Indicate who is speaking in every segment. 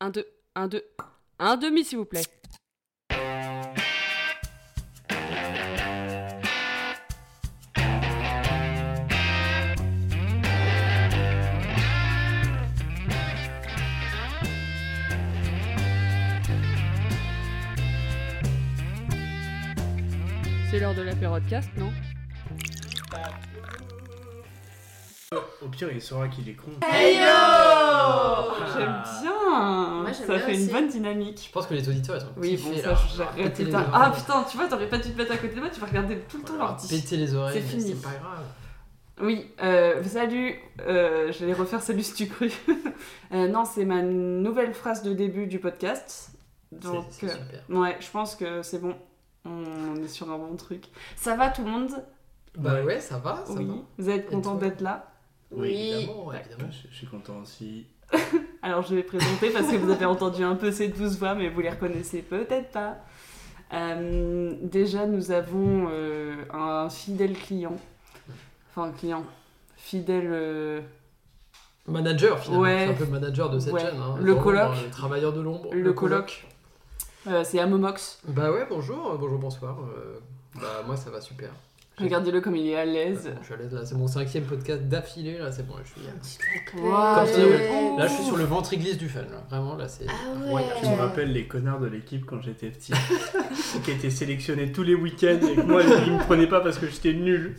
Speaker 1: Un, deux, un, deux, un demi, s'il vous plaît. C'est l'heure de la podcast, non
Speaker 2: Au pire, il saura qu'il est con.
Speaker 3: Oh J'aime bien
Speaker 4: Moi, j'aime
Speaker 3: Ça
Speaker 4: bien
Speaker 3: fait
Speaker 4: aussi.
Speaker 3: une bonne dynamique.
Speaker 5: Je pense que les auditeurs, ils sont
Speaker 3: Oui, bon, ça, j'ai arrêté le temps. Ah putain, tu vois, t'aurais pas dû te mettre à côté de moi, tu vas regarder tout le temps l'ordi.
Speaker 5: Péter les oreilles,
Speaker 3: C'est
Speaker 5: mais
Speaker 3: fini.
Speaker 5: c'est pas grave.
Speaker 3: Oui, euh, salut, euh, j'allais refaire salut si tu crus. Euh, non, c'est ma nouvelle phrase de début du podcast.
Speaker 5: C'est-
Speaker 3: Donc,
Speaker 5: C'est
Speaker 3: euh,
Speaker 5: super.
Speaker 3: ouais, je pense que c'est bon. On est sur un bon truc. Ça va tout le monde
Speaker 5: Bah ouais, ça va, ça
Speaker 3: Oui.
Speaker 5: va.
Speaker 3: Vous êtes content
Speaker 5: toi
Speaker 3: d'être là
Speaker 2: Oui,
Speaker 5: Évidemment, évidemment.
Speaker 2: Je, je suis content aussi.
Speaker 3: Alors je vais présenter parce que vous avez entendu un peu ces douze voix, mais vous les reconnaissez peut-être pas. Euh, déjà, nous avons euh, un fidèle client. Enfin, client. Fidèle. euh,
Speaker 5: Manager, finalement.
Speaker 3: Ouais.
Speaker 5: C'est un peu le manager de cette
Speaker 3: Ouais.
Speaker 5: chaîne. hein.
Speaker 3: Le
Speaker 5: Vraiment,
Speaker 3: coloc.
Speaker 5: euh, Le travailleur de l'ombre.
Speaker 3: Le coloc. euh, c'est Amomox.
Speaker 5: Bah ouais, bonjour, euh, bonjour, bonsoir. euh, Bah moi, ça va super.
Speaker 3: Regardez-le comme il est à l'aise.
Speaker 5: Ouais, bon, je suis à l'aise là, c'est mon cinquième podcast d'affilée là, c'est bon, je suis.
Speaker 3: Waouh.
Speaker 5: Comme ça, ouais. Là, je suis sur le ventre glisse du fan, là. Vraiment, là, c'est.
Speaker 4: Ah ouais.
Speaker 5: incroyable.
Speaker 2: Je me rappelle les connards de l'équipe quand j'étais petit, qui étaient sélectionnés tous les week-ends et que moi, ils me prenaient pas parce que j'étais nul.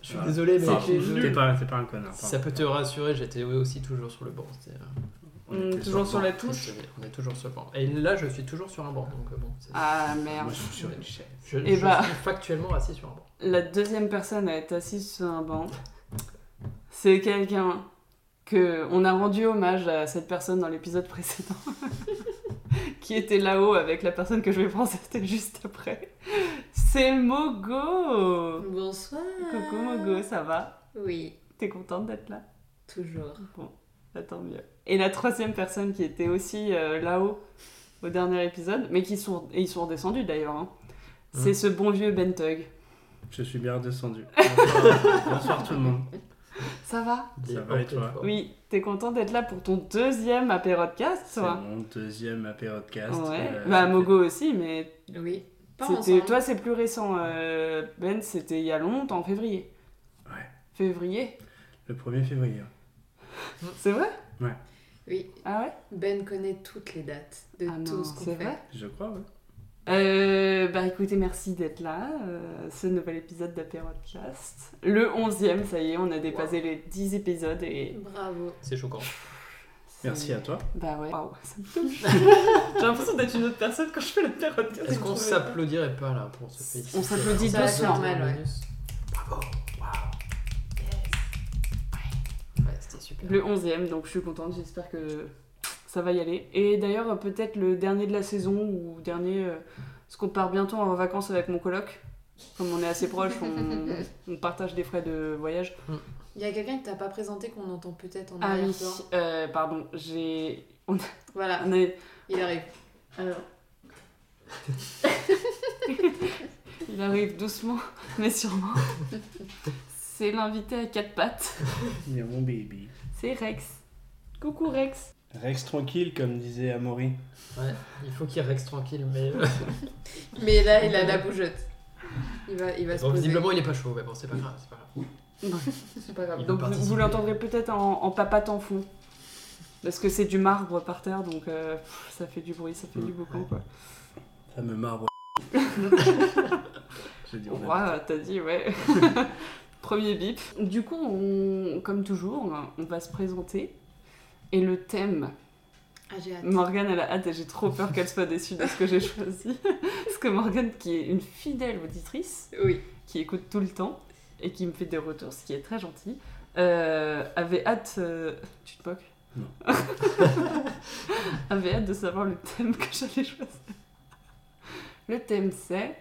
Speaker 5: Je suis
Speaker 2: Ah.
Speaker 5: désolé, mais
Speaker 2: Enfin,
Speaker 3: que
Speaker 5: je-
Speaker 2: t'es pas, t'es pas un connard.
Speaker 5: si ça peut te rassurer, j'étais aussi toujours sur le banc. c'est-
Speaker 3: Hum, toujours sur la touche.
Speaker 5: On est toujours sur le banc. Et là, je suis toujours sur un banc, donc euh, bon. c'est-
Speaker 3: Ah
Speaker 2: Moi,
Speaker 3: merde.
Speaker 2: je suis sur une chaise.
Speaker 5: Je,
Speaker 3: Eh
Speaker 5: je
Speaker 3: bah.
Speaker 5: suis factuellement assis sur un banc.
Speaker 3: La deuxième personne à être assise sur un banc, c'est quelqu'un que on a rendu hommage à cette personne dans l'épisode précédent, qui était là-haut avec la personne que je vais présenter juste après. C'est Mogo.
Speaker 4: Bonsoir.
Speaker 3: Coucou Mogo, ça va
Speaker 4: Oui,
Speaker 3: T'es contente d'être là
Speaker 4: toujours.
Speaker 3: Bon, bah, tant mieux. Et la troisième personne qui était aussi euh, là-haut au dernier épisode, mais qui sont et ils sont redescendus d'ailleurs. hein, C'est
Speaker 5: Mhm.
Speaker 3: ce bon vieux Ben Tug.
Speaker 2: Je suis bien redescendu. Bonsoir, Bonsoir tout le monde.
Speaker 3: Ça va
Speaker 2: Ça va et toi
Speaker 3: Oui, t'es content d'être là pour ton deuxième apérodcast,
Speaker 2: C'est
Speaker 3: toi
Speaker 2: mon deuxième apérodcast.
Speaker 3: Ouais.
Speaker 2: Euh, ça
Speaker 3: bah
Speaker 2: fait-
Speaker 3: Mogo aussi, mais
Speaker 4: Oui. Pas
Speaker 3: c'était
Speaker 4: ensemble.
Speaker 3: toi c'est plus récent. euh, ben c'était il y a longtemps, en février.
Speaker 2: Ouais.
Speaker 3: Février,
Speaker 2: Le 1er février.
Speaker 3: c'est vrai
Speaker 4: Oui.
Speaker 3: Ah ouais
Speaker 4: Ben connaît toutes les dates de
Speaker 3: Ah non,
Speaker 4: tout ce qu'on
Speaker 3: c'est
Speaker 4: fait.
Speaker 3: vrai
Speaker 2: Je crois, ouais.
Speaker 3: Euh, bah écoutez, merci d'être là. euh, ce nouvel épisode d'apérodcast, le 11e, ça y est, on a dépassé les 10 épisodes et
Speaker 4: Bravo.
Speaker 5: C'est choquant.
Speaker 2: Merci à toi.
Speaker 3: Bah ouais. Waouh, ça me touche. J'ai l'impression d'être une autre personne quand je fais l'apérodcast.
Speaker 5: Est-ce qu'on s'applaudirait pas là pour ce pays
Speaker 3: On s'applaudit
Speaker 4: Ça va
Speaker 3: doucement.
Speaker 4: normal, ouais.
Speaker 5: Bravo, waouh. Ouais, c'était super.
Speaker 3: Le 11e, donc je suis contente, j'espère que ça va y aller. Et d'ailleurs, euh, peut-être le dernier de la saison, ou dernier, euh, parce qu'on part bientôt en vacances avec mon coloc. Comme on est assez proches, on, on partage des frais de voyage.
Speaker 4: Il y a quelqu'un que t'as pas présenté qu'on entend peut-être en
Speaker 3: Ah oui,
Speaker 4: arrière-plan.
Speaker 3: euh, pardon, j'ai.
Speaker 4: Voilà,
Speaker 3: on est-
Speaker 4: il arrive.
Speaker 3: Ah Alors. Il arrive doucement, mais sûrement. C'est l'invité à quatre pattes.
Speaker 2: Il y a mon baby.
Speaker 3: C'est Rex. Coucou Rex.
Speaker 2: Rex tranquille, comme disait Amaury.
Speaker 5: Ouais, il faut qu'il reste tranquille, mais. euh,
Speaker 4: Mais là, il a la bougeotte. Il va, il va se
Speaker 5: Bon,
Speaker 4: poser.
Speaker 5: visiblement, il est pas chaud, mais bon, c'est pas grave, c'est pas grave.
Speaker 3: C'est pas grave.
Speaker 5: Il
Speaker 3: Donc
Speaker 5: peut
Speaker 3: vous, vous
Speaker 5: participer.
Speaker 3: l'entendrez peut-être en, en papatant en fond. Parce que c'est du marbre par terre, donc euh, pff, ça fait du bruit, ça fait du boucan. quoi.
Speaker 2: Ça me marre. Je dis, on a-
Speaker 3: Ouah, t'as dit, ouais. Premier bip. Du coup, on- comme toujours, on va se présenter. Et le thème,
Speaker 4: Ah, j'ai hâte.
Speaker 3: Morgane, elle a hâte et j'ai trop peur qu'elle soit déçue de ce que j'ai choisi. Parce que Morgane, qui est une fidèle auditrice,
Speaker 4: Oui.
Speaker 3: qui écoute tout le temps et qui me fait des retours, ce qui est très gentil, euh, avait hâte. euh, Tu te moques
Speaker 2: Non.
Speaker 3: avait hâte de savoir le thème que j'allais choisir. Le thème c'est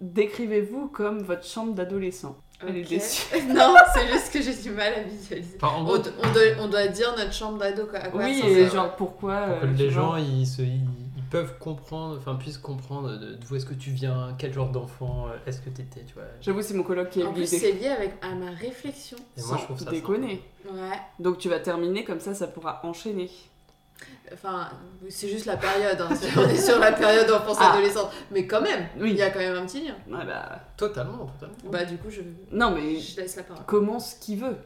Speaker 3: Décrivez-vous comme votre chambre d'adolescent. Elle est
Speaker 4: Ok.
Speaker 3: déçue.
Speaker 4: non, c'est juste que j'ai du mal à visualiser.
Speaker 5: Enfin, en
Speaker 4: On,
Speaker 5: gros,
Speaker 4: d- on doit, on doit dire notre chambre d'ado, quoi. À quoi
Speaker 3: oui,
Speaker 4: elle
Speaker 3: et
Speaker 4: ressemble.
Speaker 3: genre pourquoi.
Speaker 5: pour que
Speaker 3: euh,
Speaker 5: les
Speaker 3: tu
Speaker 5: gens
Speaker 3: vois.
Speaker 5: ils, se, ils, ils peuvent comprendre, enfin puissent comprendre de- d'où est-ce que tu viens, quel genre d'enfant euh, est-ce que t'étais, tu vois.
Speaker 3: J'avoue, c'est mon coloc qui a
Speaker 4: En
Speaker 3: eu
Speaker 4: plus,
Speaker 3: l'idée.
Speaker 4: c'est lié avec, à ma réflexion.
Speaker 5: Et moi,
Speaker 3: Sans
Speaker 5: je trouve ça
Speaker 3: déconner.
Speaker 4: Ouais.
Speaker 3: Donc tu vas terminer comme ça, ça pourra enchaîner.
Speaker 4: Enfin, c'est juste la période, hein, si on est sur la période
Speaker 3: Ah.
Speaker 4: enfance-adolescente. Mais quand même,
Speaker 3: Oui.
Speaker 4: il y a quand même un petit lien.
Speaker 3: Ouais, bah,
Speaker 5: Totalement, totalement.
Speaker 4: Bah, du coup, je,
Speaker 3: non, mais
Speaker 4: je laisse la parole.
Speaker 3: commence qui veut.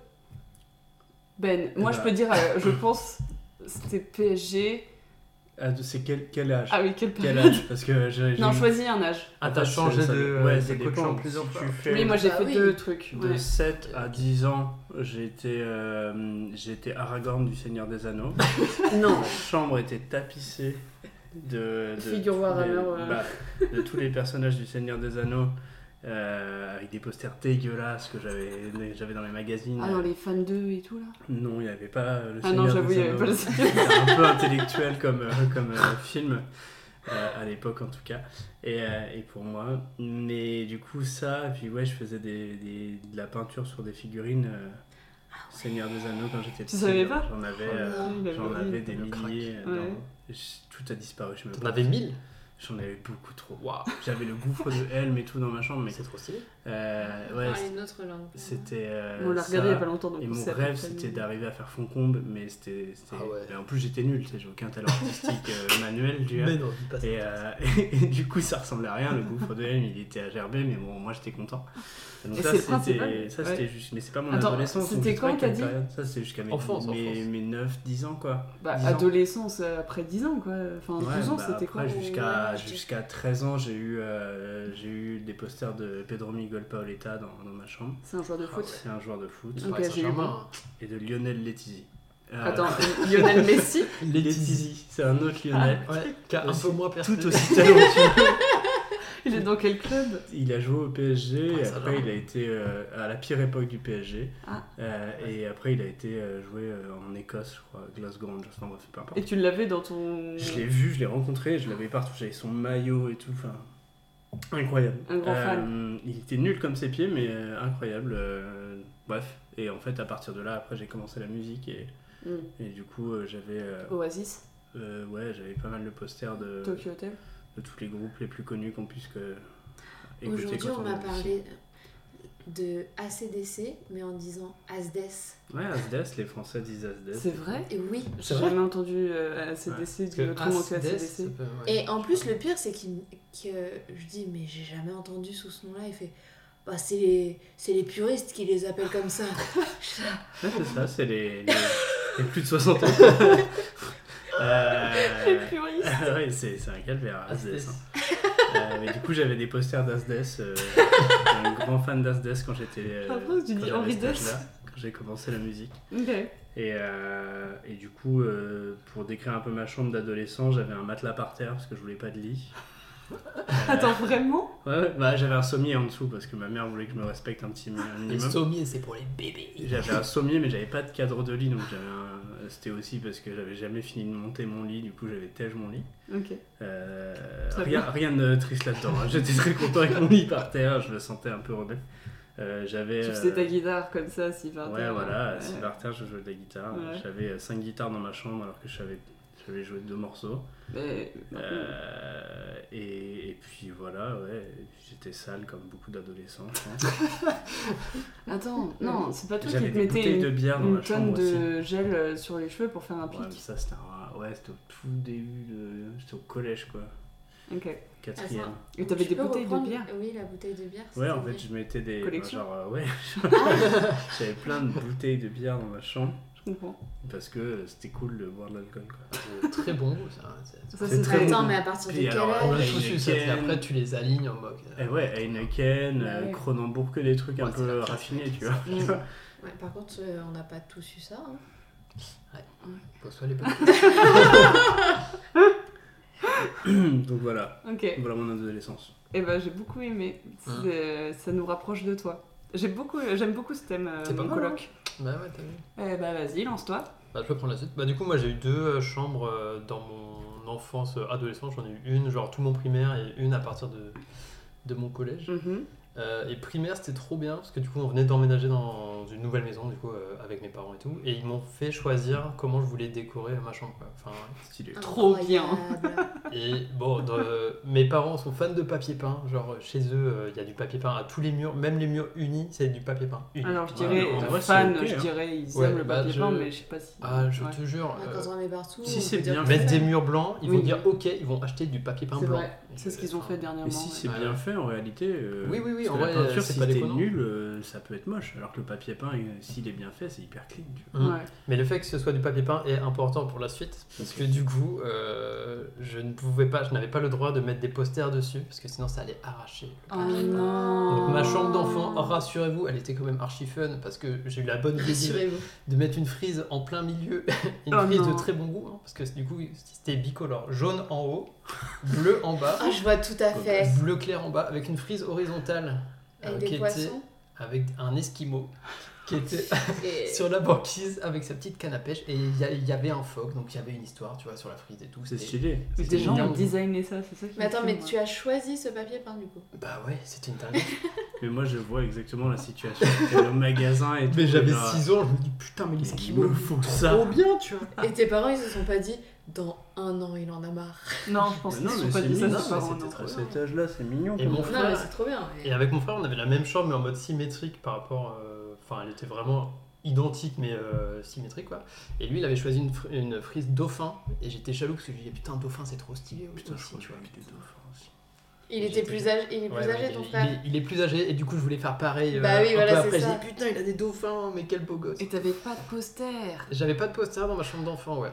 Speaker 3: Ben,
Speaker 2: Eh
Speaker 3: moi je peux dire, euh, je pense, c'était PSG.
Speaker 2: Ah, c'est quel, quel âge
Speaker 3: Ah oui, quel
Speaker 2: Quel
Speaker 3: période
Speaker 2: âge Parce que j'ai. j'ai-
Speaker 3: Non, choisis un âge.
Speaker 5: Ah, t'as
Speaker 2: ça-
Speaker 5: changé
Speaker 2: ça-
Speaker 5: de-
Speaker 2: Ouais, ça
Speaker 5: d'époque
Speaker 2: dépend.
Speaker 5: en plusieurs
Speaker 2: Si
Speaker 5: fois.
Speaker 2: tu fais
Speaker 3: Oui, moi j'ai
Speaker 4: Bah
Speaker 3: fait
Speaker 4: oui.
Speaker 3: deux trucs.
Speaker 2: de
Speaker 3: ouais.
Speaker 2: 7 à 10 ans, j'étais euh, j'étais Aragorn du Seigneur des Anneaux.
Speaker 3: Non.
Speaker 2: La chambre était tapissée de, de,
Speaker 3: Figure
Speaker 2: tous
Speaker 3: Warhammer,
Speaker 2: les-
Speaker 4: euh.
Speaker 3: ouais.
Speaker 2: bah, de tous les personnages du Seigneur des Anneaux, euh, avec des posters dégueulasses que j'avais j'avais dans les magazines.
Speaker 3: Ah non, les fans 2 et tout là.
Speaker 2: Non, il n'y avait pas euh, le
Speaker 3: Ah
Speaker 2: Seigneur
Speaker 3: non, j'avoue,
Speaker 2: des
Speaker 3: il y avait
Speaker 2: Anneaux.
Speaker 3: pas le Seigneur.
Speaker 2: C'était un peu intellectuel comme, euh, comme euh, film, euh, à l'époque en tout cas, et, euh, et pour moi. Mais du coup, ça, et puis ouais, je faisais des, des- de la peinture sur des figurines euh, Seigneur des Anneaux quand j'étais petit.
Speaker 3: Ah savais
Speaker 2: J'en-
Speaker 3: pas
Speaker 2: J'en avais,
Speaker 5: Oh
Speaker 2: euh,
Speaker 3: non, il avait
Speaker 2: j'en
Speaker 3: oublié.
Speaker 2: avais des
Speaker 5: Le crack.
Speaker 2: milliers. euh, dans-
Speaker 3: Ouais.
Speaker 2: je- tout a disparu, je me
Speaker 5: T'en avais 1000
Speaker 2: J'en avais beaucoup trop.
Speaker 5: Waouh,
Speaker 2: J'avais le gouffre de Helm et tout dans ma chambre, mais
Speaker 5: c'est trop stylé.
Speaker 2: euh, ouais,
Speaker 4: Parler une autre langue.
Speaker 2: c'était. euh,
Speaker 3: Ah, On l'a regardé il y
Speaker 2: ça.
Speaker 3: a pas longtemps donc
Speaker 2: Et
Speaker 3: on
Speaker 2: mon
Speaker 3: sait à peu
Speaker 2: rêve,
Speaker 3: près.
Speaker 2: c'était d'arriver à faire Foncombe, mais c'était. c'était-
Speaker 5: Ah ouais.
Speaker 2: mais En plus, j'étais nul, tu sais, j'ai aucun talent artistique euh, manuel, tu vois.
Speaker 5: Mais non, dis pas ça.
Speaker 2: Et, euh, et du coup, ça ressemblait à rien. Le gouffre de Helm, il était à gerber, mais bon, moi, j'étais content. Donc,
Speaker 3: Et
Speaker 2: ça,
Speaker 3: c'est le
Speaker 2: c'était.
Speaker 3: principal,
Speaker 2: Ça,
Speaker 3: ouais.
Speaker 2: c'était juste. Mais c'est pas mon
Speaker 3: Attends,
Speaker 2: adolescence. donc
Speaker 3: c'était
Speaker 2: je sais pas
Speaker 3: quand,
Speaker 2: quelle
Speaker 3: t'as dit
Speaker 2: période. Ça, c'était jusqu'à mes,
Speaker 5: Enfance,
Speaker 2: mes,
Speaker 5: enfance.
Speaker 2: 9, 10 ans, quoi.
Speaker 3: Bah,
Speaker 2: 10 ans.
Speaker 3: adolescence euh, après 10 ans quoi. Enfin, 12 ans
Speaker 2: bah,
Speaker 3: c'était quoi
Speaker 2: après, Jusqu'à
Speaker 4: Ouais, je-
Speaker 2: jusqu'à 13 ans, j'ai eu, euh, j'ai eu des posters de Pedro Miguel Paoletta dans, dans ma chambre.
Speaker 3: C'est un joueur de foot.
Speaker 2: C'est un joueur de foot.
Speaker 3: Ok, j'ai eu bon.
Speaker 5: hein.
Speaker 2: Et de Lionel Letizy. Euh,
Speaker 3: Attends, Lionel Messi
Speaker 5: Les Tizi.
Speaker 2: Letizy, c'est un autre Lionel.
Speaker 5: Ouais, qui a un
Speaker 2: Aussi.
Speaker 5: peu moins
Speaker 3: Ah.
Speaker 5: perdu.
Speaker 2: Tout aussi talentueux.
Speaker 3: Il est dans quel club
Speaker 2: Il a joué au PSG,
Speaker 5: Ouais,
Speaker 2: et
Speaker 5: ça
Speaker 2: après
Speaker 5: va.
Speaker 2: il a été euh, à la pire époque du PSG.
Speaker 3: Ah.
Speaker 2: Euh, et après il a été euh, joué euh, en Écosse, je crois, Glasgow Rangers, enfin bref, peu importe.
Speaker 3: Et tu l'avais dans ton.
Speaker 2: Je l'ai vu, je l'ai rencontré, je l'avais partout, j'avais son maillot et tout, enfin. Incroyable.
Speaker 3: Un grand
Speaker 2: Euh,
Speaker 3: fan.
Speaker 2: Il était nul comme ses pieds, mais euh, incroyable. euh, bref. Et en fait, à partir de là, après j'ai commencé la musique et,
Speaker 3: Hmm.
Speaker 2: et du coup euh, j'avais. euh,
Speaker 3: Oasis,
Speaker 2: euh, ouais, j'avais pas mal de posters de.
Speaker 3: Tokyo Hotel.
Speaker 2: de tous les groupes les plus connus qu'on puisse que écouter
Speaker 4: Aujourd'hui,
Speaker 2: quand
Speaker 4: on m'a
Speaker 2: est-
Speaker 4: parlé de ACDC, mais en disant ASDES.
Speaker 2: Ouais, Asdes, les Français disent Asdes.
Speaker 3: C'est vrai
Speaker 4: Et oui.
Speaker 5: C'est
Speaker 3: J'ai
Speaker 5: vrai
Speaker 3: jamais entendu euh, ACDC, du autrement que
Speaker 5: Asdes,
Speaker 3: ACDC.
Speaker 5: ça peut- ouais.
Speaker 4: Et en plus, le pire, c'est qu'il- que je dis, mais j'ai jamais entendu sous ce nom-là. Il fait, bah, c'est les, c'est les puristes qui les appellent comme ça.
Speaker 2: Ouais, c'est ça, c'est les, les, les plus de 60 ans. euh...
Speaker 3: puriste
Speaker 2: ouais, c'est c'est un calvaire, Asdes.
Speaker 5: Ah, Asdes.
Speaker 2: hein. Euh, mais du coup, j'avais des posters d'Asdes. euh, j'étais un grand fan d'Asdes quand j'étais. euh,
Speaker 3: Ah, bon, tu dis
Speaker 2: quand j'avais
Speaker 3: Henri
Speaker 2: cet
Speaker 3: Dess.
Speaker 2: âge-là, Quand j'ai commencé la musique.
Speaker 3: Ok.
Speaker 2: Et, euh, et du coup, euh, pour décrire un peu ma chambre d'adolescent, j'avais un matelas par terre parce que je voulais pas de lit. Euh,
Speaker 3: Attends, vraiment
Speaker 2: Ouais, ouais, bah, j'avais un sommier en dessous parce que ma mère voulait que je me respecte un petit mi- un
Speaker 5: Les
Speaker 2: minimum.
Speaker 5: sommiers, c'est pour les bébés.
Speaker 2: J'avais un sommier, mais j'avais pas de cadre de lit, donc j'avais un- c'était aussi parce que j'avais jamais fini de monter mon lit, du coup j'avais tège mon lit.
Speaker 3: Ok.
Speaker 2: Euh,
Speaker 3: Très
Speaker 2: rien, rien de triste là-dedans, hein. j'étais très content avec mon lit par terre, je me sentais un peu rebelle. Euh, j'avais.
Speaker 3: Tu
Speaker 2: euh,
Speaker 3: faisais ta guitare comme ça, si par
Speaker 2: Ouais,
Speaker 3: terre.
Speaker 2: voilà,
Speaker 3: Ouais.
Speaker 2: si par terre je jouais de la guitare.
Speaker 3: Ouais.
Speaker 2: J'avais 5 guitares dans ma chambre alors que je savais- j'avais joué deux morceaux.
Speaker 3: Mais-
Speaker 2: Euh, et, et puis voilà, ouais, j'étais sale comme beaucoup d'adolescents, je pense.
Speaker 3: Attends, non, c'est pas toi qui
Speaker 2: J'avais
Speaker 3: te
Speaker 2: des
Speaker 3: mettais
Speaker 2: bouteilles de
Speaker 3: une,
Speaker 2: bière dans
Speaker 3: une
Speaker 2: ma
Speaker 3: tonne
Speaker 2: chambre aussi. Ouais,
Speaker 3: de gel euh, sur les cheveux pour faire un
Speaker 2: mais
Speaker 3: pic.
Speaker 2: ça c'était un- ouais, c'était au tout début de. J'étais au collège quoi,
Speaker 3: Ok.
Speaker 2: quatrième.
Speaker 3: Et t'avais
Speaker 4: Tu
Speaker 3: des
Speaker 4: peux
Speaker 3: bouteilles
Speaker 4: reprendre-
Speaker 3: de bière
Speaker 4: Oui, la bouteille de bière.
Speaker 2: ouais,
Speaker 4: c'était
Speaker 2: en
Speaker 4: vrai.
Speaker 2: fait, je mettais des.
Speaker 3: Collection.
Speaker 2: genre, euh, ouais, j'avais plein de bouteilles de bière dans ma chambre
Speaker 3: Je comprends.
Speaker 2: parce que euh, c'était cool de boire de l'alcool quoi.
Speaker 5: Très bon goût, ça. hein, c'est-
Speaker 3: Ça,
Speaker 2: C'est
Speaker 3: c'est
Speaker 2: très
Speaker 3: très.
Speaker 4: Attends, mais à partir de
Speaker 2: Puis
Speaker 4: quelle
Speaker 2: alors,
Speaker 4: âge
Speaker 5: On a
Speaker 2: Ouais,
Speaker 5: tous
Speaker 2: les
Speaker 5: eu ça, puis
Speaker 2: Ken.
Speaker 5: après tu les alignes en moque. euh,
Speaker 2: Et ouais, Heineken, euh,
Speaker 3: Ouais.
Speaker 2: Kronenbourg, que des trucs un
Speaker 5: Ouais, c'est
Speaker 2: peu
Speaker 5: la classe.
Speaker 2: raffinés, tu vois.
Speaker 3: Mm.
Speaker 4: Ouais, Par contre, euh, on n'a pas tous eu ça. hein.
Speaker 5: Bonsoir les potes.
Speaker 2: Donc voilà,
Speaker 3: Ok. Et
Speaker 2: voilà mon adolescence.
Speaker 3: ben, j'ai beaucoup aimé. C'est-
Speaker 5: Hein.
Speaker 3: euh, Ça nous rapproche de toi. J'ai beaucoup, j'aime beaucoup ce thème, euh,
Speaker 5: C'est pas
Speaker 3: mon
Speaker 5: mal,
Speaker 2: hein.
Speaker 3: coloc.
Speaker 5: Bah ouais, t'as vu.
Speaker 3: Eh bah vas-y, lance-toi.
Speaker 5: Bah, je peux prendre la suite. Bah, du coup, moi j'ai eu deux euh, chambres euh, dans mon
Speaker 4: Mm-hmm.
Speaker 5: enfance, euh, adolescence. J'en ai eu une, genre tout mon primaire, et une à partir de, de mon collège.
Speaker 3: Mhm.
Speaker 5: Euh, et primaire, c'était trop bien parce que du coup, on venait d'emménager dans une nouvelle maison, du coup, euh, avec mes parents et tout. Et ils m'ont fait choisir comment je voulais décorer ma chambre. quoi. Enfin,
Speaker 2: Stylé.
Speaker 3: Trop bien.
Speaker 4: Incroyable.
Speaker 5: et bon, dans, euh, mes parents sont fans de papier peint. Genre, chez eux, euh, il y a du papier peint à tous les murs, même les murs unis, c'est du papier peint. Uni.
Speaker 3: Alors je
Speaker 2: Ouais,
Speaker 3: dirais, euh,
Speaker 2: en vrai, c'est
Speaker 3: fan,
Speaker 2: ok,
Speaker 3: je
Speaker 2: hein.
Speaker 3: dirais, ils
Speaker 5: Ouais,
Speaker 3: aiment le
Speaker 5: bah,
Speaker 3: papier
Speaker 5: je-
Speaker 3: peint, mais je sais pas si.
Speaker 5: Ah, je
Speaker 3: Ouais.
Speaker 5: te jure.
Speaker 4: Ouais,
Speaker 5: euh,
Speaker 4: Quand on en met partout.
Speaker 2: si
Speaker 4: on
Speaker 2: c'est
Speaker 4: peut dire
Speaker 2: bien
Speaker 4: que
Speaker 5: Mettre
Speaker 4: ça-
Speaker 5: des murs blancs, ils vont
Speaker 3: Oui.
Speaker 5: dire ok, ils vont acheter du papier peint
Speaker 3: C'est
Speaker 5: blanc.
Speaker 3: vrai. C'est ce qu'ils ont fait dernièrement.
Speaker 2: Et si c'est
Speaker 5: Ouais.
Speaker 2: bien fait en réalité, euh,
Speaker 5: Oui, oui, oui,
Speaker 2: parce
Speaker 5: en
Speaker 2: que
Speaker 5: vrai,
Speaker 2: la peinture,
Speaker 5: c'est
Speaker 2: si
Speaker 5: pas
Speaker 2: t'es
Speaker 5: déconnant.
Speaker 2: nul, euh, ça peut être moche. Alors que le papier peint, euh, s'il est bien fait, c'est hyper clean. tu vois.
Speaker 3: ouais.
Speaker 5: Mm.
Speaker 3: Ouais.
Speaker 5: Mais le fait que ce soit du papier peint est important pour la suite, parce que du coup, euh, je ne pouvais pas, je n'avais pas le droit de mettre des posters dessus, parce que sinon ça allait arracher. le
Speaker 3: Oh
Speaker 5: papier.
Speaker 3: non.
Speaker 5: Donc Ah, ma chambre d'enfant, oh, rassurez-vous, elle était quand même archi fun, parce que j'ai eu la bonne idée
Speaker 4: Rassurez-vous.
Speaker 5: de mettre une frise en plein milieu, une
Speaker 3: Oh
Speaker 5: frise
Speaker 3: non.
Speaker 5: de très bon goût, hein, parce que du coup c'était bicolore, jaune en haut, bleu en bas,
Speaker 4: Ah, je vois tout à fait.
Speaker 5: bleu clair en bas, avec une frise horizontale, euh,
Speaker 4: Avec
Speaker 5: qui
Speaker 4: des
Speaker 5: était
Speaker 4: poissons.
Speaker 5: avec un esquimau, qui était
Speaker 4: Et...
Speaker 5: sur la banquise avec sa petite canne à pêche et il y, a- il y avait un phoque donc il y avait une histoire tu vois sur la frise et tout
Speaker 2: C'est
Speaker 5: c'était-
Speaker 2: stylé.
Speaker 3: Mais
Speaker 5: C'était
Speaker 3: des gens ont
Speaker 5: génial.
Speaker 3: designé ça, c'est ça qui hein.
Speaker 4: Mais attends,
Speaker 3: me
Speaker 4: mais
Speaker 3: fume,
Speaker 4: tu as choisi ce papier peint du coup.
Speaker 5: bah ouais c'était une dinguerie
Speaker 2: Mais moi, je vois exactement la situation. T'es au magasin et tout.
Speaker 5: mais j'avais
Speaker 2: genre,
Speaker 5: 6 ans je me dis putain mais l'esquimau
Speaker 2: Il me faut ça.
Speaker 5: trop bien tu vois
Speaker 4: Et tes parents, ils se sont pas dit dans un an, il en a marre.
Speaker 3: ouais. Non, je pense
Speaker 2: Mais
Speaker 3: qu'ils
Speaker 2: non,
Speaker 3: sont
Speaker 2: mais
Speaker 3: pas
Speaker 2: c'est
Speaker 3: dit ça,
Speaker 2: mignon,
Speaker 3: c'est
Speaker 5: mais
Speaker 3: pas
Speaker 5: c'était
Speaker 2: À
Speaker 5: trop-
Speaker 2: cet âge-là, c'est mignon.
Speaker 5: Et mon
Speaker 2: comme-
Speaker 4: Non, mais
Speaker 5: frère
Speaker 4: c'est trop bien.
Speaker 5: et avec mon frère on avait la même chambre mais en mode symétrique par rapport euh, enfin elle était vraiment identique mais euh, symétrique quoi et lui il avait choisi une, fr- une frise dauphin et j'étais jaloux parce que je lui disais putain dauphin c'est trop stylé
Speaker 2: Putain, je
Speaker 5: aussi,
Speaker 2: crois que
Speaker 5: tu
Speaker 2: tu
Speaker 5: vois.
Speaker 2: des dauphins aussi.
Speaker 4: Il était plus âgé, il est plus
Speaker 5: Ouais, ouais,
Speaker 4: âgé
Speaker 5: il-
Speaker 4: ton
Speaker 5: il
Speaker 4: frère.
Speaker 5: est- Il, est plus âgé et du coup je voulais faire pareil. euh,
Speaker 4: Bah oui,
Speaker 5: un
Speaker 4: voilà,
Speaker 5: peu
Speaker 4: c'est
Speaker 5: après
Speaker 4: ça.
Speaker 5: j'ai dit putain il a des dauphins mais quel beau gosse.
Speaker 3: Et t'avais pas de poster.
Speaker 5: J'avais pas de poster dans ma chambre d'enfant ouais.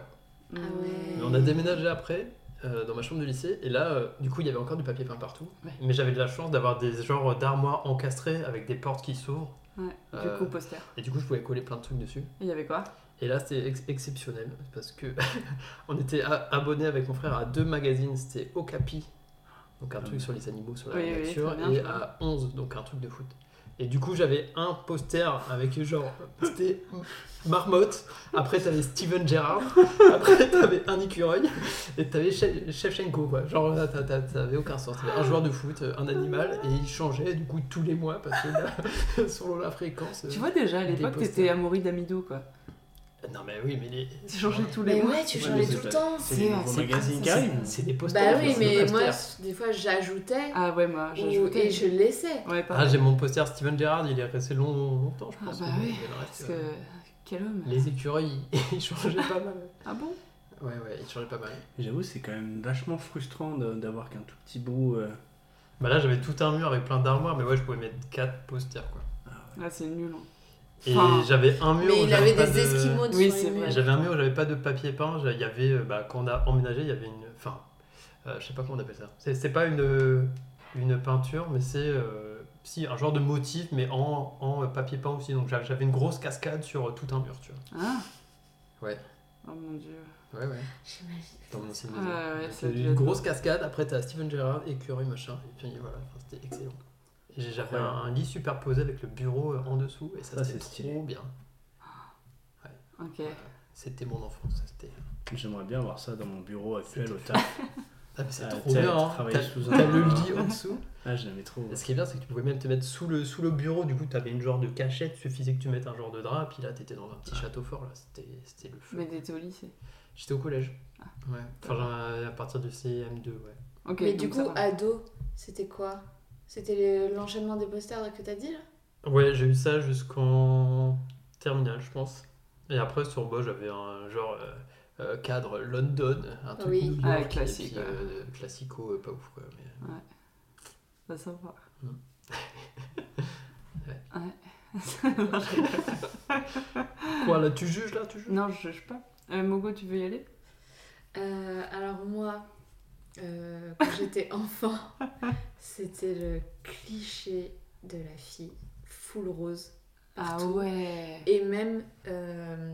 Speaker 3: Ah
Speaker 5: Mais
Speaker 4: ouais.
Speaker 5: on a déménagé après euh, dans ma chambre de lycée et là euh, du coup il y avait encore du papier peint partout.
Speaker 3: Ouais.
Speaker 5: Mais j'avais de la chance d'avoir des genres d'armoires encastrées avec des portes qui s'ouvrent
Speaker 3: Du
Speaker 5: Euh,
Speaker 3: coup, poster.
Speaker 5: et du coup je pouvais coller plein de trucs dessus.
Speaker 3: Il y avait quoi
Speaker 5: Et là c'était ex- exceptionnel parce que on était abonné avec mon frère à deux magazines c'était Okapi donc un
Speaker 2: Ah
Speaker 5: truc
Speaker 2: oui.
Speaker 5: sur les animaux sur la
Speaker 3: Oui, oui,
Speaker 5: nature
Speaker 3: très bien,
Speaker 5: et
Speaker 3: je vois.
Speaker 5: à 11 donc un truc de foot. Et du coup j'avais un poster avec genre c'était marmotte après t'avais Steven Gerrard après t'avais un écureuil et t'avais Che- Shevchenko quoi genre là, t'as- t'as- t'avais aucun sens t'avais un joueur de foot euh, un animal et il changeait du coup tous les mois parce que là, selon la fréquence
Speaker 3: Tu
Speaker 5: euh,
Speaker 3: vois déjà, à
Speaker 5: des
Speaker 3: l'époque,
Speaker 5: posters.
Speaker 3: t'étais amourie d'amido quoi.
Speaker 5: non mais oui mais les
Speaker 3: Tu changeais tous les
Speaker 4: Mais
Speaker 3: mois.
Speaker 4: ouais, tu
Speaker 2: Ouais,
Speaker 4: changeais
Speaker 2: mais
Speaker 4: tout
Speaker 2: c'est
Speaker 4: le
Speaker 2: pas-
Speaker 4: temps.
Speaker 2: C'est
Speaker 3: C'est-
Speaker 2: les
Speaker 3: c'est
Speaker 2: nouveaux
Speaker 3: comme
Speaker 2: magazines
Speaker 3: ça,
Speaker 2: qui
Speaker 3: c'est-
Speaker 2: arrivent.
Speaker 5: c'est des posters
Speaker 4: Bah oui,
Speaker 5: c'est des
Speaker 4: mais moi,
Speaker 5: posters.
Speaker 4: des fois, j'ajoutais
Speaker 3: Ah ouais, moi,
Speaker 4: ou-
Speaker 3: j'ajoutais.
Speaker 4: et je laissais.
Speaker 3: Ouais, pas.
Speaker 5: Ah, j'ai mon poster Steven Gerrard, il est resté long- longtemps, je pense.
Speaker 3: bah
Speaker 5: mais
Speaker 3: oui,
Speaker 5: il en
Speaker 3: Parce
Speaker 5: reste,
Speaker 3: que.
Speaker 5: euh,
Speaker 3: Quel homme
Speaker 5: Les écureuils, ils changeaient pas mal.
Speaker 3: Ah bon
Speaker 5: Ouais, ouais, ils changeaient pas mal.
Speaker 2: J'avoue, c'est quand même vachement frustrant de- d'avoir qu'un tout petit bout. euh,
Speaker 5: Bah là, j'avais tout un mur avec plein d'armoires, mais ouais, je pouvais mettre 4 posters, quoi.
Speaker 3: Ah, c'est nul. hein.
Speaker 5: Et
Speaker 3: Enfin,
Speaker 5: j'avais un mur
Speaker 4: Mais
Speaker 5: où
Speaker 4: il
Speaker 5: j'avais
Speaker 4: avait
Speaker 5: pas
Speaker 4: des
Speaker 5: de-
Speaker 4: esquimaux dessus.
Speaker 3: Oui, c'est vrai.
Speaker 5: J'avais un mur où j'avais pas de papier peint. j'a- Il y avait, euh, bah, quand on a emménagé, il y avait une. Enfin, euh, je sais pas comment on appelle ça. C'est, c'est pas une, une peinture, mais c'est. euh, si, un genre de motif, mais en, en euh, papier peint aussi. Donc j'a- j'avais une grosse cascade sur euh, tout un mur, tu
Speaker 3: Ah
Speaker 5: Ouais.
Speaker 3: Oh mon dieu.
Speaker 5: vois. Ouais, ouais.
Speaker 4: J'imagine.
Speaker 5: dans mon cinéma.
Speaker 3: Ah ouais, ça
Speaker 5: c'est
Speaker 3: devait
Speaker 5: une
Speaker 3: être-
Speaker 5: grosse cascade, après t'as Steven Gerrard, écureuil, machin, et puis voilà, enfin, c'était excellent. Et j'ai- J'avais un, un lit superposé avec le bureau euh, en dessous, et ça,
Speaker 2: Ça,
Speaker 5: c'était
Speaker 2: c'est
Speaker 5: trop
Speaker 2: stylé.
Speaker 5: bien.
Speaker 3: Ok.
Speaker 5: C'était mon enfance, ça, c'était...
Speaker 2: J'aimerais bien avoir ça dans mon bureau actuel au taf.
Speaker 5: Ah, mais c'est
Speaker 2: Ah,
Speaker 5: trop
Speaker 2: t'as-
Speaker 5: bien,
Speaker 2: t'as
Speaker 5: hein.
Speaker 2: travaillé
Speaker 5: t'as
Speaker 2: sous
Speaker 5: t'as
Speaker 2: un-
Speaker 5: le lit en dessous.
Speaker 2: Ah, je l'aimais trop.
Speaker 5: Et Ce qui est bien, c'est que tu pouvais même te mettre sous le, sous le bureau, du coup t'avais une genre de cachette, suffisait que tu mettes un genre de drap, puis là t'étais dans un petit château fort, là, c'était c'était le feu.
Speaker 3: Mais Ah. t'étais au lycée.
Speaker 5: J'étais au collège. Ouais, enfin, genre, à partir de CM2, ouais.
Speaker 3: Ok.
Speaker 4: Mais
Speaker 3: donc
Speaker 4: du
Speaker 3: ça
Speaker 4: coup,
Speaker 3: va.
Speaker 4: ado, c'était quoi C'était le- l'enchaînement des posters que t'as dit là
Speaker 5: Ouais, j'ai eu ça jusqu'en terminale, je pense. Et après, sur moi, j'avais un genre euh, euh, cadre London, un truc
Speaker 4: Oui.
Speaker 5: New
Speaker 3: Ah,
Speaker 5: York, et
Speaker 3: classique,
Speaker 5: puis, euh, classico, euh, pas ouf, quoi. Mais...
Speaker 3: Ça, ça va.
Speaker 5: Hmm.
Speaker 3: Ouais.
Speaker 5: euh. Quoi, là, tu juges, là, tu juges
Speaker 3: non, je juge pas. Euh, Mogo, tu veux y aller
Speaker 4: Euh, alors moi, euh, quand j'étais enfant, c'était le cliché de la fille full rose partout.
Speaker 3: ouais.
Speaker 4: Et même, euh,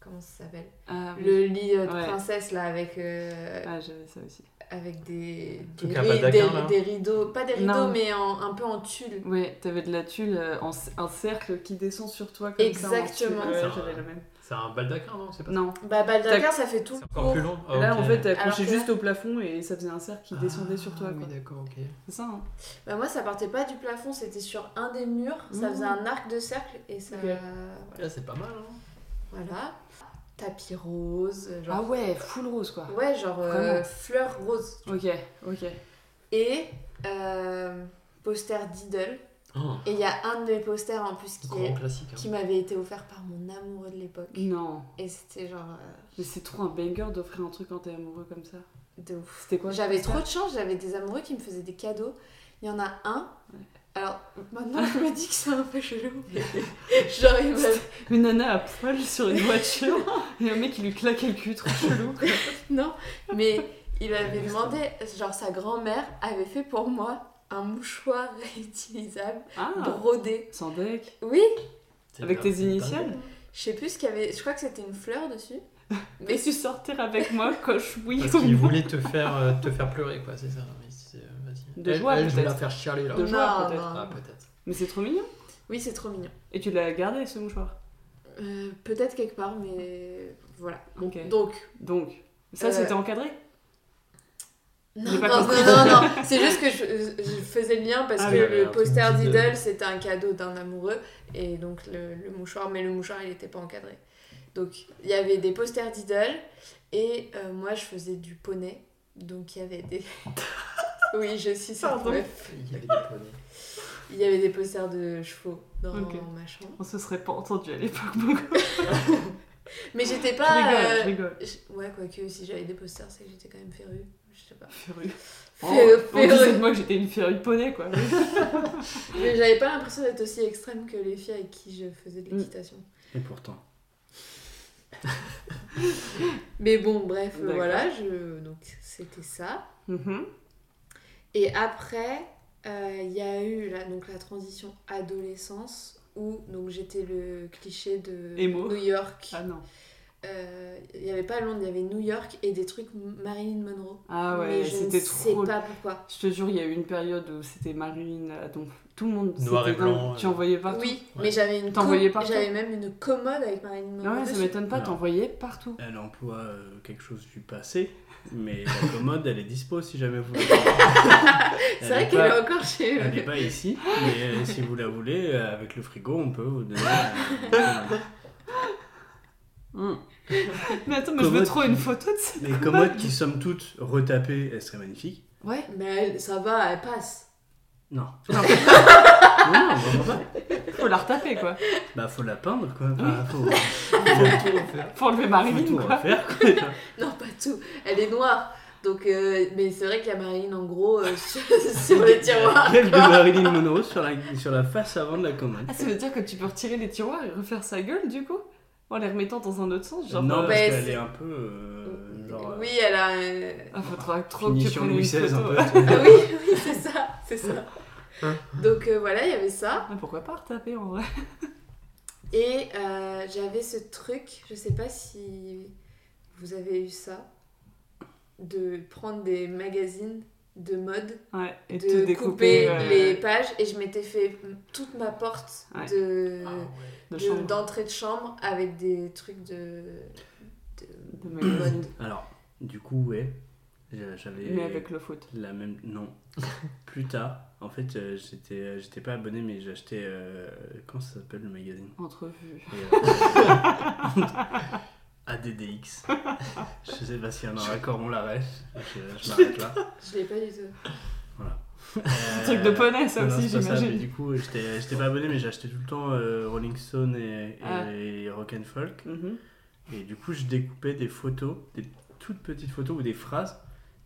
Speaker 4: comment ça s'appelle
Speaker 3: Ah, oui.
Speaker 4: Le lit euh, de
Speaker 3: Ouais.
Speaker 4: princesse là avec, euh,
Speaker 3: Ah, j'avais ça aussi.
Speaker 4: avec des,
Speaker 5: Truc
Speaker 4: des,
Speaker 5: à
Speaker 4: ri-
Speaker 5: baldaquin,
Speaker 4: des-
Speaker 5: là.
Speaker 4: des rideaux, pas des rideaux
Speaker 3: Non.
Speaker 4: mais en- un peu en tulle.
Speaker 3: Ouais, t'avais de la tulle, euh, en, c- un cercle qui descend sur toi comme ça, en tulle.
Speaker 4: Exactement.
Speaker 3: Ouais,
Speaker 5: Ça,
Speaker 3: j'avais
Speaker 5: ouais.
Speaker 3: le même.
Speaker 5: C'est un baldaquin, non C'est pas ça
Speaker 3: Non.
Speaker 4: Bah, Baldaquin, ça fait tout
Speaker 5: C'est
Speaker 4: le
Speaker 5: encore
Speaker 4: tour.
Speaker 5: plus long. Ah,
Speaker 3: Là,
Speaker 5: ok.
Speaker 3: en fait, t'es accroché
Speaker 4: Alors que là-
Speaker 3: juste au plafond et ça faisait un cercle qui descendait sur toi.
Speaker 5: Ah,
Speaker 3: quoi.
Speaker 5: Oui, d'accord, ok.
Speaker 3: C'est ça, hein
Speaker 4: Bah, moi, ça partait pas du plafond, c'était sur un des murs. Ça
Speaker 3: Mmh.
Speaker 4: faisait un arc de cercle et ça.
Speaker 3: Ok.
Speaker 5: Là, c'est pas mal, hein
Speaker 4: Voilà. Tapis rose.
Speaker 3: Ah
Speaker 4: Genre...
Speaker 3: ouais, full rose, quoi.
Speaker 4: Ouais, genre euh,
Speaker 3: Vraiment.
Speaker 4: fleur rose.
Speaker 3: Ok, ok.
Speaker 4: Et euh, poster d'Idol.
Speaker 5: Oh,
Speaker 4: Et il y a un de mes posters en plus qui,
Speaker 5: Grand
Speaker 4: est-
Speaker 5: classique. hein.
Speaker 4: qui m'avait été offert par mon amoureux de l'époque.
Speaker 3: Non.
Speaker 4: Et c'était genre euh,
Speaker 3: Mais c'est trop un banger d'offrir un truc quand t'es amoureux comme ça.
Speaker 4: de ouf.
Speaker 3: C'était quoi
Speaker 4: J'avais
Speaker 3: ça
Speaker 4: trop de chance, j'avais des amoureux qui me faisaient des cadeaux. Il y en a un. Alors maintenant, je me dis que c'est un peu chelou. mais genre, il m'a-
Speaker 3: Une nana à poil sur une voiture et un mec qui lui claque le cul, trop chelou.
Speaker 4: Non, mais il avait demandé, genre sa grand-mère avait fait pour moi un mouchoir réutilisable,
Speaker 3: Ah
Speaker 4: brodé.
Speaker 3: Sans deck.
Speaker 4: Oui,
Speaker 5: C'est
Speaker 3: Avec
Speaker 5: bien,
Speaker 3: tes
Speaker 5: c'est dingue.
Speaker 3: initiales
Speaker 4: je sais plus ce qu'il y avait, je crois que c'était une fleur dessus.
Speaker 3: Mais tu sortir avec moi, coche oui
Speaker 5: Parce
Speaker 3: ou
Speaker 5: qu'il
Speaker 3: non
Speaker 5: voulait te faire, euh, te faire pleurer, quoi, c'est ça. Mais c'est- euh, vas-y.
Speaker 3: De
Speaker 5: Elle-
Speaker 3: joie,
Speaker 5: elle, je vais
Speaker 3: peut-être.
Speaker 5: la faire chialer, là.
Speaker 3: De joie,
Speaker 4: Non,
Speaker 3: peut-être.
Speaker 4: non.
Speaker 5: Ah, peut-être.
Speaker 3: Mais c'est trop mignon.
Speaker 4: Oui, c'est trop mignon.
Speaker 3: Et tu l'as gardé ce mouchoir.
Speaker 4: Euh, Peut-être quelque part, mais voilà.
Speaker 3: Ok.
Speaker 4: Donc,
Speaker 3: Donc, ça
Speaker 4: Euh,
Speaker 3: c'était encadré
Speaker 4: non,
Speaker 3: J'ai
Speaker 4: non,
Speaker 3: pas
Speaker 4: non,
Speaker 3: compris.
Speaker 4: non, non, c'est juste que je, je faisais le lien parce
Speaker 3: Ah
Speaker 5: oui,
Speaker 4: que
Speaker 5: il y avait
Speaker 4: le
Speaker 5: un
Speaker 4: poster
Speaker 5: petit, euh,
Speaker 4: d'Idol c'était un cadeau d'un amoureux et donc le, le mouchoir, mais le mouchoir il n'était pas encadré. Donc il y avait des posters d'Idol et euh, moi je faisais du poney donc il y avait des. oui, je suis cette
Speaker 3: Pardon.
Speaker 4: meuf.
Speaker 5: Il y avait des poneys.
Speaker 4: Il y avait des posters de chevaux dans
Speaker 3: Ok.
Speaker 4: ma chambre.
Speaker 3: On se serait pas entendu à l'époque beaucoup.
Speaker 4: Mais j'étais
Speaker 3: je
Speaker 4: pas.
Speaker 3: rigole,
Speaker 4: euh,
Speaker 3: je rigole.
Speaker 4: je- Ouais, quoique si j'avais des posters, c'est que j'étais quand même férue. Je sais pas.
Speaker 3: Férue. Oh,
Speaker 4: Férue,
Speaker 3: on disait
Speaker 4: férue.
Speaker 3: de moi que j'étais une férue de poney quoi.
Speaker 4: Mais j'avais pas l'impression d'être aussi extrême que les filles avec qui je faisais de
Speaker 3: Mm.
Speaker 4: l'équitation.
Speaker 2: Et pourtant.
Speaker 4: Mais bon, bref, euh,
Speaker 3: D'accord.
Speaker 4: voilà, je... donc c'était ça.
Speaker 3: Mhm.
Speaker 4: Et après, euh, il y a eu la, donc, la transition adolescence où donc j'étais le cliché de
Speaker 3: Emo.
Speaker 4: New York.
Speaker 3: Ah non.
Speaker 4: Euh, Il y n'y avait pas Londres, il y avait New York et des trucs Marilyn Monroe.
Speaker 3: Ah
Speaker 4: Mais
Speaker 3: ouais,
Speaker 4: je ne
Speaker 3: c'était trop.
Speaker 4: sais pas pourquoi.
Speaker 3: Je te jure, il y a eu une période où c'était Marine, euh, donc tout le monde.
Speaker 5: Noir
Speaker 3: c'était
Speaker 5: et blanc,
Speaker 3: dingue. Tu
Speaker 5: euh.
Speaker 3: envoyais partout.
Speaker 4: Oui,
Speaker 5: Ouais.
Speaker 4: mais j'avais une
Speaker 3: T'en voyais
Speaker 4: com-
Speaker 3: partout.
Speaker 4: j'avais même une commode avec Marilyn
Speaker 3: Ah
Speaker 4: Monroe.
Speaker 3: ouais, ça
Speaker 4: dessus.
Speaker 3: m'étonne pas,
Speaker 2: Alors.
Speaker 3: t'en voyais partout.
Speaker 2: Elle emploie euh, quelque chose du passé, mais la commode, elle est dispo si jamais vous voulez.
Speaker 4: C'est vrai qu'elle est encore chez
Speaker 2: Elle n'est
Speaker 4: eux.
Speaker 2: pas ici, mais euh, si vous la voulez, euh, avec le frigo, on peut vous donner. euh, une commode.
Speaker 3: Hmm. Mais attends, mais je veux
Speaker 2: Commode.
Speaker 3: trop une photo de ça.
Speaker 2: Les commodes qui, somme toute, retapées, elles seraient magnifiques.
Speaker 3: Ouais.
Speaker 4: Mais elle- ça va, elle passe.
Speaker 2: Non. non, non, vraiment pas.
Speaker 3: Faut la retaper quoi.
Speaker 2: Bah, faut la peindre, quoi. Bah, faut,
Speaker 5: Faut tout refaire.
Speaker 3: Faut enlever
Speaker 2: faut
Speaker 3: Marilyn
Speaker 2: tout
Speaker 3: quoi.
Speaker 2: refaire, quoi.
Speaker 4: Non, pas tout. Elle est noire. Donc, euh, mais c'est vrai que la Marine, en gros, euh, sur, sur les tiroirs.
Speaker 2: Gueule de Marilyn Monroe sur la, sur la face avant de la commode.
Speaker 3: Ah, ça veut dire que tu peux retirer les tiroirs et refaire sa gueule du coup En les remettant dans un autre sens genre.
Speaker 2: non, parce
Speaker 3: euh,
Speaker 4: bah,
Speaker 2: qu'elle
Speaker 4: c'est-
Speaker 2: est un peu. euh, genre.
Speaker 4: Oui, elle a. euh,
Speaker 3: ah, faut trop,
Speaker 2: euh,
Speaker 3: trop que tu
Speaker 2: finition
Speaker 3: prennes une
Speaker 2: Louis XVI, un
Speaker 3: photo.
Speaker 2: peu.
Speaker 4: Ah oui, oui, c'est ça, c'est ça.
Speaker 3: Hein.
Speaker 4: Donc euh, voilà, il y avait ça.
Speaker 3: Ah, pourquoi pas retaper en vrai
Speaker 4: Et euh, j'avais ce truc, je sais pas si vous avez eu ça, de prendre des magazines de mode,
Speaker 3: Ouais, et
Speaker 4: de
Speaker 3: te
Speaker 4: couper,
Speaker 3: découper euh,
Speaker 4: les pages, et je m'étais fait toute ma porte
Speaker 3: Ouais.
Speaker 4: de.
Speaker 5: Ah, ouais.
Speaker 3: de
Speaker 4: de-
Speaker 3: chambre.
Speaker 4: d'entrée de chambre avec des trucs de. de-
Speaker 3: de magazine.
Speaker 2: Alors, du coup, ouais. j'a- J'avais.
Speaker 3: Mais avec le foot.
Speaker 2: La même. Non. Plus tard. En fait, euh, j'étais euh, j'étais pas abonné, mais j'achetais. euh, comment ça s'appelle le magazine
Speaker 3: Entrevue.
Speaker 2: Et, euh, ADDX. Je sais pas s'il y en a un raccord, on l'arrête. Je, je m'arrête là.
Speaker 4: Je l'ai pas du tout.
Speaker 2: Euh,
Speaker 3: Truc de poney ça
Speaker 2: non, non,
Speaker 3: aussi
Speaker 2: c'est pas ça, mais
Speaker 3: j'imagine.
Speaker 2: Du coup, j'étais j'étais pas abonné, mais j'achetais tout le temps euh, Rolling Stone et,
Speaker 3: Ah.
Speaker 2: et Rock and Folk.
Speaker 3: Mhm.
Speaker 2: Et du coup, je découpais des photos, des toutes petites photos ou des phrases.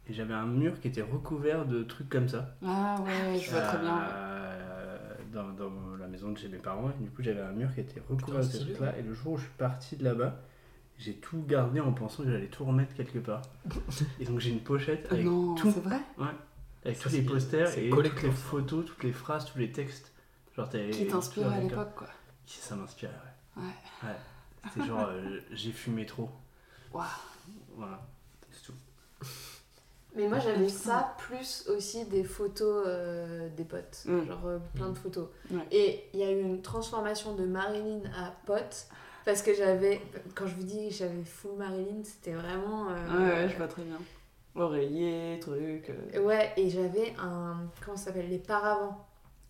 Speaker 2: Et j'avais un mur qui était recouvert de trucs comme ça.
Speaker 3: Ah ouais, je vois très bien. ouais.
Speaker 2: Euh, dans, dans la maison de chez mes parents. Et du coup, j'avais un mur qui était recouvert de
Speaker 5: Putain,
Speaker 2: ces
Speaker 5: stylé,
Speaker 2: trucs-là. Et le jour où je suis parti de là-bas, j'ai tout gardé en pensant que j'allais tout remettre quelque part. et donc, j'ai une pochette
Speaker 3: Ah
Speaker 2: avec,
Speaker 3: non,
Speaker 2: tout.
Speaker 3: c'est vrai
Speaker 2: avec
Speaker 5: Ça,
Speaker 2: tous les
Speaker 5: c'est-
Speaker 2: posters
Speaker 5: c'est
Speaker 2: et
Speaker 5: collector,
Speaker 2: toutes les
Speaker 5: ça.
Speaker 2: photos, toutes les phrases, tous les textes. Genre, t'avais-
Speaker 3: Qui t'inspirait à
Speaker 2: t'avais-
Speaker 3: l'époque quoi.
Speaker 2: Qui ça m'inspirait, ouais.
Speaker 3: Ouais.
Speaker 2: Ouais. C'était genre, euh, j'ai fumé trop.
Speaker 3: Waouh.
Speaker 2: Voilà. C'est tout.
Speaker 4: Mais moi j'avais ça plus aussi des photos euh, des potes,
Speaker 3: Mm.
Speaker 4: genre euh, plein de photos.
Speaker 3: Ouais.
Speaker 4: Et il y a eu une transformation de Marilyn à pote Parce que j'avais, quand je vous dis j'avais full Marilyn, c'était vraiment.
Speaker 3: Ah Ouais,
Speaker 4: euh,
Speaker 3: ouais, je vois très bien. Oreiller, truc. euh.
Speaker 4: Ouais, et j'avais un. Comment ça s'appelle Les paravents.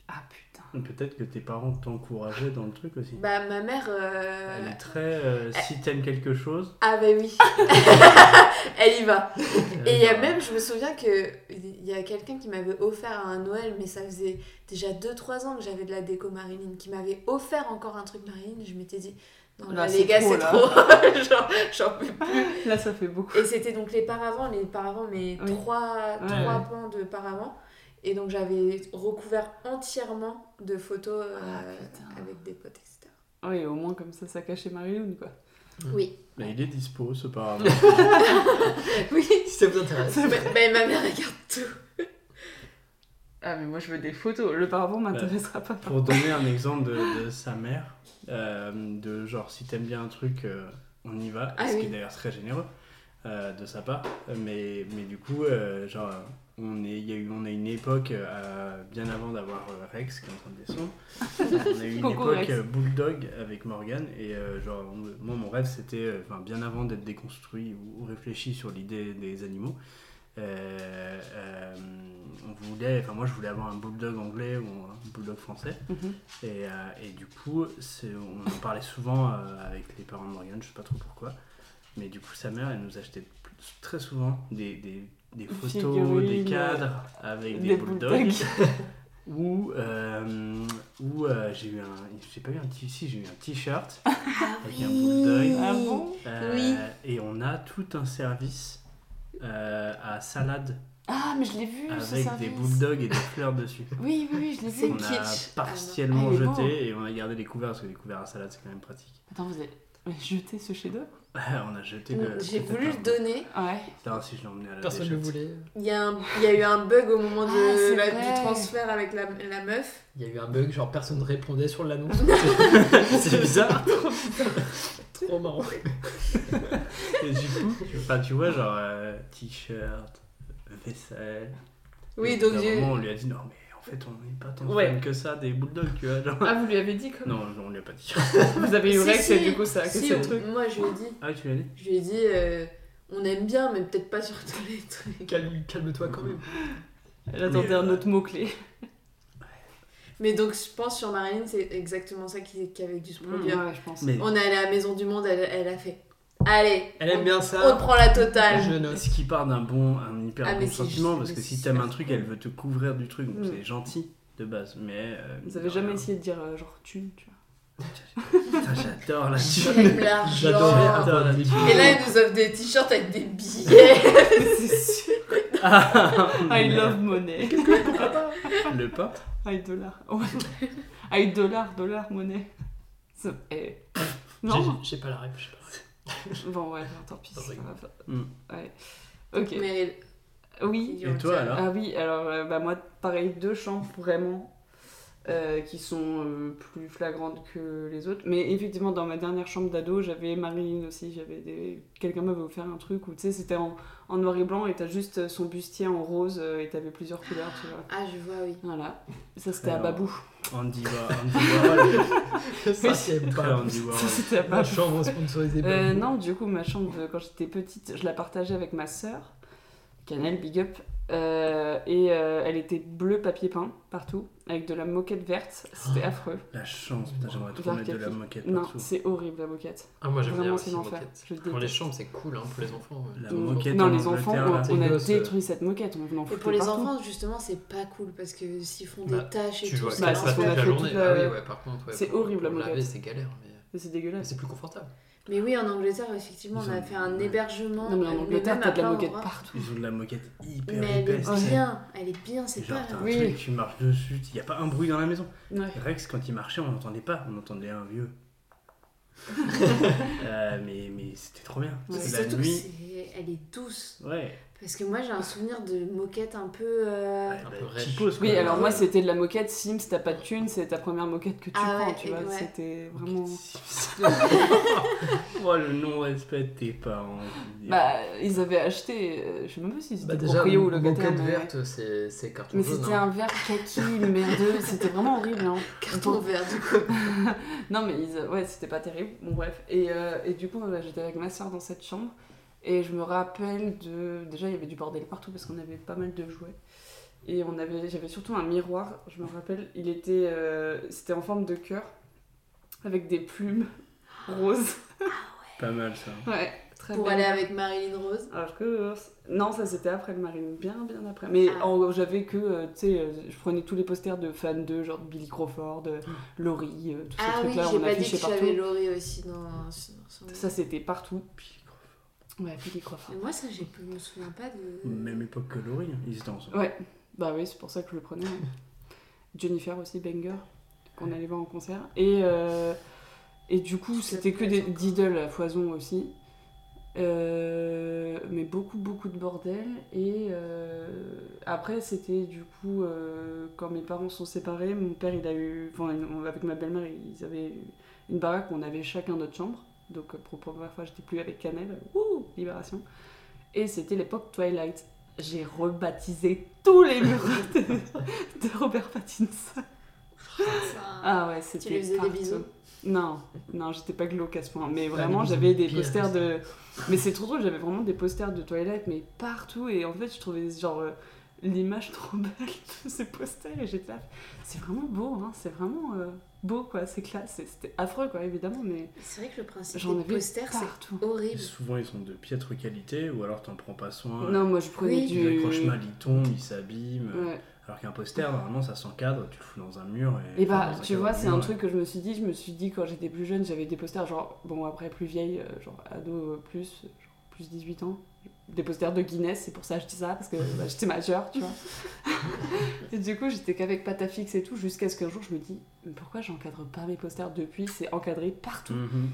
Speaker 3: Ah putain.
Speaker 2: Peut-être que tes parents t'encourageaient dans le truc aussi.
Speaker 4: Bah, ma mère. euh,
Speaker 2: Elle est très. euh, si t'aimes quelque chose.
Speaker 4: Ah, bah oui. Elle y va. Et
Speaker 5: Euh,
Speaker 4: il y a même, je me souviens que il y a quelqu'un qui m'avait offert à un Noël, mais ça faisait déjà 2-3 ans que j'avais de la déco Marilyn, qui m'avait offert encore un truc Marilyn. Je m'étais dit, non,
Speaker 3: Là,
Speaker 4: là,
Speaker 3: Ah bah, c'est
Speaker 4: les gars,
Speaker 3: trop,
Speaker 4: c'est
Speaker 3: là.
Speaker 4: trop. Genre, J'en peux
Speaker 3: Là, ça fait beaucoup.
Speaker 4: Et c'était donc les paravents, les paravents, mais
Speaker 3: Oui.
Speaker 4: trois,
Speaker 3: Ouais.
Speaker 4: trois pans de paravents. Et donc j'avais recouvert entièrement de photos euh,
Speaker 3: Ah, putain.
Speaker 4: avec des potes, etc.
Speaker 3: Ah Oui, au moins comme ça, ça cachait Marilyn, quoi.
Speaker 4: Oui,
Speaker 2: Mais bah, il est dispo, ce parent.
Speaker 4: oui.
Speaker 5: Si ça vous intéresse.
Speaker 4: Mais, mais ma mère regarde tout.
Speaker 3: Ah, mais moi, je veux des photos. Le paravent m'intéressera pas.
Speaker 2: Pour donner un exemple de, de sa mère, euh, de genre si t'aimes bien un truc, euh, on y va,
Speaker 4: Ah
Speaker 2: ce qui
Speaker 4: oui.
Speaker 2: est d'ailleurs très généreux euh, de sa part. Mais, mais du coup, euh, genre, on est, il y a eu, on a une époque, euh, bien avant d'avoir euh, Rex qui est en train de descendre, on a eu une
Speaker 3: Coucou,
Speaker 2: époque
Speaker 3: Rex.
Speaker 2: euh, Bulldog avec Morgan. Et euh, genre, on- moi, mon rêve, c'était, euh, enfin, bien avant d'être déconstruit ou, ou réfléchi sur l'idée des animaux, euh, euh, on voulait, enfin, moi, je voulais avoir un Bulldog anglais ou un Bulldog français.
Speaker 3: Mhm.
Speaker 2: Et, euh, et du coup, c'est- on en parlait souvent euh, avec les parents de Morgane, je sais pas trop pourquoi. Mais du coup, sa mère, elle nous achetait plus- très souvent des, des, des photos, des
Speaker 3: Figurines, euh,
Speaker 2: cadres avec des,
Speaker 3: Mhm. Des
Speaker 2: bulldogs.
Speaker 3: bulldogs.
Speaker 2: Ou, euh, ou euh, j'ai eu un, j'ai pas eu un t-shirt, j'ai eu un t-shirt avec un bulldog.
Speaker 3: Ah bon
Speaker 2: Euh,
Speaker 4: Oui.
Speaker 2: Et on a tout un service euh, à salade
Speaker 3: Ah, mais je l'ai vu, ce
Speaker 2: avec des
Speaker 3: service.
Speaker 2: bulldogs et des fleurs dessus.
Speaker 3: Oui, oui, oui, je l'ai
Speaker 4: C'est
Speaker 3: vu.
Speaker 2: On
Speaker 4: kitsch.
Speaker 2: a partiellement
Speaker 3: Ah, il est beau.
Speaker 2: jeté et on a gardé les couverts parce que les couverts à salade c'est quand même pratique.
Speaker 3: Attends, vous avez mais jeté ce chef-d'œuvre
Speaker 2: on a jeté le.
Speaker 4: J'ai
Speaker 2: c'était
Speaker 4: voulu
Speaker 2: un-
Speaker 4: le donner.
Speaker 3: Ouais.
Speaker 2: Putain, si je l'ai emmené à la
Speaker 5: Personne ne
Speaker 2: déchette.
Speaker 5: voulait.
Speaker 4: Il y, a un- il y a eu un bug au moment de
Speaker 3: Ah, c'est
Speaker 4: la-
Speaker 3: vrai.
Speaker 4: du transfert avec la, la meuf.
Speaker 5: Il y a eu un bug, genre personne ne répondait sur l'annonce.
Speaker 2: C'est bizarre.
Speaker 5: Trop marrant.
Speaker 2: Et du coup, tu- enfin, tu vois, genre euh, t-shirt, vaisselle.
Speaker 4: Oui,
Speaker 2: Et
Speaker 4: donc
Speaker 2: au bout d'un
Speaker 4: j'ai-
Speaker 2: moment, on lui a dit non, mais en fait, on n'est pas tant
Speaker 3: Ouais.
Speaker 2: fan que ça des bulldogs, tu vois. Genre.
Speaker 3: Ah, vous lui avez dit comment
Speaker 2: Non, on lui a pas dit.
Speaker 3: Vous avez eu
Speaker 4: Si,
Speaker 3: Rex
Speaker 4: si,
Speaker 3: et du coup, ça a
Speaker 4: si,
Speaker 3: cassé le
Speaker 4: on-
Speaker 3: truc.
Speaker 4: Moi, je lui ai dit,
Speaker 2: Ah, tu l'as dit
Speaker 4: je lui ai dit euh, on aime bien, mais peut-être pas sur tous les trucs.
Speaker 5: Calme- Calme-toi quand même.
Speaker 3: Elle attendait
Speaker 2: Oui, euh,
Speaker 3: un autre mot-clé.
Speaker 4: Mais donc, je pense sur Marilyn, c'est exactement ça qui- qu'il y avait dû
Speaker 3: Mm.
Speaker 4: se produire.
Speaker 3: je pense.
Speaker 2: Mais
Speaker 4: On est allé à la Maison du Monde, elle, elle a fait. Allez,
Speaker 5: Elle aime
Speaker 4: on-
Speaker 5: bien
Speaker 4: on
Speaker 5: ça.
Speaker 4: prend la totale.
Speaker 5: Je note.
Speaker 2: ce qui part d'un bon, un hyper
Speaker 4: Ah, mais
Speaker 2: bon
Speaker 4: c'est-
Speaker 2: sentiment, parce
Speaker 4: mais
Speaker 2: que si
Speaker 4: c'est
Speaker 2: t'aimes un
Speaker 4: super
Speaker 2: truc,
Speaker 4: cool.
Speaker 2: elle veut te couvrir du truc, donc
Speaker 3: Mm.
Speaker 2: c'est gentil de base. Mais. euh,
Speaker 3: Vous avez
Speaker 2: de
Speaker 3: jamais
Speaker 2: rien.
Speaker 3: essayé de dire euh, genre thune, tu vois.
Speaker 2: Putain, j'adore la
Speaker 4: J'aime l'argent.
Speaker 5: J'adorais
Speaker 2: Attends,
Speaker 5: avoir
Speaker 2: la
Speaker 5: des
Speaker 2: vidéo.
Speaker 4: Et là, ils nous offrent des t-shirts avec des billets.
Speaker 3: C'est sûr. I love money.
Speaker 2: Le pain
Speaker 3: I dollar. Ouais. I dollar, dollar, money. Ça- eh. Non
Speaker 5: J'ai- J'ai pas la ref. j'ai pas la ref.
Speaker 3: Bon, ouais, non, tant pis. c'est pas grave.
Speaker 2: Mm.
Speaker 3: Ouais. Ok.
Speaker 4: Meryl.
Speaker 3: Oui.
Speaker 2: Et toi, alors
Speaker 3: Ah oui, alors euh, bah, moi, pareil, deux chambres vraiment euh, qui sont euh, plus flagrantes que les autres. Mais effectivement, dans ma dernière chambre d'ado, j'avais Marilyn aussi. J'avais des... Quelqu'un m'avait offert un truc où tu sais, c'était en, en noir et blanc et t'as juste son bustier en rose euh, et t'avais plusieurs couleurs, tu vois.
Speaker 4: Ah, je vois, oui.
Speaker 3: Voilà. Ça, c'était à
Speaker 2: Alors,
Speaker 3: Babou.
Speaker 2: Andy, Wa- Andy Warhol.
Speaker 5: Ça, c'est
Speaker 2: Très
Speaker 5: pas.
Speaker 2: Andy
Speaker 3: Ça,
Speaker 2: Warhol.
Speaker 3: c'était à
Speaker 5: La
Speaker 3: Babou.
Speaker 5: chambre sponsorisée. par-
Speaker 3: Euh, non, du coup, ma chambre, euh, quand j'étais petite, je la partageais avec ma sœur, Canel, big up. Euh, et euh, elle était bleue papier peint partout, avec de la moquette verte. C'était affreux.
Speaker 2: La chance, putain, j'aimerais trop
Speaker 3: Dark
Speaker 2: mettre de la
Speaker 3: Elfie.
Speaker 2: moquette
Speaker 3: Non,
Speaker 2: partout.
Speaker 3: c'est horrible la moquette.
Speaker 5: Ah, moi j'aime bien
Speaker 3: Vraiment, c'est
Speaker 5: aussi
Speaker 3: l'enfer.
Speaker 5: moquette.
Speaker 3: Je
Speaker 5: Pour les
Speaker 3: déteste.
Speaker 5: chambres, c'est cool hein, pour les enfants. ouais.
Speaker 2: La
Speaker 3: Mm.
Speaker 2: moquette
Speaker 3: non,
Speaker 2: en
Speaker 3: les enfants,
Speaker 2: Angleterre,
Speaker 3: on,
Speaker 2: là,
Speaker 5: t'es
Speaker 3: on a
Speaker 5: gosse, euh.
Speaker 3: détruit cette moquette, on en
Speaker 4: Et
Speaker 3: foutait
Speaker 4: pour les
Speaker 3: partout.
Speaker 4: enfants, justement, c'est pas cool parce que s'ils font des
Speaker 5: Bah,
Speaker 4: tâches et
Speaker 5: Tu
Speaker 4: tout,
Speaker 5: vois
Speaker 4: ça
Speaker 5: qu'elle
Speaker 3: Bah,
Speaker 5: se
Speaker 4: leur
Speaker 3: c'est ce qu'on
Speaker 5: passe toute
Speaker 4: fait
Speaker 3: a
Speaker 5: la
Speaker 3: fait toute
Speaker 5: journée. Ah
Speaker 3: la- euh,
Speaker 5: oui, ouais, par contre. ouais,
Speaker 3: C'est
Speaker 5: pour-
Speaker 3: horrible, la
Speaker 5: pour laver,
Speaker 3: moquette.
Speaker 5: c'est galère. mais-
Speaker 3: C'est
Speaker 5: mais
Speaker 3: dégueulasse.
Speaker 5: C'est plus confortable.
Speaker 4: Mais oui, en Angleterre, effectivement,
Speaker 2: Ils
Speaker 4: on a
Speaker 2: ont-
Speaker 4: fait un hébergement.
Speaker 3: Non, mais en
Speaker 4: euh,
Speaker 3: Angleterre,
Speaker 4: même
Speaker 3: t'as
Speaker 4: à
Speaker 3: de la
Speaker 4: plein
Speaker 3: moquette
Speaker 4: endroit.
Speaker 3: partout.
Speaker 2: Ils ont de la moquette hyper
Speaker 4: Mais elle
Speaker 2: épaisse. tu
Speaker 4: est
Speaker 2: sais.
Speaker 4: bien, elle est bien, c'est
Speaker 2: Genre,
Speaker 4: pas.
Speaker 2: t'as un
Speaker 3: Oui.
Speaker 2: truc, tu marches dessus, il n'y a pas un bruit dans la maison.
Speaker 3: Ouais.
Speaker 2: Rex, quand il marchait, on n'entendait pas, on entendait un vieux. Euh, mais mais c'était trop bien.
Speaker 3: Ouais.
Speaker 2: C'était
Speaker 4: C'est
Speaker 2: la
Speaker 4: surtout que
Speaker 2: nuit.
Speaker 4: c'est- elle est douce.
Speaker 2: Ouais,
Speaker 4: Parce que moi j'ai un souvenir de moquette un peu. euh,
Speaker 2: Ouais,
Speaker 5: Un
Speaker 2: bah,
Speaker 5: peu rêche.
Speaker 2: cheapos,
Speaker 3: Oui,
Speaker 2: quoi.
Speaker 3: alors moi c'était de la moquette Sims, t'as pas de thune, c'est ta première moquette que tu
Speaker 4: Ah
Speaker 3: prends,
Speaker 4: ouais,
Speaker 3: tu
Speaker 4: et
Speaker 3: vois.
Speaker 4: ouais.
Speaker 3: C'était vraiment.
Speaker 2: oh, le non-respect de tes parents. je veux dire.
Speaker 3: Bah, ils avaient acheté, euh, je sais même pas s'ils étaient
Speaker 5: Bah déjà,
Speaker 3: proprio ou locataire.
Speaker 5: moquette
Speaker 3: Mais,
Speaker 5: verte, c'est c'est carton
Speaker 3: mais
Speaker 5: jaune.
Speaker 3: c'était
Speaker 5: hein.
Speaker 3: un verre kaki, merdeux, c'était vraiment horrible. Hein.
Speaker 4: carton vert du coup.
Speaker 3: Non, mais ils- euh, ouais, c'était pas terrible. Bon, bref. Et, euh, et du coup, voilà, j'étais avec ma soeur dans cette chambre. Et je me rappelle de. Déjà, il y avait du bordel partout parce qu'on avait pas mal de jouets. Et on avait... j'avais surtout un miroir, je me rappelle. Il était. euh, C'était en forme de cœur, avec des plumes roses.
Speaker 2: Pas mal ça.
Speaker 3: Ouais, très
Speaker 4: Pour
Speaker 3: belle.
Speaker 4: aller avec Marilyn Rose.
Speaker 3: Alors que. euh, Non, ça c'était après le Marine, bien bien après. Mais
Speaker 4: Ah.
Speaker 3: en- j'avais que. euh, tu sais, euh, je prenais tous les posters de fans de, genre de Billy Crawford, euh, Laurie, euh, tous ces
Speaker 4: Ah oui,
Speaker 3: trucs-là,
Speaker 4: j'ai
Speaker 3: on
Speaker 4: pas dit
Speaker 3: affichait
Speaker 4: que j'avais
Speaker 3: partout.
Speaker 4: Laurie aussi dans, dans son-
Speaker 3: Ça c'était partout.
Speaker 2: Puis, quoi,
Speaker 3: Ouais, Billy
Speaker 4: Mais
Speaker 3: Crawford.
Speaker 4: moi ça j'ai- je me souviens pas de.
Speaker 2: Même époque que Laurie, hein, ils étaient ensemble.
Speaker 3: Ouais, bah oui, c'est pour ça que je le prenais. hein. Jennifer aussi, Banger, qu'on allait voir en concert. Et, euh, et du coup,
Speaker 4: Ça
Speaker 3: c'était
Speaker 4: te
Speaker 3: que des
Speaker 4: plaît, encore.
Speaker 3: diddles à foison aussi. Euh, mais beaucoup, beaucoup de bordel. Et euh, après, c'était du coup, euh, quand mes parents se sont séparés, mon père, il a eu. Enfin, une- avec ma belle-mère, ils avaient une baraque où on avait chacun notre chambre. Donc, pour la première fois, j'étais plus avec Canel. Ouh, libération. Et c'était l'époque Twilight. J'ai rebaptisé tous les murs de, de Robert Pattinson.
Speaker 4: Ça-
Speaker 3: Ah ouais, c'était.
Speaker 4: Tu lui faisais des
Speaker 3: partout.
Speaker 4: bisous.
Speaker 3: Non, non, j'étais pas glauque à ce point. Mais
Speaker 5: Ah,
Speaker 3: vraiment,
Speaker 5: les bisous,
Speaker 3: j'avais des
Speaker 5: pire.
Speaker 3: posters de. Mais c'est trop drôle, j'avais vraiment des posters de Twilight, mais partout. Et en fait, je trouvais genre euh, l'image trop belle de ces posters. Et j'étais là, c'est vraiment beau, hein, c'est vraiment euh, beau, quoi, c'est classe. Et C'était affreux, quoi, évidemment, mais
Speaker 4: C'est vrai que le principe
Speaker 3: j'en
Speaker 4: des
Speaker 3: avais
Speaker 4: posters c'est
Speaker 3: partout.
Speaker 2: Et
Speaker 4: horrible.
Speaker 2: Souvent, ils sont de piètre qualité, ou alors t'en prends pas soin.
Speaker 3: Non, moi, je prenais
Speaker 4: Oui.
Speaker 2: Il
Speaker 3: du.
Speaker 2: accroche mal, il tombe, il s'abîme.
Speaker 3: Ouais.
Speaker 2: Alors qu'un poster, normalement, ça s'encadre, tu le fous dans un mur. Et,
Speaker 3: Et bah,
Speaker 2: dans un
Speaker 3: tu vois,
Speaker 2: cadre
Speaker 3: c'est un
Speaker 2: mur,
Speaker 3: truc que je me suis dit. Je me suis dit, quand j'étais plus jeune, j'avais des posters, genre, bon, après, plus vieille, euh, genre, ado euh, plus, genre, plus 18 ans, des posters de Guinness, c'est pour ça que je dis ça, parce que bah, j'étais majeure, tu vois. et du coup, j'étais qu'avec patafix et tout, jusqu'à ce qu'un jour, je me dis, mais pourquoi j'encadre pas mes posters depuis C'est encadré partout.
Speaker 2: ouais. Mhm.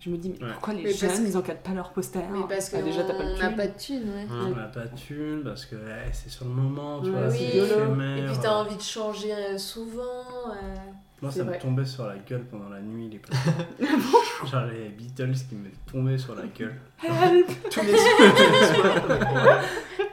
Speaker 3: Je me dis, mais
Speaker 2: Ouais.
Speaker 3: pourquoi les
Speaker 4: Mais parce
Speaker 3: jeunes,
Speaker 4: que-
Speaker 3: ils encadrent pas leurs posters
Speaker 4: Mais parce que
Speaker 3: Ah, déjà, t'as pas de
Speaker 4: on
Speaker 3: Ah.
Speaker 4: n'a
Speaker 3: thune.
Speaker 4: pas de thunes, ouais.
Speaker 5: Hein.
Speaker 2: On n'a pas de thune parce que eh, c'est sur le moment, tu
Speaker 3: Ouais,
Speaker 2: vois,
Speaker 3: oui.
Speaker 2: c'est
Speaker 3: YOLO.
Speaker 2: éphémère.
Speaker 4: Et puis t'as envie de changer euh, souvent. euh.
Speaker 2: Moi,
Speaker 3: C'est
Speaker 2: ça
Speaker 3: vrai.
Speaker 2: me tombait sur la gueule pendant la nuit, les posters.
Speaker 3: Ah
Speaker 2: Genre les Beatles qui me tombaient sur la gueule.
Speaker 3: Help
Speaker 5: Tous les soirs, tous les soirs.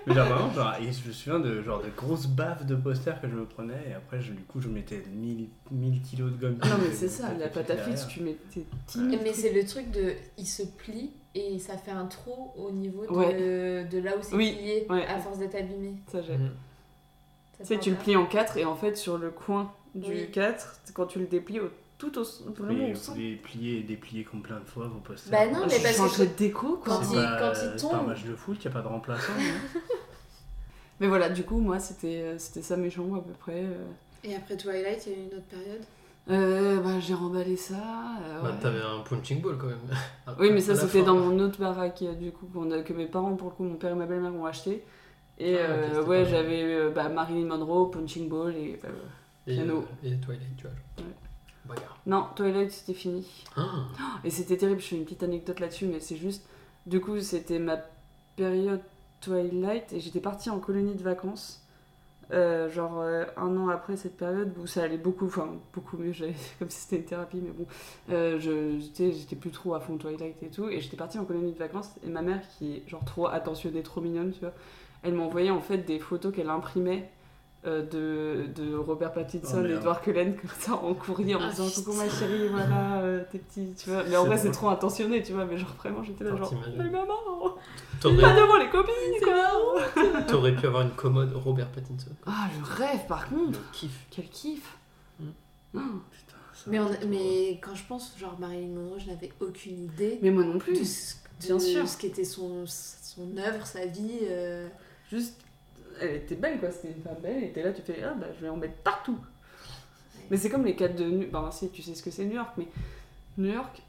Speaker 2: Mais genre vraiment, genre, et je me souviens de genre de grosses baffes de posters que je me prenais et après je- du coup je mettais 1000, 1000 kilos de gomme.
Speaker 3: Ah Non, mais c'est ça, la patafix,
Speaker 2: patafix
Speaker 3: tu mets tes
Speaker 4: Et
Speaker 3: timides.
Speaker 4: Mais c'est le truc de. Il se plie et ça fait un trou au niveau de, de là où c'est
Speaker 3: Oui,
Speaker 4: plié
Speaker 3: ouais.
Speaker 4: à force d'être abîmé.
Speaker 3: Ça, j'ai-
Speaker 5: Mhm.
Speaker 3: Tu
Speaker 4: Ça fait
Speaker 3: sais,
Speaker 4: un
Speaker 3: tu le
Speaker 4: tas.
Speaker 3: plies en 4 et en fait, sur le coin du
Speaker 4: Oui.
Speaker 3: 4, quand tu le déplies, au- tout au vraiment
Speaker 2: Et
Speaker 3: au
Speaker 2: vous
Speaker 3: centre. Ah,
Speaker 2: les pliez et dépliez comme plein de fois vos posters.
Speaker 4: Bah non,
Speaker 3: Moi,
Speaker 4: mais
Speaker 3: je
Speaker 4: parce que
Speaker 3: change de déco, quoi.
Speaker 4: quand
Speaker 2: C'est
Speaker 4: il-
Speaker 2: pas-
Speaker 4: quand il
Speaker 2: C'est pas un
Speaker 4: tombe.
Speaker 2: match de foot, il n'y a pas de remplaçant. hein.
Speaker 3: Mais voilà, du coup, moi, c'était euh, c'était ça mes jambes à peu près. euh.
Speaker 4: Et après Twilight, il y a eu une autre période.
Speaker 3: Euh, bah, j'ai remballé ça. euh,
Speaker 5: Bah,
Speaker 3: ouais.
Speaker 5: T'avais un punching ball quand même.
Speaker 3: Oui, mais ça,
Speaker 5: À la
Speaker 3: c'était
Speaker 5: fin.
Speaker 3: dans mon autre baraque, euh, du coup, qu'on a- que mes parents, pour le coup, mon père et ma belle-mère ont acheté. Et
Speaker 5: Ah, ok,
Speaker 3: euh,
Speaker 5: c'était pas
Speaker 3: ouais,
Speaker 5: mal.
Speaker 3: j'avais euh, bah, Marilyn Monroe, Punching Ball et. euh,
Speaker 5: Et,
Speaker 3: piano.
Speaker 5: euh, et Twilight, tu vois. genre.
Speaker 3: Ouais.
Speaker 5: Bagarre.
Speaker 3: Non, Twilight, c'était fini.
Speaker 5: Ah.
Speaker 3: Et c'était terrible, je fais une petite anecdote là-dessus, mais c'est juste. Du coup, c'était ma période Twilight et j'étais partie en colonie de vacances. euh, genre euh, un an après cette période où ça allait beaucoup, enfin beaucoup mieux, j'avais- comme si c'était une thérapie, mais bon, euh, je- j'étais j'étais plus trop à fond Twilight et tout, et j'étais partie en colonie de vacances, et ma mère, qui est genre trop attentionnée, trop mignonne, tu vois, elle m'envoyait en fait des photos qu'elle imprimait euh, de, de Robert Pattinson
Speaker 2: Oh,
Speaker 3: et
Speaker 2: merde.
Speaker 3: Edward Cullen, comme ça, en courrier, en
Speaker 4: Ah,
Speaker 3: disant
Speaker 4: putain.
Speaker 3: coucou ma chérie, voilà, euh, tes petits, tu vois, mais en
Speaker 2: C'est
Speaker 3: vrai c'est
Speaker 2: drôle.
Speaker 3: trop intentionné, tu vois, mais genre vraiment j'étais là,
Speaker 5: Attends,
Speaker 3: genre,
Speaker 5: t'imagines.
Speaker 3: mais maman, pas
Speaker 5: T'aurais-
Speaker 3: devant les copines, quoi
Speaker 5: T'aurais pu avoir une commode Robert Pattinson.
Speaker 3: Ah, le rêve, par contre
Speaker 5: Le kiff.
Speaker 3: Quel kiff
Speaker 5: Mm.
Speaker 3: Ah.
Speaker 2: Putain, ça
Speaker 4: Mais, on-
Speaker 2: me fait trop-
Speaker 4: mais quand je pense, genre Marilyn Monroe, je n'avais aucune idée
Speaker 3: Mais moi non
Speaker 4: de,
Speaker 3: plus
Speaker 4: ce, de
Speaker 3: bien sûr.
Speaker 4: ce qu'était son, son œuvre, sa vie. euh.
Speaker 3: Juste, elle était belle, quoi, c'était une femme belle, et t'es là, tu fais, ah bah je vais en mettre partout Mais c'est comme les cadres de... Nu- Bah si, tu sais ce que c'est New York, mais New York,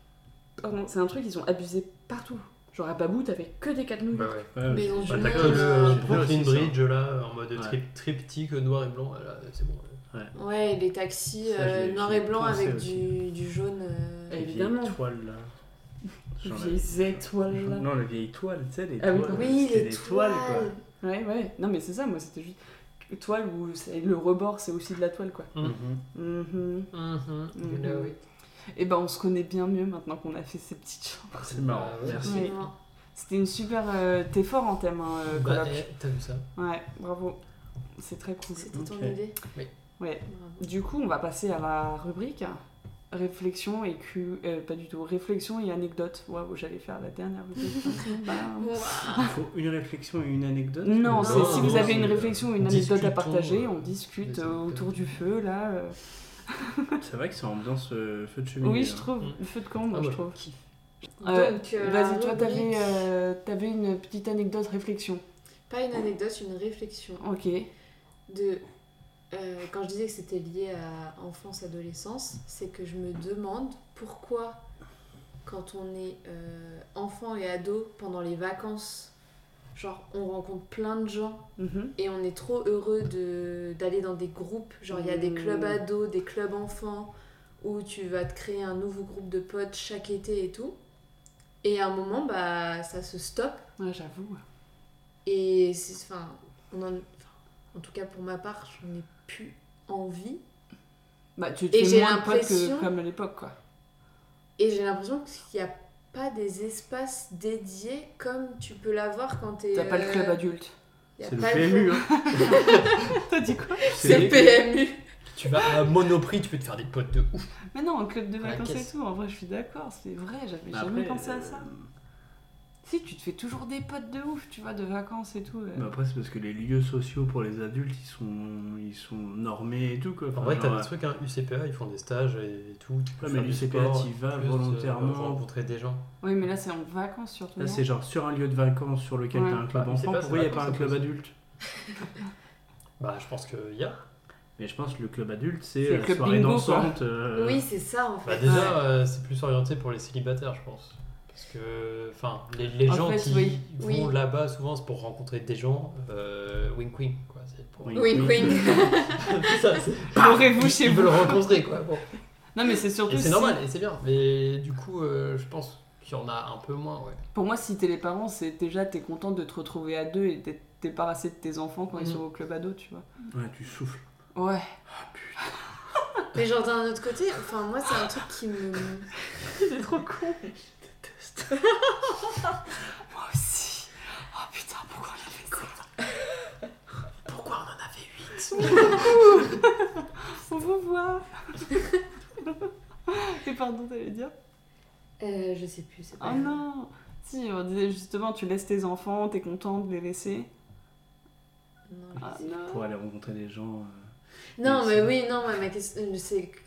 Speaker 3: pardon, c'est un truc, ils ont abusé partout Genre à Babou, t'avais que des cadres New
Speaker 5: Bah
Speaker 3: York
Speaker 5: ouais.
Speaker 2: Ouais, mais
Speaker 4: Maison
Speaker 2: c'est
Speaker 4: du
Speaker 2: pas
Speaker 5: T'as
Speaker 2: ta euh,
Speaker 4: Monde.
Speaker 5: que
Speaker 2: gueule,
Speaker 5: le
Speaker 2: j'ai vu
Speaker 5: Brooklyn
Speaker 2: aussi ça.
Speaker 5: Bridge là en mode
Speaker 2: Ouais.
Speaker 5: trip, triptyque noir et blanc. Là, c'est bon.
Speaker 4: Ouais, les taxis
Speaker 2: Ça, je
Speaker 4: euh,
Speaker 2: l'ai-
Speaker 4: noir
Speaker 2: je
Speaker 4: et
Speaker 2: l'ai
Speaker 4: blanc
Speaker 2: pensé
Speaker 4: avec
Speaker 2: aussi.
Speaker 4: du, du jaune. euh.
Speaker 2: Les vieilles
Speaker 3: Évidemment.
Speaker 2: toiles, là. Genre la-
Speaker 3: Vieilles étoiles.
Speaker 2: Non, la vieille toile, tu sais, les
Speaker 3: Ah oui,
Speaker 2: toiles.
Speaker 4: Oui,
Speaker 2: c'était
Speaker 4: les
Speaker 2: des
Speaker 4: toiles.
Speaker 3: Ouais, ouais. Non, mais c'est ça, moi, c'était juste. Toile où c'est- le rebord, c'est aussi de la toile, quoi.
Speaker 2: quoi.
Speaker 5: Mhm.
Speaker 2: Mhm.
Speaker 3: Mhm.
Speaker 5: Mhm, you
Speaker 3: Mhm.
Speaker 5: know it.
Speaker 3: Et ben, on se connaît bien mieux maintenant qu'on a fait ces petites choses.
Speaker 2: C'est marrant,
Speaker 5: Ah ouais.
Speaker 2: merci.
Speaker 3: Ouais.
Speaker 4: Non.
Speaker 3: C'était une super. euh, T'es fort en thème, hein, euh,
Speaker 5: Bah,
Speaker 3: coloc.
Speaker 5: eh, T'as vu ça
Speaker 3: Ouais, bravo. C'est très cool.
Speaker 4: C'était ton
Speaker 2: Ok.
Speaker 4: idée.
Speaker 3: Ouais.
Speaker 4: Bravo.
Speaker 3: Du coup, on va passer à la rubrique réflexion et cu... euh, pas du tout réflexion et anecdote. Waouh, j'allais faire la dernière rubrique. Bam.
Speaker 2: Il faut une réflexion et une anecdote
Speaker 3: non,
Speaker 5: Non,
Speaker 3: c'est si
Speaker 5: non,
Speaker 3: vous avez une
Speaker 5: c'est-
Speaker 3: réflexion ou une anecdote à
Speaker 5: discutons,
Speaker 3: partager,
Speaker 5: euh,
Speaker 3: on discute
Speaker 5: des
Speaker 3: euh, autour
Speaker 5: anecdotes.
Speaker 3: du feu là. euh.
Speaker 2: C'est vrai que c'est ambiance euh, feu de cheminée.
Speaker 3: Oui, je
Speaker 2: hein.
Speaker 3: trouve
Speaker 5: Mm.
Speaker 3: le feu de camp, moi
Speaker 5: Ah
Speaker 3: je
Speaker 5: ouais.
Speaker 3: trouve. Euh,
Speaker 4: Donc, euh, la
Speaker 3: Vas-y, toi, t'avais
Speaker 4: rubrique-
Speaker 3: euh, t'avais une petite anecdote réflexion.
Speaker 4: Pas une anecdote, une réflexion.
Speaker 3: Ok.
Speaker 4: de euh, quand je disais que c'était lié à enfance adolescence c'est que je me demande pourquoi quand on est euh, enfant et ado pendant les vacances genre on rencontre plein de gens
Speaker 3: Mhm.
Speaker 4: et on est trop heureux de d'aller dans des groupes genre il y a des
Speaker 3: Mm.
Speaker 4: clubs ados des clubs enfants où tu vas te créer un nouveau groupe de potes chaque été et tout et à un moment bah ça se stoppe
Speaker 3: Ouais, j'avoue.
Speaker 4: et c'est, enfin, on en, enfin, en tout cas pour ma part, j'en ai plus envie.
Speaker 3: Bah, tu
Speaker 4: Et
Speaker 3: te fais
Speaker 4: j'ai
Speaker 3: moins de potes que
Speaker 4: l'impression-
Speaker 3: comme à l'époque, quoi.
Speaker 4: Et j'ai l'impression qu'il n'y a pas des espaces dédiés comme tu peux l'avoir quand t'es.
Speaker 3: T'as pas le
Speaker 4: euh,
Speaker 3: club adulte.
Speaker 4: y a
Speaker 2: C'est le
Speaker 4: pas
Speaker 2: PMU.
Speaker 4: club-
Speaker 2: hein.
Speaker 3: T'as dit quoi
Speaker 4: C'est le PMU.
Speaker 5: Tu vas à Monoprix, tu peux te faire des potes de ouf.
Speaker 3: Mais non, un club de
Speaker 5: Ouais,
Speaker 3: vacances et
Speaker 5: qu'est-ce-
Speaker 3: tout, en vrai, je suis d'accord, c'est vrai, j'avais
Speaker 2: Bah
Speaker 3: jamais
Speaker 2: après,
Speaker 3: pensé à
Speaker 2: euh,
Speaker 3: ça. Si, tu te fais toujours des potes de ouf, tu vois, de vacances et tout. euh.
Speaker 2: bah après, c'est parce que les lieux sociaux pour les adultes, ils sont, ils sont normés et tout. Quoi.
Speaker 5: En
Speaker 2: Enfin,
Speaker 5: vrai, t'as
Speaker 2: genre,
Speaker 5: des trucs, hein, UCPA, ils font des stages et tout. Tu peux
Speaker 2: Ouais, mais
Speaker 5: faire du
Speaker 2: l'UCPA,
Speaker 5: sport,
Speaker 2: t'y vas
Speaker 5: plus, euh,
Speaker 2: volontairement.
Speaker 5: pour rencontrer des gens.
Speaker 3: Oui, mais là, c'est en vacances surtout.
Speaker 2: Là,
Speaker 3: non
Speaker 2: Bah, c'est genre sur un lieu de vacances sur lequel
Speaker 3: Ouais.
Speaker 2: t'as un club
Speaker 5: Bah, c'est
Speaker 2: enfant.
Speaker 5: pas-
Speaker 2: Pourquoi il
Speaker 5: c'est
Speaker 2: n'y a Ah, pas un
Speaker 5: vacances,
Speaker 2: club
Speaker 5: c'est
Speaker 2: adulte
Speaker 5: Bah, je pense qu'il y a.
Speaker 2: Mais je pense que le club adulte, c'est
Speaker 3: C'est le
Speaker 2: euh,
Speaker 3: club
Speaker 2: soirée
Speaker 3: bingo, quoi.
Speaker 2: dansante. euh,
Speaker 4: Oui, c'est ça en
Speaker 5: Bah,
Speaker 4: fait.
Speaker 5: déjà, euh, c'est plus orienté pour les célibataires, je pense. Parce que, enfin, les, les
Speaker 3: En
Speaker 5: gens
Speaker 3: fait,
Speaker 5: qui
Speaker 3: oui.
Speaker 5: vont
Speaker 4: Oui.
Speaker 5: là-bas, souvent, c'est pour rencontrer des gens. Euh, wink wink, quoi. C'est pour...
Speaker 2: Oui.
Speaker 4: Wink wink.
Speaker 5: C'est ça, c'est-
Speaker 3: Aurez-vous chez
Speaker 5: Ils veulent
Speaker 3: vous
Speaker 5: rencontrer, quoi. Bon.
Speaker 3: Non, mais c'est surtout.
Speaker 5: Et c'est
Speaker 3: si-
Speaker 5: normal, et c'est bien. Mais du coup, euh, je pense qu'il y en a un peu moins, ouais.
Speaker 3: Pour moi, si t'es les parents, c'est déjà, t'es content de te retrouver à deux et d'être débarrassé de tes enfants quand ils
Speaker 5: Mhm.
Speaker 3: sont au club ado, tu vois.
Speaker 2: Ouais, tu souffles.
Speaker 3: Ouais.
Speaker 4: Mais genre d'un autre côté, enfin moi c'est un truc qui me.
Speaker 3: Il est trop con. Moi aussi. Oh putain, pourquoi on a fait ça
Speaker 5: Pourquoi on en a fait 8
Speaker 3: On vous voit. et pardon, t'allais dire
Speaker 4: Euh, je sais plus. c'est pas
Speaker 3: Oh
Speaker 4: grave.
Speaker 3: non Si, on disait justement, tu laisses tes enfants, t'es content de les laisser.
Speaker 4: Non, je
Speaker 3: Ah
Speaker 4: sais
Speaker 3: non
Speaker 2: Pour aller rencontrer des gens. euh,
Speaker 4: Non,
Speaker 2: Et
Speaker 4: mais
Speaker 2: c'est-
Speaker 4: oui, non, mais ma question, euh, c'est. que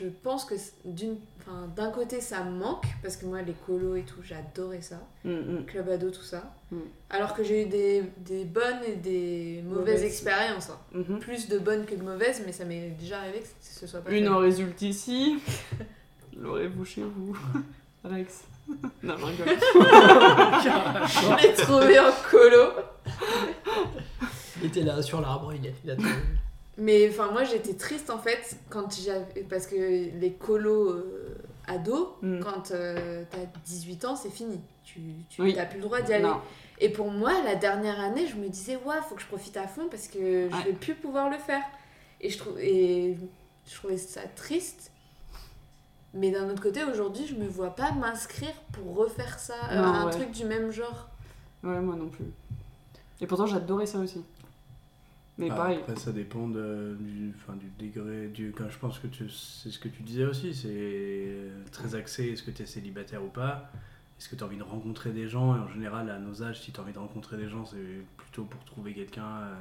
Speaker 4: Je pense que c'est- d'une, enfin, d'un côté, ça me manque, parce que moi, les colos et tout, j'adorais ça.
Speaker 3: Mm, mm.
Speaker 4: Club ado, tout ça.
Speaker 3: Mm.
Speaker 4: Alors que j'ai eu des, des bonnes et des mauvaises
Speaker 3: Mauvaises.
Speaker 4: expériences. hein.
Speaker 3: Mhm.
Speaker 4: Plus de bonnes que de mauvaises, mais ça m'est déjà arrivé que ce soit pas
Speaker 3: Une
Speaker 4: très-
Speaker 3: en résulte ici, l'aurez-vous chez vous Rex. Non, je rigole.
Speaker 4: Je l'ai trouvé en colo.
Speaker 5: Il était là, sur l'arbre, il a, il a tout-
Speaker 4: Mais enfin, moi, j'étais triste, en fait, quand j'avais... Parce que les colos euh, ados,
Speaker 3: Mm.
Speaker 4: quand euh, t'as 18 ans, c'est fini. Tu, tu
Speaker 3: Oui.
Speaker 4: t'as plus le droit d'y aller.
Speaker 3: Non.
Speaker 4: Et pour moi, la dernière année, je me disais, ouais, faut que je profite à fond parce que je
Speaker 3: Ouais.
Speaker 4: vais plus pouvoir le faire. Et je, trouve, et je trouvais ça triste. Mais d'un autre côté, aujourd'hui, je me vois pas m'inscrire pour refaire ça, euh,
Speaker 3: Non,
Speaker 4: un
Speaker 3: ouais.
Speaker 4: truc du même genre.
Speaker 3: Ouais, moi non plus. Et pourtant, j'adorais ça aussi. Mais
Speaker 2: Ah,
Speaker 3: pareil.
Speaker 2: Après, ça dépend de- du, enfin, du degré. Du, quand je pense que tu- c'est ce que tu disais aussi, c'est euh, très axé est-ce que tu es célibataire ou pas Est-ce que tu as envie de rencontrer des gens Et en général, à nos âges, si tu as envie de rencontrer des gens, c'est plutôt pour trouver quelqu'un euh,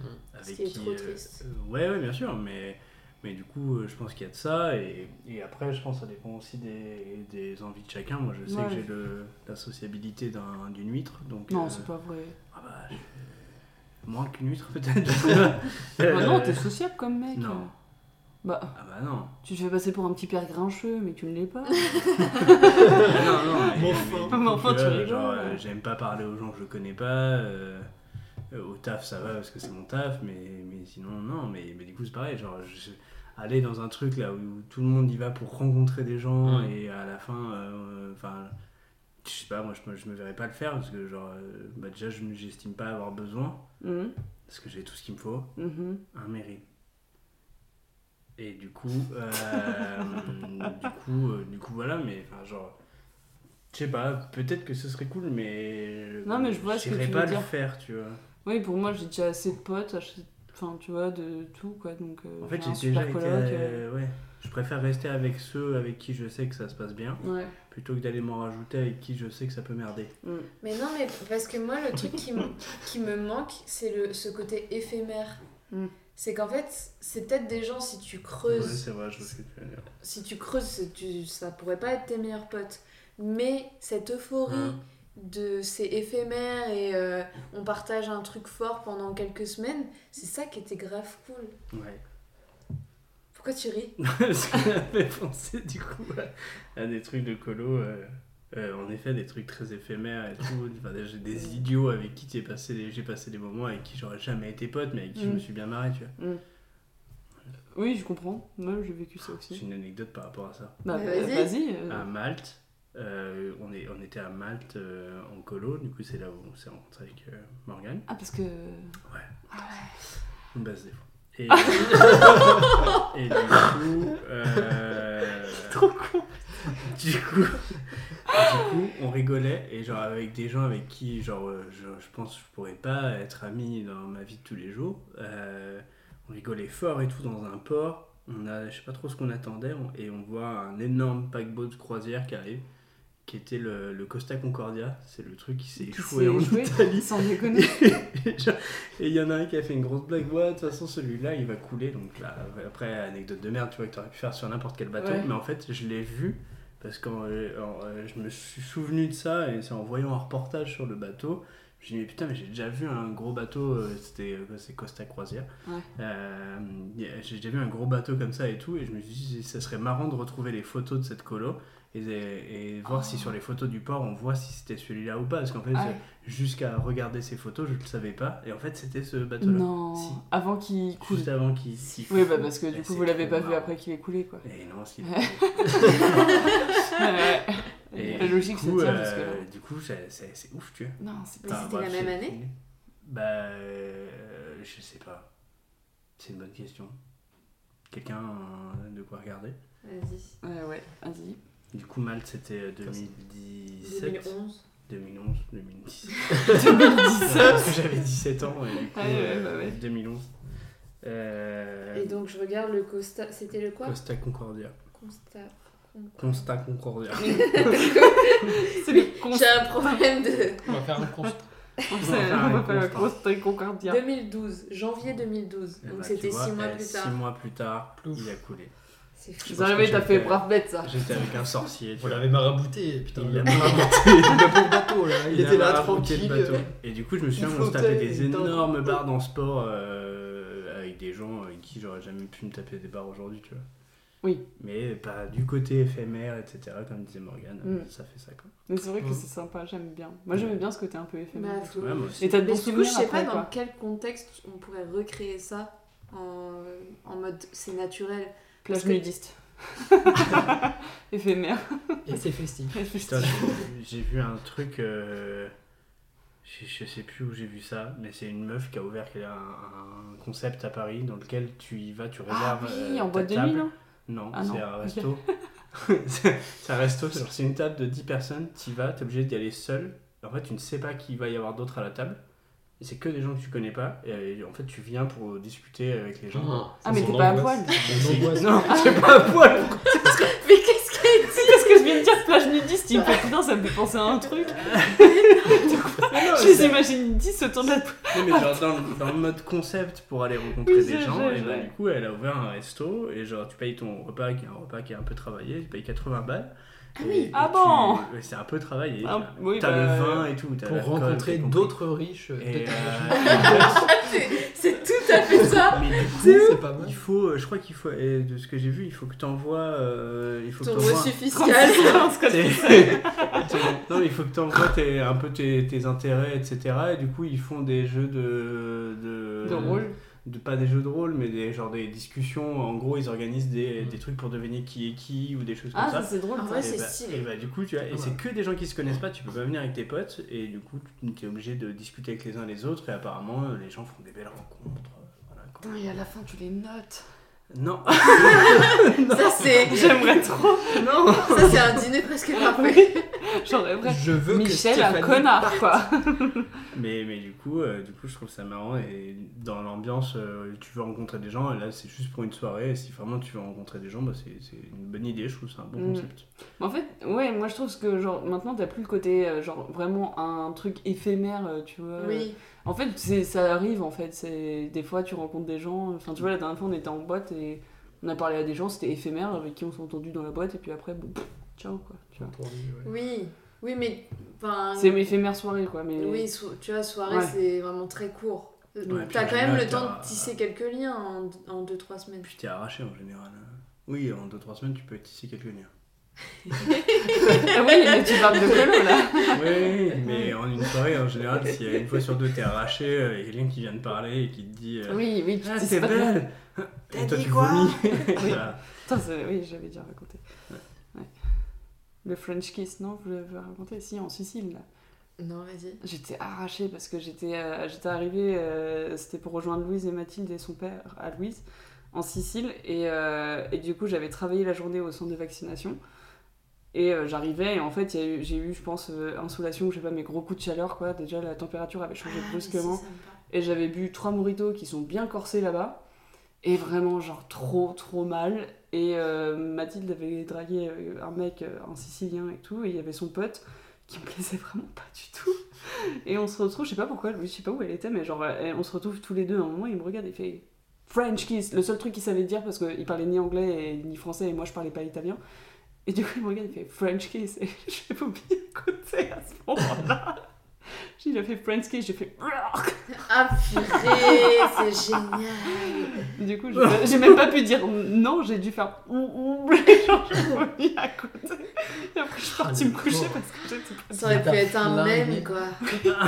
Speaker 5: Mm.
Speaker 2: avec
Speaker 4: Mmh. Ce qui est trop
Speaker 2: euh,
Speaker 4: triste.
Speaker 2: euh, ouais, ouais, bien sûr, mais. Mais du coup, euh, je pense qu'il y a de ça, et, et après, je pense que ça dépend aussi des, des envies de chacun. Moi, je sais
Speaker 3: Ouais.
Speaker 2: que j'ai le- la sociabilité d'un- d'une huître, donc.
Speaker 3: Non,
Speaker 2: euh,
Speaker 3: c'est pas vrai.
Speaker 2: ah bah, je- moins qu'une huître peut-être. je sais pas.
Speaker 3: Bah non,
Speaker 2: Euh,
Speaker 3: t'es sociable comme mec.
Speaker 2: non.
Speaker 3: Bah,
Speaker 2: Ah bah non.
Speaker 3: tu te fais passer pour un petit père grincheux, mais tu ne l'es pas.
Speaker 2: Ah non, non. mais-
Speaker 5: Mon
Speaker 2: mais
Speaker 5: fin.
Speaker 2: du coup,
Speaker 3: Mon fin, tu
Speaker 2: vois,
Speaker 3: rigoles.
Speaker 2: genre, euh, J'aime pas parler aux gens que je connais pas. euh, euh, au taf, ça va parce que c'est mon taf, mais, mais sinon, non. Mais, mais du coup, c'est pareil. Genre, je- aller dans un truc là où tout le monde y va pour rencontrer des gens
Speaker 5: Mm.
Speaker 2: et à la fin, euh, enfin, je sais pas, moi je, me- je me verrais pas le faire parce que genre, euh, bah, déjà je me- j'estime pas avoir besoin
Speaker 3: Mhm,
Speaker 2: parce que j'ai tout ce qu'il me faut,
Speaker 3: mhm.
Speaker 2: un mérite. Et du coup, euh, du coup, euh, du coup voilà, mais enfin genre, je sais pas, peut-être que ce serait cool, mais
Speaker 3: Non, mais je vois ce que
Speaker 2: j'irais
Speaker 3: tu veux
Speaker 2: pas le
Speaker 3: dire.
Speaker 2: faire, tu vois.
Speaker 3: Oui, pour moi, j'ai déjà assez de potes, assez- enfin, tu vois, de tout, quoi. Donc, euh,
Speaker 2: En fait,
Speaker 3: j'ai un
Speaker 2: j'ai déjà
Speaker 3: super
Speaker 2: été.
Speaker 3: coloc, euh,
Speaker 2: euh, ouais. Je préfère rester avec ceux avec qui je sais que ça se passe bien,
Speaker 3: Ouais.
Speaker 2: plutôt que d'aller m'en rajouter avec qui je sais que ça peut merder.
Speaker 3: mhm.
Speaker 4: Mais non, mais parce que moi, le truc qui, me- qui me manque, c'est le- ce côté éphémère.
Speaker 3: Mm.
Speaker 4: C'est qu'en fait, c'est peut-être des gens, si tu
Speaker 2: Ouais,
Speaker 4: creuses,
Speaker 2: c'est vrai, je vois ce que tu veux dire.
Speaker 4: si tu creuses, c'est- tu- ça pourrait pas être tes meilleurs potes. Mais cette euphorie
Speaker 2: Ouais.
Speaker 4: de c'est éphémère et euh, on partage un truc fort pendant quelques semaines, c'est ça qui était grave cool.
Speaker 2: Ouais.
Speaker 4: Pourquoi tu ris
Speaker 2: Parce qu'on avait pensé du coup à, à des trucs de colo. euh, euh, en effet, des trucs très éphémères et tout. Enfin, des, des idiots avec qui j'ai passé, des- j'ai passé des moments avec qui j'aurais jamais été pote, mais avec qui je
Speaker 3: Mm.
Speaker 2: me suis bien marré, tu vois.
Speaker 3: Oui, je comprends. Moi, j'ai vécu ça
Speaker 2: J'ai Ah.
Speaker 3: aussi.
Speaker 2: une anecdote par rapport à ça.
Speaker 3: Bah,
Speaker 4: Mais
Speaker 3: bah,
Speaker 4: vas-y.
Speaker 3: vas-y. euh,
Speaker 2: à Malte. Euh, on, est, on était à Malte euh, en colo, du coup c'est là où on s'est rencontré avec euh, Morgane.
Speaker 3: Ah, parce que.
Speaker 2: On basse des fois. Et, et du coup. euh,
Speaker 3: Trop con
Speaker 2: du coup, du coup, on rigolait et genre avec des gens avec qui genre euh, je, je pense que je pourrais pas être ami dans ma vie de tous les jours. Euh, on rigolait fort et tout dans un port. On a, je sais pas trop ce qu'on attendait on- et on voit un énorme paquebot de croisière qui arrive, qui était le, le Costa Concordia. C'est le truc qui s'est échoué en
Speaker 3: joué,
Speaker 2: Italie.
Speaker 3: sans déconner.
Speaker 2: Et genre- et il y en a un qui a fait une grosse blague, ouais, de toute façon celui-là il va couler, donc là, après anecdote de merde, tu vois, que t'aurais pu faire sur n'importe quel bateau,
Speaker 3: Ouais.
Speaker 2: mais en fait je l'ai vu, parce que euh, je me suis souvenu de ça, et c'est en voyant un reportage sur le bateau, je me suis dit, mais putain, mais j'ai déjà vu un gros bateau, euh, c'était euh, c'est Costa Croisière,
Speaker 3: Ouais.
Speaker 2: Euh, j'ai déjà vu un gros bateau comme ça et tout, et je me suis dit, ça serait marrant de retrouver les photos de cette colo, et, et voir
Speaker 3: Oh.
Speaker 2: si sur les photos du port on voit si c'était celui-là ou pas, parce qu'en fait
Speaker 3: Ah,
Speaker 2: jusqu'à regarder ces photos, je ne le savais pas. Et en fait, c'était ce bateau-là.
Speaker 3: non.
Speaker 2: Si.
Speaker 3: Avant qu'il coule.
Speaker 2: Juste avant qu'il s'y
Speaker 3: Oui, bah, parce que
Speaker 2: Et
Speaker 3: du coup,
Speaker 2: c'est
Speaker 3: vous l'avez
Speaker 2: trop
Speaker 3: pas vu
Speaker 2: marrant.
Speaker 3: après qu'il ait coulé, quoi.
Speaker 2: Et non, s'il
Speaker 3: Ouais.
Speaker 2: Et
Speaker 3: La logique,
Speaker 2: du
Speaker 3: c'est de
Speaker 2: coup,
Speaker 3: ça,
Speaker 2: euh,
Speaker 3: parce que.
Speaker 2: Du coup, c'est- c'est c'est ouf, tu vois.
Speaker 3: Non, c'est
Speaker 4: Mais
Speaker 3: pas.
Speaker 2: Enfin,
Speaker 4: c'était la
Speaker 2: bref,
Speaker 4: même
Speaker 2: c'est-
Speaker 4: année
Speaker 2: Bah, euh, je sais pas. C'est une bonne question. Quelqu'un euh, de quoi regarder
Speaker 4: Vas-y.
Speaker 3: Ouais, ouais, vas-y.
Speaker 2: Du coup, Malte, c'était euh, 2017.
Speaker 4: 2011.
Speaker 2: 2011, 2010.
Speaker 3: 2017
Speaker 2: Parce que j'avais 17 ans et du coup,
Speaker 3: Ah ouais, ouais,
Speaker 2: euh,
Speaker 3: bah ouais.
Speaker 2: 2011. Euh,
Speaker 4: Et donc, je regarde le Costa. C'était le quoi
Speaker 2: Costa Concordia.
Speaker 4: Costa.
Speaker 2: Consta Concordia.
Speaker 3: C'est le con.
Speaker 4: J'ai un problème de.
Speaker 5: On va faire un constat.
Speaker 3: On sait, on va pas la grosse taille concordia.
Speaker 4: 2012, janvier 2012.
Speaker 2: Eh
Speaker 4: Donc
Speaker 2: bah,
Speaker 4: c'était
Speaker 2: tu vois,
Speaker 4: 6 mois
Speaker 2: eh,
Speaker 4: plus
Speaker 2: Six
Speaker 4: tard.
Speaker 2: mois plus tard,
Speaker 5: Plouf.
Speaker 2: il a coulé.
Speaker 4: C'est fou.
Speaker 2: Je
Speaker 3: Vous
Speaker 2: pense
Speaker 3: avez
Speaker 2: que
Speaker 3: t'as
Speaker 2: j'ai
Speaker 3: fait
Speaker 2: fait-
Speaker 3: brave bête
Speaker 4: Ah.
Speaker 3: ça.
Speaker 2: J'étais avec un sorcier. tu
Speaker 5: On
Speaker 2: vois.
Speaker 5: l'avait marabouté, putain.
Speaker 2: Il
Speaker 5: le
Speaker 2: a
Speaker 5: pauvre bateau, là. Il,
Speaker 2: Il
Speaker 5: était
Speaker 2: a
Speaker 5: là
Speaker 2: raconté
Speaker 5: tranquille.
Speaker 2: le bateau. Et du coup, je me souviens,
Speaker 5: Il
Speaker 2: on se tapait
Speaker 5: flottait,
Speaker 2: des
Speaker 5: il était en-
Speaker 2: énormes barres dans ce port euh, avec des gens avec qui j'aurais jamais pu me taper des barres aujourd'hui, tu vois.
Speaker 3: Oui.
Speaker 2: Mais pas du côté éphémère, etc., comme disait Morgane,
Speaker 3: Mm.
Speaker 2: ça fait ça, quoi.
Speaker 3: Mais c'est vrai que
Speaker 5: Mhm.
Speaker 3: c'est sympa, j'aime bien. Moi j'aimais bien ce côté un peu éphémère.
Speaker 4: Bah, faut-
Speaker 2: Ouais, moi aussi.
Speaker 3: Et t'as de
Speaker 4: Mais
Speaker 3: bons
Speaker 4: du coup, je
Speaker 3: souvenirs
Speaker 4: sais pas
Speaker 3: après
Speaker 4: dans
Speaker 3: quoi.
Speaker 4: quel contexte on pourrait recréer ça en, en mode c'est naturel.
Speaker 3: Plage
Speaker 4: que-
Speaker 3: nudiste. Éphémère.
Speaker 5: Et c'est festif.
Speaker 2: Putain,
Speaker 4: euh,
Speaker 2: j'ai- j'ai vu un truc. euh, je, je sais plus où j'ai vu ça, mais c'est une meuf qui a ouvert qui a un, un concept à Paris dans lequel tu y vas, tu
Speaker 3: Ah
Speaker 2: réserves.
Speaker 3: oui,
Speaker 2: euh,
Speaker 3: en
Speaker 2: ta
Speaker 3: boîte de
Speaker 2: table.
Speaker 3: nuit non
Speaker 2: Non,
Speaker 3: Ah
Speaker 2: c'est
Speaker 3: non,
Speaker 2: un
Speaker 3: ok.
Speaker 2: resto. c'est c'est un resto, c'est genre, c'est une table de 10 personnes, tu y vas, t'es obligé d'y aller seul. En fait, tu ne sais pas qui va y avoir d'autre à la table. Et c'est que des gens que tu connais pas. Et euh, en fait, tu viens pour discuter avec les gens.
Speaker 3: Ah, mais t'es pas à poil.
Speaker 5: Non,
Speaker 3: Ah.
Speaker 2: Non, c'est pas à poil
Speaker 4: Mais qu'est-ce qu'elle dit
Speaker 3: Parce que je viens de dire plage nudiste, il me fait putain, ça me fait penser à un truc.
Speaker 4: Ah
Speaker 3: Je les imagine nudistes autour de la plage.
Speaker 2: Non, mais genre dans le, dans le mode concept pour aller rencontrer
Speaker 3: Oui,
Speaker 2: des
Speaker 3: je-
Speaker 2: gens,
Speaker 3: je-
Speaker 2: et ben,
Speaker 3: ouais.
Speaker 2: du coup elle a ouvert un resto et genre tu payes ton repas qui est un repas qui est un peu travaillé, tu payes 80 balles. Ah
Speaker 4: oui.
Speaker 3: Ah bon
Speaker 2: C'est un peu travaillé.
Speaker 3: Ah,
Speaker 2: t'as
Speaker 3: oui,
Speaker 2: t'as
Speaker 3: bah,
Speaker 2: le vin et tout. t'as
Speaker 5: Pour
Speaker 2: l'alcool,
Speaker 5: rencontrer
Speaker 2: t'as compris.
Speaker 5: d'autres riches.
Speaker 2: Et,
Speaker 5: peut-être.
Speaker 2: euh,
Speaker 4: C'est tout à fait ça.
Speaker 2: mais du coup,
Speaker 5: C'est pas mal.
Speaker 2: il faut, euh, je crois qu'il faut, et de ce que j'ai vu, il faut que t'envoies, euh, il faut que
Speaker 4: Ton
Speaker 2: t'envoies.
Speaker 4: reçu fiscal.
Speaker 3: 36 séances, quoi.
Speaker 2: tes- tes- non, mais il faut que t'envoies tes- un peu tes, tes intérêts, etc. Et du coup, ils font des jeux de, de,
Speaker 3: De rôle.
Speaker 2: de pas des jeux de rôle, mais des, genre des discussions. En gros, ils organisent des,
Speaker 5: Mhm.
Speaker 2: des trucs pour deviner qui est qui ou des choses comme
Speaker 3: Mm. Ah, ça
Speaker 2: ça.
Speaker 3: c'est drôle.
Speaker 4: Ah
Speaker 3: ça.
Speaker 4: ouais,
Speaker 2: et,
Speaker 4: c'est
Speaker 2: bah,
Speaker 4: stylé.
Speaker 2: et bah, du coup, tu vois, et
Speaker 5: Ouais.
Speaker 2: c'est que des gens qui se connaissent pas, tu peux pas venir avec tes potes, et du coup, tu es obligé de discuter avec les uns les autres, et apparemment, euh, les gens font des belles rencontres. euh, voilà, quoi.
Speaker 3: Putain, et à la fin, tu les notes.
Speaker 2: Non,
Speaker 4: Ça, c'est.
Speaker 3: J'aimerais trop. Ah
Speaker 4: Non Ça, c'est un dîner presque parfait.
Speaker 3: J'aurais vrai.
Speaker 5: Je veux que
Speaker 3: Michel, un
Speaker 5: Stéphanie-
Speaker 3: connard, quoi.
Speaker 2: mais, mais du, coup, euh, du coup, je trouve ça marrant, et dans l'ambiance, euh, tu veux rencontrer des gens, et là, c'est juste pour une soirée, et si vraiment tu veux rencontrer des gens, bah, c'est c'est une bonne idée, je trouve, c'est un bon
Speaker 3: Mhm.
Speaker 2: concept.
Speaker 3: Mais En fait, ouais, moi je trouve que genre maintenant t'as plus le côté euh, genre vraiment un truc éphémère, euh, tu vois.
Speaker 4: Oui.
Speaker 3: En fait, c'est ça arrive en fait, c'est des fois tu rencontres des gens, enfin tu vois la dernière fois on était en boîte et on a parlé à des gens, c'était éphémère avec qui on s'est entendu dans la boîte et puis après bon, pff, ciao quoi, tu vois.
Speaker 4: Oui. Oui, mais. Enfin,
Speaker 3: C'est une éphémère soirée quoi, mais
Speaker 4: Oui, so- tu vois, soirée,
Speaker 3: Ouais.
Speaker 4: c'est vraiment très court.
Speaker 2: Ouais, puis
Speaker 4: T'as
Speaker 2: en
Speaker 4: quand même
Speaker 2: général,
Speaker 4: le temps
Speaker 2: t'as-
Speaker 4: de tisser quelques liens en- en 2-3 semaines.
Speaker 2: Puis t'es arraché en général. hein. Oui, en 2-3 semaines, tu peux tisser quelques hein. liens.
Speaker 3: Ah oui, mais tu parles de colo là.
Speaker 2: Oui, mais en une soirée, en général, si euh, une fois sur deux t'es arraché, euh, il y a quelqu'un qui vient de parler et qui te dit euh,
Speaker 3: Oui, oui, tu
Speaker 2: Ah,
Speaker 3: dis
Speaker 2: c'est
Speaker 3: pas de-
Speaker 2: belle Ah, Et toi,
Speaker 4: dit
Speaker 2: tu
Speaker 4: quoi
Speaker 2: vomis. Voilà.
Speaker 3: Putain, c'est- oui, j'avais déjà raconté. Ouais. Le French kiss, non, vous l'avez raconté si en Sicile là.
Speaker 4: Non, vas-y.
Speaker 3: J'étais arrachée parce que j'étais euh, j'étais arrivée, euh, c'était pour rejoindre Louise et Mathilde et son père à Louise en Sicile. Et, euh, et du coup, j'avais travaillé la journée au centre de vaccination. Et euh, j'arrivais et en fait, il y a eu- j'ai eu, je pense, euh, insolation, je sais pas, mes gros coups de chaleur quoi. Déjà, la température avait changé
Speaker 4: Ah, mais si,
Speaker 3: brusquement.
Speaker 4: ça me parle.
Speaker 3: Et j'avais bu trois moritos qui sont bien corsés là-bas. Et vraiment, genre, trop, trop mal. Et euh, Mathilde avait dragué euh, un mec, euh, un Sicilien et tout. Et il y avait son pote qui me plaisait vraiment pas du tout. Et on se retrouve, je sais pas pourquoi, lui, je sais pas où elle était, mais genre, euh, on se retrouve tous les deux. À un moment, il me regarde et fait French kiss. Le seul truc qu'il savait dire parce qu'il parlait ni anglais et ni français et moi, je parlais pas italien. Et du coup, il me regarde et fait French kiss. Et je vais bien côté à ce moment-là. Il a fait French kiss, j'ai fait.
Speaker 4: Ah, purée, c'est génial.
Speaker 3: Du coup, j'ai j'ai même pas pu dire non, j'ai dû faire genre j'ai vomi à côté. Et après, je suis partie
Speaker 5: le
Speaker 3: me coucher
Speaker 5: pauvre.
Speaker 3: parce que j'étais pas
Speaker 4: Ça aurait pu
Speaker 5: T'as
Speaker 4: être un
Speaker 5: flingué.
Speaker 4: mème, quoi.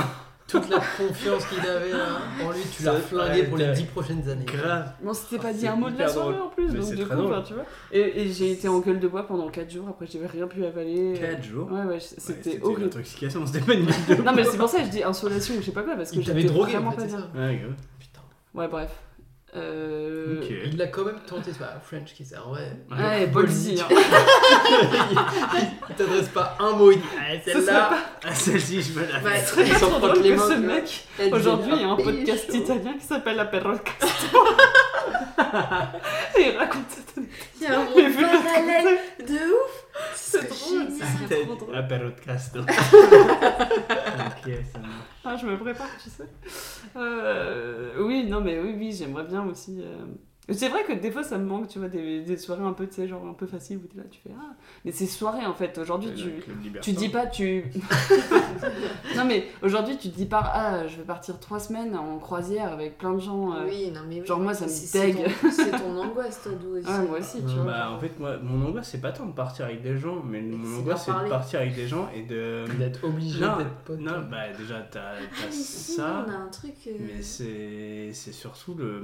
Speaker 5: Toute la confiance qu'il avait hein, en lui, tu l'as
Speaker 2: Ça,
Speaker 5: flingué pour les
Speaker 2: ouais.
Speaker 5: 10 prochaines années.
Speaker 2: Grave.
Speaker 3: Bon, c'était
Speaker 2: Ah,
Speaker 3: pas dit
Speaker 2: c'est
Speaker 3: un mot de la
Speaker 2: hyper
Speaker 3: soirée
Speaker 2: drôle.
Speaker 3: en plus,
Speaker 2: Mais
Speaker 3: donc
Speaker 2: c'est
Speaker 3: du
Speaker 2: très
Speaker 3: coup,
Speaker 2: drôle.
Speaker 3: enfin, tu vois. Et, et j'ai été en gueule de bois pendant 4 jours, après, j'avais rien pu avaler.
Speaker 2: 4 jours
Speaker 3: Ouais, ouais,
Speaker 2: Ouais,
Speaker 3: c'était horrible.
Speaker 2: L'intoxication, c'était pas une gueule de
Speaker 3: Non, mais
Speaker 2: bois.
Speaker 3: c'est pour ça que je dis insolation, je sais pas quoi, parce que
Speaker 5: Il t'avait
Speaker 3: j'étais
Speaker 5: drogué,
Speaker 3: vraiment
Speaker 5: en fait,
Speaker 3: pas
Speaker 5: c'est
Speaker 3: bien.
Speaker 5: ça.
Speaker 2: Ouais, grave.
Speaker 5: Putain.
Speaker 3: Ouais, bref. Euh...
Speaker 2: Ok.
Speaker 5: Il l'a quand même tenté, c'est pas French kiss, en vrai.
Speaker 3: Ouais,
Speaker 5: Bolzi.
Speaker 3: ballsy, hein.
Speaker 5: il t'adresse pas un mot, il dit Ah, celle-là.
Speaker 2: Ah, celle-ci, je veux la
Speaker 4: Ouais.
Speaker 2: faire.
Speaker 3: Très
Speaker 5: Il s'en
Speaker 3: drôle
Speaker 5: frotte les
Speaker 3: que
Speaker 5: mains,
Speaker 3: ce
Speaker 5: tu vois.
Speaker 3: mec,
Speaker 4: T'as dit,
Speaker 3: Aujourd'hui, il y a un
Speaker 4: ah,
Speaker 3: podcast
Speaker 4: chaud.
Speaker 3: italien qui s'appelle Aperol Casto. Et il raconte cette anecdote.
Speaker 4: Il y a un
Speaker 3: Mais vu le
Speaker 4: monde parallèle de ouf.
Speaker 3: C'est drôle,
Speaker 4: génial.
Speaker 3: c'est
Speaker 2: Ah, T'as
Speaker 3: trop
Speaker 2: dit
Speaker 3: drôle.
Speaker 2: la perrotte casto. Ok, ça marche.
Speaker 3: Ah, je me prépare, tu sais. Euh, oui, non, mais oui, oui, j'aimerais bien aussi. euh, C'est vrai que des fois, ça me manque, tu vois, des, des soirées un peu, tu sais, genre un peu faciles où t'es là, tu fais ah. Mais c'est soirée en fait. Aujourd'hui, tu.
Speaker 2: Le club libertin.
Speaker 3: Tu dis pas, tu. Ah, non, mais aujourd'hui, tu te dis pas, ah, je vais partir trois semaines en croisière avec plein de gens. euh,
Speaker 4: Oui, non, mais oui.
Speaker 3: Genre, moi, ça me
Speaker 4: C'est-
Speaker 3: dégue.
Speaker 4: c'est ton- C'est ton angoisse, toi, d'où aussi.
Speaker 3: Ouais, moi aussi, tu
Speaker 2: Euh,
Speaker 3: vois.
Speaker 2: bah, en fait, moi, mon angoisse, c'est pas tant de partir avec des gens, mais
Speaker 4: c'est
Speaker 2: mon
Speaker 4: d'en
Speaker 2: angoisse, c'est de
Speaker 4: parler.
Speaker 2: partir avec des gens et de.
Speaker 5: D'être
Speaker 3: hein.
Speaker 5: obligé
Speaker 2: Non,
Speaker 5: d'être pote.
Speaker 2: non, bah déjà, t'as t'as
Speaker 4: Ah, mais si,
Speaker 2: ça.
Speaker 4: on a un truc. euh,
Speaker 2: Mais c'est c'est surtout le,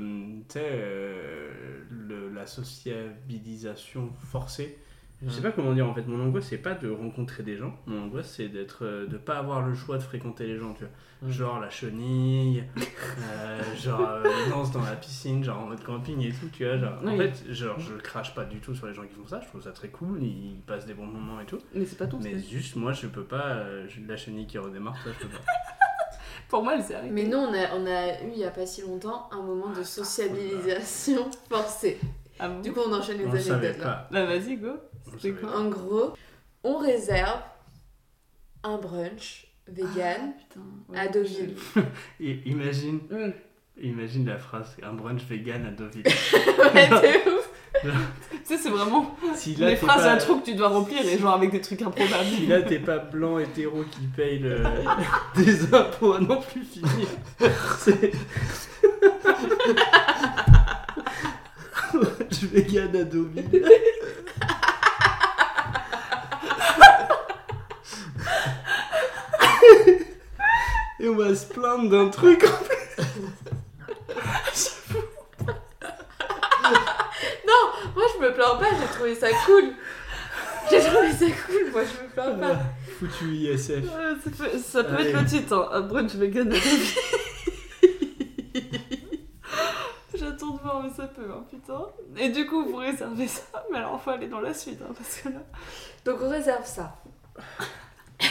Speaker 2: tu sais, euh, le- la sociabilisation forcée. Je sais
Speaker 5: Ouais.
Speaker 2: pas comment dire en fait. Mon angoisse, c'est pas de rencontrer des gens. Mon angoisse, c'est d'être, euh, de pas avoir le choix de fréquenter les gens, tu vois.
Speaker 5: Mm.
Speaker 2: Genre la chenille, euh, genre euh, les danse dans la piscine, genre en mode camping et tout, tu vois. Genre, En
Speaker 3: Oui.
Speaker 2: fait, genre je crache pas du tout sur les gens qui font ça. Je trouve ça très cool. Ils passent des bons moments et tout.
Speaker 3: Mais c'est pas ton
Speaker 2: Mais
Speaker 3: style.
Speaker 2: juste, moi, je peux pas. euh, la chenille qui redémarre, ça, je peux pas.
Speaker 3: Pour moi, elle s'est arrêtée.
Speaker 4: Mais nous, on a, on a eu il y a pas si longtemps un moment
Speaker 2: Ah,
Speaker 4: de sociabilisation forcée.
Speaker 3: Ah bon
Speaker 4: Du coup, on enchaîne les
Speaker 2: On le savait
Speaker 4: anecdotes là.
Speaker 2: pas.
Speaker 3: Bah vas-y, go.
Speaker 2: On le
Speaker 3: C'est
Speaker 2: savait
Speaker 3: quoi
Speaker 4: En gros, on réserve un brunch vegan.
Speaker 3: Ah, putain,
Speaker 4: à Deauville.
Speaker 2: Et imagine.
Speaker 3: Mm.
Speaker 2: Imagine la phrase, un brunch vegan à Deauville.
Speaker 4: ouais, de ouf.
Speaker 3: Tu sais, c'est vraiment
Speaker 2: Si
Speaker 3: les
Speaker 2: t'es
Speaker 3: phrases
Speaker 2: pas-
Speaker 3: à trous que tu dois remplir et genre avec des trucs improbables.
Speaker 2: Si là t'es pas blanc hétéro qui paye le... des impôts à non plus finir. C'est. brunch vegan à Deauville. Et on va se plaindre d'un truc en plus.
Speaker 4: plains pas, j'ai trouvé ça cool. J'ai trouvé ça cool, moi je me plains pas.
Speaker 2: Foutu ISF.
Speaker 3: Euh, ça peut, ça peut
Speaker 2: Allez.
Speaker 3: être le titre, hein. un brunch vegan de J'attends de voir, mais ça peut, hein, putain. Et du coup, vous réservez ça, mais alors faut aller dans la suite, hein, parce que là.
Speaker 4: Donc on réserve ça.
Speaker 3: Qui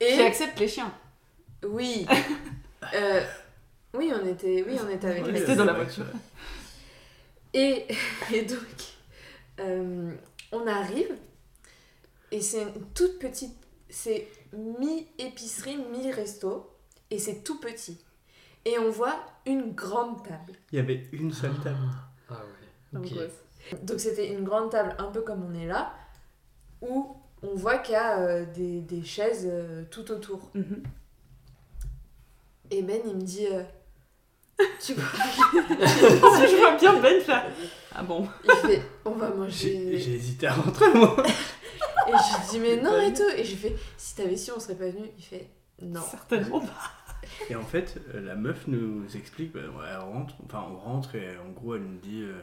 Speaker 4: Et
Speaker 3: accepte les chiens.
Speaker 4: oui, Euh, oui on était, oui on était avec
Speaker 2: Oui,
Speaker 4: les-
Speaker 3: Restez dans la
Speaker 2: ouais,
Speaker 3: voiture.
Speaker 2: ouais.
Speaker 4: Et, et donc, euh, on arrive, et c'est une toute petite. C'est mi-épicerie, mi-resto, et c'est tout petit. Et on voit une grande table.
Speaker 2: Il y avait une seule table.
Speaker 5: Ah ouais. Ok.
Speaker 3: L'angoisse.
Speaker 4: Donc, c'était une grande table, un peu comme on est là, où on voit qu'il y a euh, des, des chaises euh, tout autour.
Speaker 3: Mhm.
Speaker 4: Et Ben, il me dit. euh, tu peux-
Speaker 3: Je vois bien Ben là. Ah bon
Speaker 4: Il fait, on va
Speaker 2: J'ai
Speaker 4: manger.
Speaker 2: j'ai hésité à rentrer, moi.
Speaker 4: Et je lui dis, mais non,
Speaker 2: Pas
Speaker 4: et tout. Et je fais, si t'avais su, on serait pas venu. Il fait, non.
Speaker 3: Certainement pas.
Speaker 2: Et en fait, euh, la meuf nous explique, bah, ouais, elle rentre, enfin on rentre et en gros elle nous dit euh,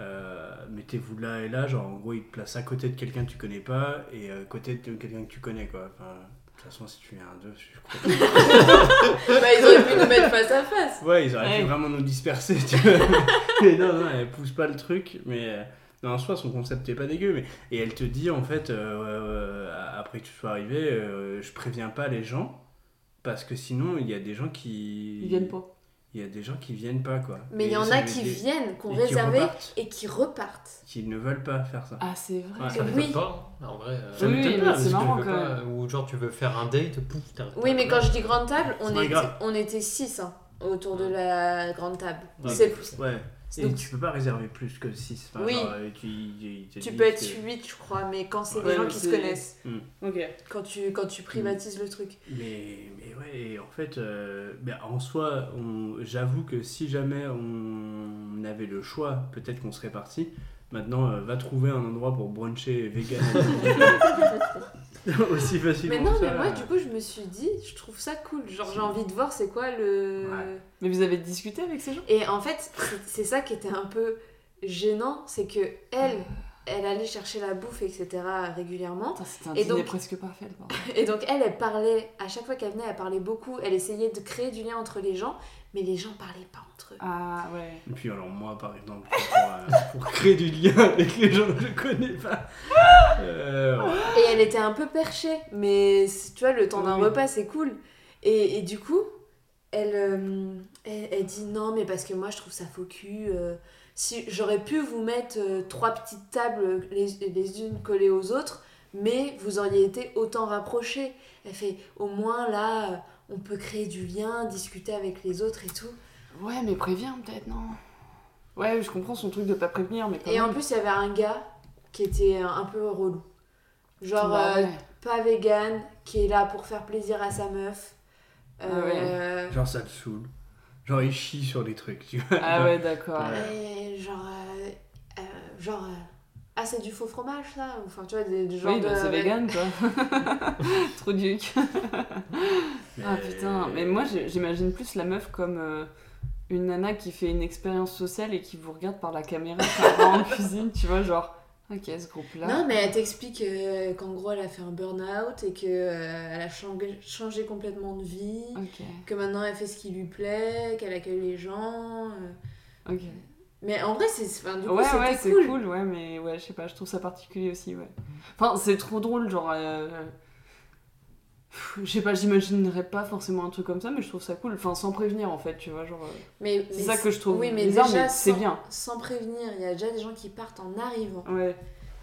Speaker 2: euh, mettez-vous là et là, genre en gros il te place à côté de quelqu'un que tu connais pas et euh, côté de quelqu'un que tu connais quoi. Enfin, de toute façon si tu viens à deux, je crois.
Speaker 4: Bah, ils auraient pu nous mettre face à face.
Speaker 2: Ouais, ils auraient
Speaker 3: Ouais.
Speaker 2: pu vraiment nous disperser, tu vois. mais non, non, elle pousse pas le truc, mais. euh, non, en soi, son concept est pas dégueu, mais. Et elle te dit, en fait, euh, euh, après que tu sois arrivé, euh, je préviens pas les gens, parce que sinon, il y a des gens qui.
Speaker 3: Ils viennent pas.
Speaker 2: Il y a des gens qui viennent pas, quoi.
Speaker 4: Mais
Speaker 2: Et
Speaker 4: il y en
Speaker 2: ça
Speaker 4: a
Speaker 2: veut
Speaker 4: qui
Speaker 2: dire-
Speaker 4: viennent, qui ont
Speaker 2: et qui
Speaker 4: réservé
Speaker 2: repartent,
Speaker 4: et qui repartent.
Speaker 2: qui ne veulent pas faire ça.
Speaker 3: Ah, c'est vrai.
Speaker 2: Ouais.
Speaker 5: Ça m'étonne
Speaker 4: Oui.
Speaker 5: pas, hein. en vrai. euh,
Speaker 2: Ça m'étonne
Speaker 3: Oui, mais
Speaker 2: pas, parce
Speaker 3: c'est
Speaker 2: que
Speaker 3: marrant
Speaker 5: tu
Speaker 3: quand
Speaker 5: veux pas, euh,
Speaker 3: même.
Speaker 5: Ou genre tu veux faire un date, pouf, t'arrives
Speaker 4: Oui, mais quand je dis grande table,
Speaker 2: C'est
Speaker 4: on
Speaker 2: pas
Speaker 4: était,
Speaker 2: grave.
Speaker 4: on était 6 autour de la grande table.
Speaker 2: Ouais.
Speaker 4: Ah. C'est plus.
Speaker 2: Ouais. Et
Speaker 4: donc,
Speaker 2: tu peux pas réserver plus que 6.
Speaker 4: Oui.
Speaker 2: euh, tu il te
Speaker 4: tu
Speaker 2: dit
Speaker 4: peux être
Speaker 2: que-
Speaker 4: 8, je crois, mais quand c'est
Speaker 3: Ouais,
Speaker 4: des gens
Speaker 3: mais
Speaker 4: qui
Speaker 3: c'est-
Speaker 4: se connaissent,
Speaker 3: Ok.
Speaker 4: quand tu, quand
Speaker 2: Mm.
Speaker 4: tu privatises le truc.
Speaker 2: Mais, mais ouais, et en fait, euh, ben, en soi, on- j'avoue que si jamais on avait le choix, peut-être qu'on serait parti. Maintenant, euh, va trouver un endroit pour bruncher vegan. Aussi facilement.
Speaker 4: Mais non,
Speaker 2: que
Speaker 4: mais
Speaker 2: ça.
Speaker 4: moi, du coup, je me suis dit, je trouve ça cool. Genre, j'ai envie de voir c'est quoi le.
Speaker 2: Ouais.
Speaker 3: Mais vous avez discuté avec ces gens
Speaker 4: Et en fait, c'est- c'est ça qui était un peu gênant, c'est que elle, elle allait chercher la bouffe, etc. régulièrement.
Speaker 3: Putain, c'était un
Speaker 4: Et
Speaker 3: dîner
Speaker 4: donc-
Speaker 3: presque parfait. le bordel.
Speaker 4: Et donc elle, elle parlait, à chaque fois qu'elle venait, elle parlait beaucoup, elle essayait de créer du lien entre les gens, mais les gens parlaient pas entre eux.
Speaker 3: Ah ouais.
Speaker 2: Et puis, alors, moi, par exemple, pour, euh, pour créer du lien avec les gens que je connais pas. euh, ouais.
Speaker 4: Et elle était un peu perchée, mais c'est- tu vois, le temps d'un
Speaker 3: Oui.
Speaker 4: repas, c'est cool. Et, et du coup, elle, euh, elle, elle dit non, mais parce que moi, je trouve ça faux cul. euh, si, J'aurais pu vous mettre euh, trois petites tables les, les unes collées aux autres, mais vous auriez été autant rapprochés. Elle fait au moins là, euh, on peut créer du lien, discuter avec les autres et tout.
Speaker 3: Ouais, mais préviens peut-être, non Ouais, je comprends son truc de pas prévenir, mais quand
Speaker 4: Et en
Speaker 3: même.
Speaker 4: plus, il y avait un gars qui était euh, un peu relou. Genre,
Speaker 3: Bah
Speaker 4: euh,
Speaker 3: ouais.
Speaker 4: pas vegan, qui est là pour faire plaisir à sa meuf.
Speaker 3: Ah
Speaker 4: Euh,
Speaker 2: Genre, ça te saoule. Genre, il chie sur les trucs, tu vois.
Speaker 3: Ah ouais, d'accord.
Speaker 2: Ouais.
Speaker 4: et genre, euh, euh, genre, euh, ah, c'est du faux fromage, ça Enfin, tu vois, des, des genres
Speaker 3: Oui, bah,
Speaker 4: de...
Speaker 3: c'est vegan, quoi. Trop duc. Ah putain, mais moi j'ai- j'imagine plus la meuf comme euh, une nana qui fait une expérience sociale et qui vous regarde par la caméra quand elle va en cuisine, tu vois, genre, ok, ce groupe-là.
Speaker 4: Non, mais elle t'explique euh, qu'en gros, elle a fait un burn-out et que euh, elle a changé, changé complètement de vie,
Speaker 3: Ok,
Speaker 4: que maintenant, elle fait ce qui lui plaît, qu'elle accueille les gens... euh.
Speaker 3: ok.
Speaker 4: Mais en vrai, c'est... Enfin, du coup,
Speaker 3: ouais,
Speaker 4: c'était
Speaker 3: ouais, c'est
Speaker 4: cool.
Speaker 3: cool. ouais, mais ouais, je sais pas, je trouve ça particulier aussi, ouais. Enfin, c'est trop drôle, genre. euh, pff, Je sais pas, j'imaginerais pas forcément un truc comme ça, mais je trouve ça cool. Enfin, sans prévenir en fait, tu vois, genre. euh,
Speaker 4: Mais,
Speaker 3: C'est
Speaker 4: mais
Speaker 3: ça que je trouve
Speaker 4: oui, mais
Speaker 3: bizarre,
Speaker 4: déjà,
Speaker 3: mais c'est
Speaker 4: sans-
Speaker 3: bien.
Speaker 4: Sans prévenir, il y a déjà des gens qui partent en arrivant.
Speaker 3: Ouais.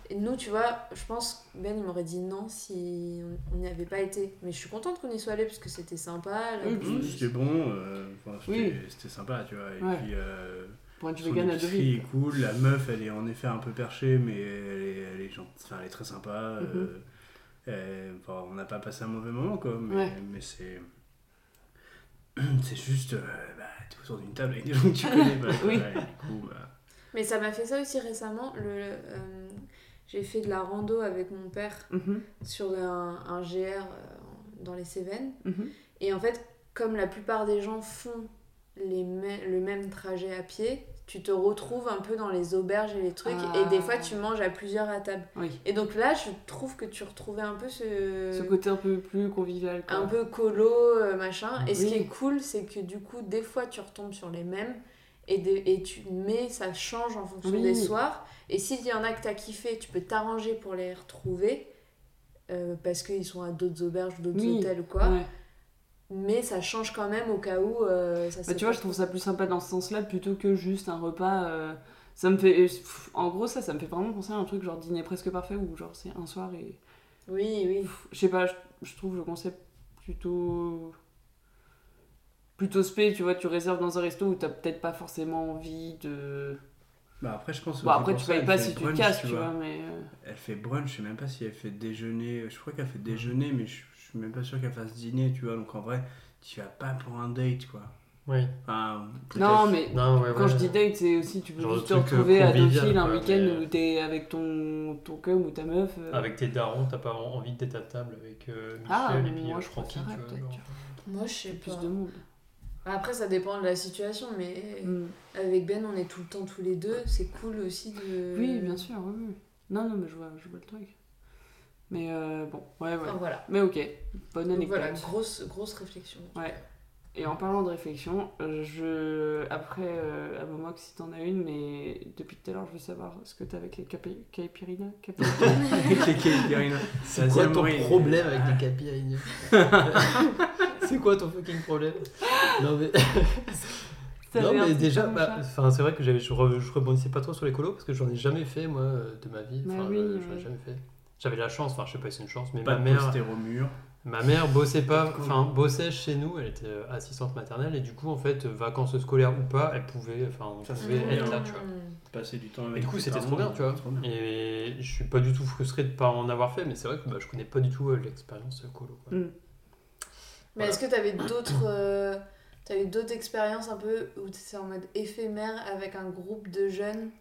Speaker 4: Et nous, tu vois, je pense que Ben, il m'aurait dit non si on on n'y avait pas été. Mais je suis contente qu'on y soit allé parce que c'était sympa. la
Speaker 3: Oui,
Speaker 4: bouffe.
Speaker 2: Mmh, C'était bon, euh, enfin, c'était
Speaker 3: Oui.
Speaker 2: c'était sympa, tu vois. Et
Speaker 3: Ouais.
Speaker 2: puis, euh,
Speaker 3: Pour être
Speaker 2: son
Speaker 3: vegan à deux
Speaker 2: épicerie
Speaker 3: vies.
Speaker 2: est cool, la meuf, elle est en effet un peu perchée, mais elle est, elle est gentille, enfin, elle est très sympa.
Speaker 3: Mhm.
Speaker 2: euh, euh, enfin, on n'a pas passé un mauvais moment, quoi, mais,
Speaker 3: Ouais.
Speaker 2: mais c'est... C'est juste, euh, bah, t'es autour d'une table avec des gens que tu connais pas. quoi,
Speaker 3: Oui.
Speaker 2: et du coup, bah,
Speaker 4: Mais ça m'a fait ça aussi récemment. Le, euh, J'ai fait de la rando avec mon père
Speaker 3: Mhm,
Speaker 4: sur un, un GR euh, dans les Cévennes.
Speaker 3: mhm.
Speaker 4: Et en fait, comme la plupart des gens font les mê- le même trajet à pied, tu te retrouves un peu dans les auberges et les trucs,
Speaker 3: Ah.
Speaker 4: et des fois tu manges à plusieurs à table.
Speaker 3: Oui.
Speaker 4: Et donc là, je trouve que tu retrouvais un peu ce,
Speaker 3: Ce côté un peu plus convivial. quoi.
Speaker 4: Euh, un peu colo, euh, machin. Et ce
Speaker 3: Oui.
Speaker 4: qui est cool, c'est que du coup, des fois, tu retombes sur les mêmes. Et, des- et tu mets, ça change en fonction
Speaker 3: Oui.
Speaker 4: des soirs. Et s'il y en a que t'as kiffé, tu peux t'arranger pour les retrouver. euh, parce qu'ils sont à d'autres auberges, d'autres
Speaker 3: Oui.
Speaker 4: hôtels ou quoi.
Speaker 3: Ouais. Bah,
Speaker 4: Mais ça change quand même au cas où euh, ça
Speaker 3: Bah,
Speaker 4: s'est
Speaker 3: tu vois,
Speaker 4: pas-
Speaker 3: je trouve ça plus sympa dans ce sens-là plutôt que juste un repas. euh, Ça me fait. pff, En gros, ça, ça me fait vraiment penser à un truc genre dîner presque parfait où genre c'est un soir et.
Speaker 4: Oui, oui.
Speaker 3: Pff, Je sais pas, je, je trouve le concept plutôt. plutôt spé, tu vois, tu réserves dans un resto où t'as peut-être pas forcément envie de.
Speaker 2: Bah après, je pense
Speaker 3: Bon,
Speaker 2: aussi
Speaker 3: après,
Speaker 2: pour
Speaker 3: tu
Speaker 2: ça,
Speaker 3: payes
Speaker 2: elle
Speaker 3: pas
Speaker 2: fait
Speaker 3: si tu te
Speaker 2: brunch,
Speaker 3: casses, tu vois, mais. euh,
Speaker 2: Elle fait brunch, je sais même pas si elle fait déjeuner. Je crois qu'elle fait déjeuner, mais je, je suis même pas sûr qu'elle fasse dîner, tu vois. Donc en vrai, tu vas pas pour un date, quoi.
Speaker 5: Oui.
Speaker 2: Enfin,
Speaker 3: Non,
Speaker 2: peut-être-
Speaker 3: mais
Speaker 5: Non, ouais,
Speaker 3: Quand
Speaker 5: ouais.
Speaker 3: je dis date, c'est aussi tu peux
Speaker 5: Genre
Speaker 3: juste te
Speaker 5: le truc, euh,
Speaker 3: retrouver à deux
Speaker 5: convivial,
Speaker 3: fils un
Speaker 5: quoi,
Speaker 3: week-end
Speaker 5: mais, euh,
Speaker 3: où t'es avec ton, ton cum ou ta meuf. euh,
Speaker 5: Avec tes darons, t'as pas envie d'être à table avec euh, Michel
Speaker 3: Ah,
Speaker 5: et puis
Speaker 3: moi,
Speaker 5: euh,
Speaker 3: je
Speaker 5: Francky,
Speaker 3: préférerais
Speaker 5: tu vois,
Speaker 3: peut-être,
Speaker 5: genre.
Speaker 3: tu
Speaker 4: Moi, je sais
Speaker 3: plus
Speaker 4: pas.
Speaker 3: de monde.
Speaker 4: Après, ça dépend de la situation, mais
Speaker 3: Mm.
Speaker 4: avec Ben, on est tout le temps tous les deux. C'est cool aussi de.
Speaker 3: Oui, bien sûr, oui, oui. Non, non, mais je vois, je vois le truc. Mais euh, bon, ouais, ouais.
Speaker 4: Enfin, voilà.
Speaker 3: Mais ok, bonne
Speaker 4: Donc,
Speaker 3: anecdote.
Speaker 4: voilà, grosse, grosse réflexion.
Speaker 3: Ouais. Et en parlant de réflexion, euh, je après euh, à Momox si t'en as une, mais depuis tout à l'heure je veux savoir ce que t'as avec les capi- caipirina. capi-
Speaker 2: Avec les caipirina.
Speaker 5: C'est
Speaker 2: Vas-y,
Speaker 5: quoi ton
Speaker 2: Amaury.
Speaker 5: problème avec les capillarines C'est quoi ton fucking problème Non mais,
Speaker 3: Ça
Speaker 5: non,
Speaker 3: avait un
Speaker 5: mais
Speaker 3: petit
Speaker 5: déjà,
Speaker 3: peu,
Speaker 5: bah,
Speaker 3: machin.
Speaker 5: enfin, c'est vrai que j'avais- je, re- je rebondissais pas trop sur les colos parce que j'en ai jamais fait moi euh, de ma vie.
Speaker 3: Bah
Speaker 5: Enfin,
Speaker 3: oui,
Speaker 5: euh, j'en ai
Speaker 3: ouais.
Speaker 5: jamais fait. J'avais la chance, enfin je sais pas si c'est une chance, mais
Speaker 2: Pas
Speaker 5: ma
Speaker 2: de
Speaker 5: mère,
Speaker 2: poster au mur.
Speaker 5: ma mère bossait pas,
Speaker 2: Pas de colo.
Speaker 5: enfin bossait chez nous, elle était euh, assistante maternelle et du coup en fait euh, vacances scolaires ou pas, elle pouvait, enfin on
Speaker 2: Ça, c'est
Speaker 5: pouvait
Speaker 2: trop
Speaker 5: être
Speaker 2: bien.
Speaker 5: là, tu
Speaker 4: Mm.
Speaker 5: vois.
Speaker 2: Passer du temps
Speaker 5: Et
Speaker 2: avec
Speaker 5: du coup,
Speaker 2: tes
Speaker 5: c'était
Speaker 2: parents,
Speaker 5: trop bien, tu vois.
Speaker 2: trop bien.
Speaker 5: Et je suis pas du tout frustré de pas en avoir fait, mais c'est vrai que bah, je connais pas du tout euh, l'expérience euh, colo. quoi.
Speaker 3: Mm.
Speaker 4: Mais est-ce que t'avais d'autres. euh, T'as eu d'autres expériences un peu où t'étais en mode éphémère avec un groupe de jeunes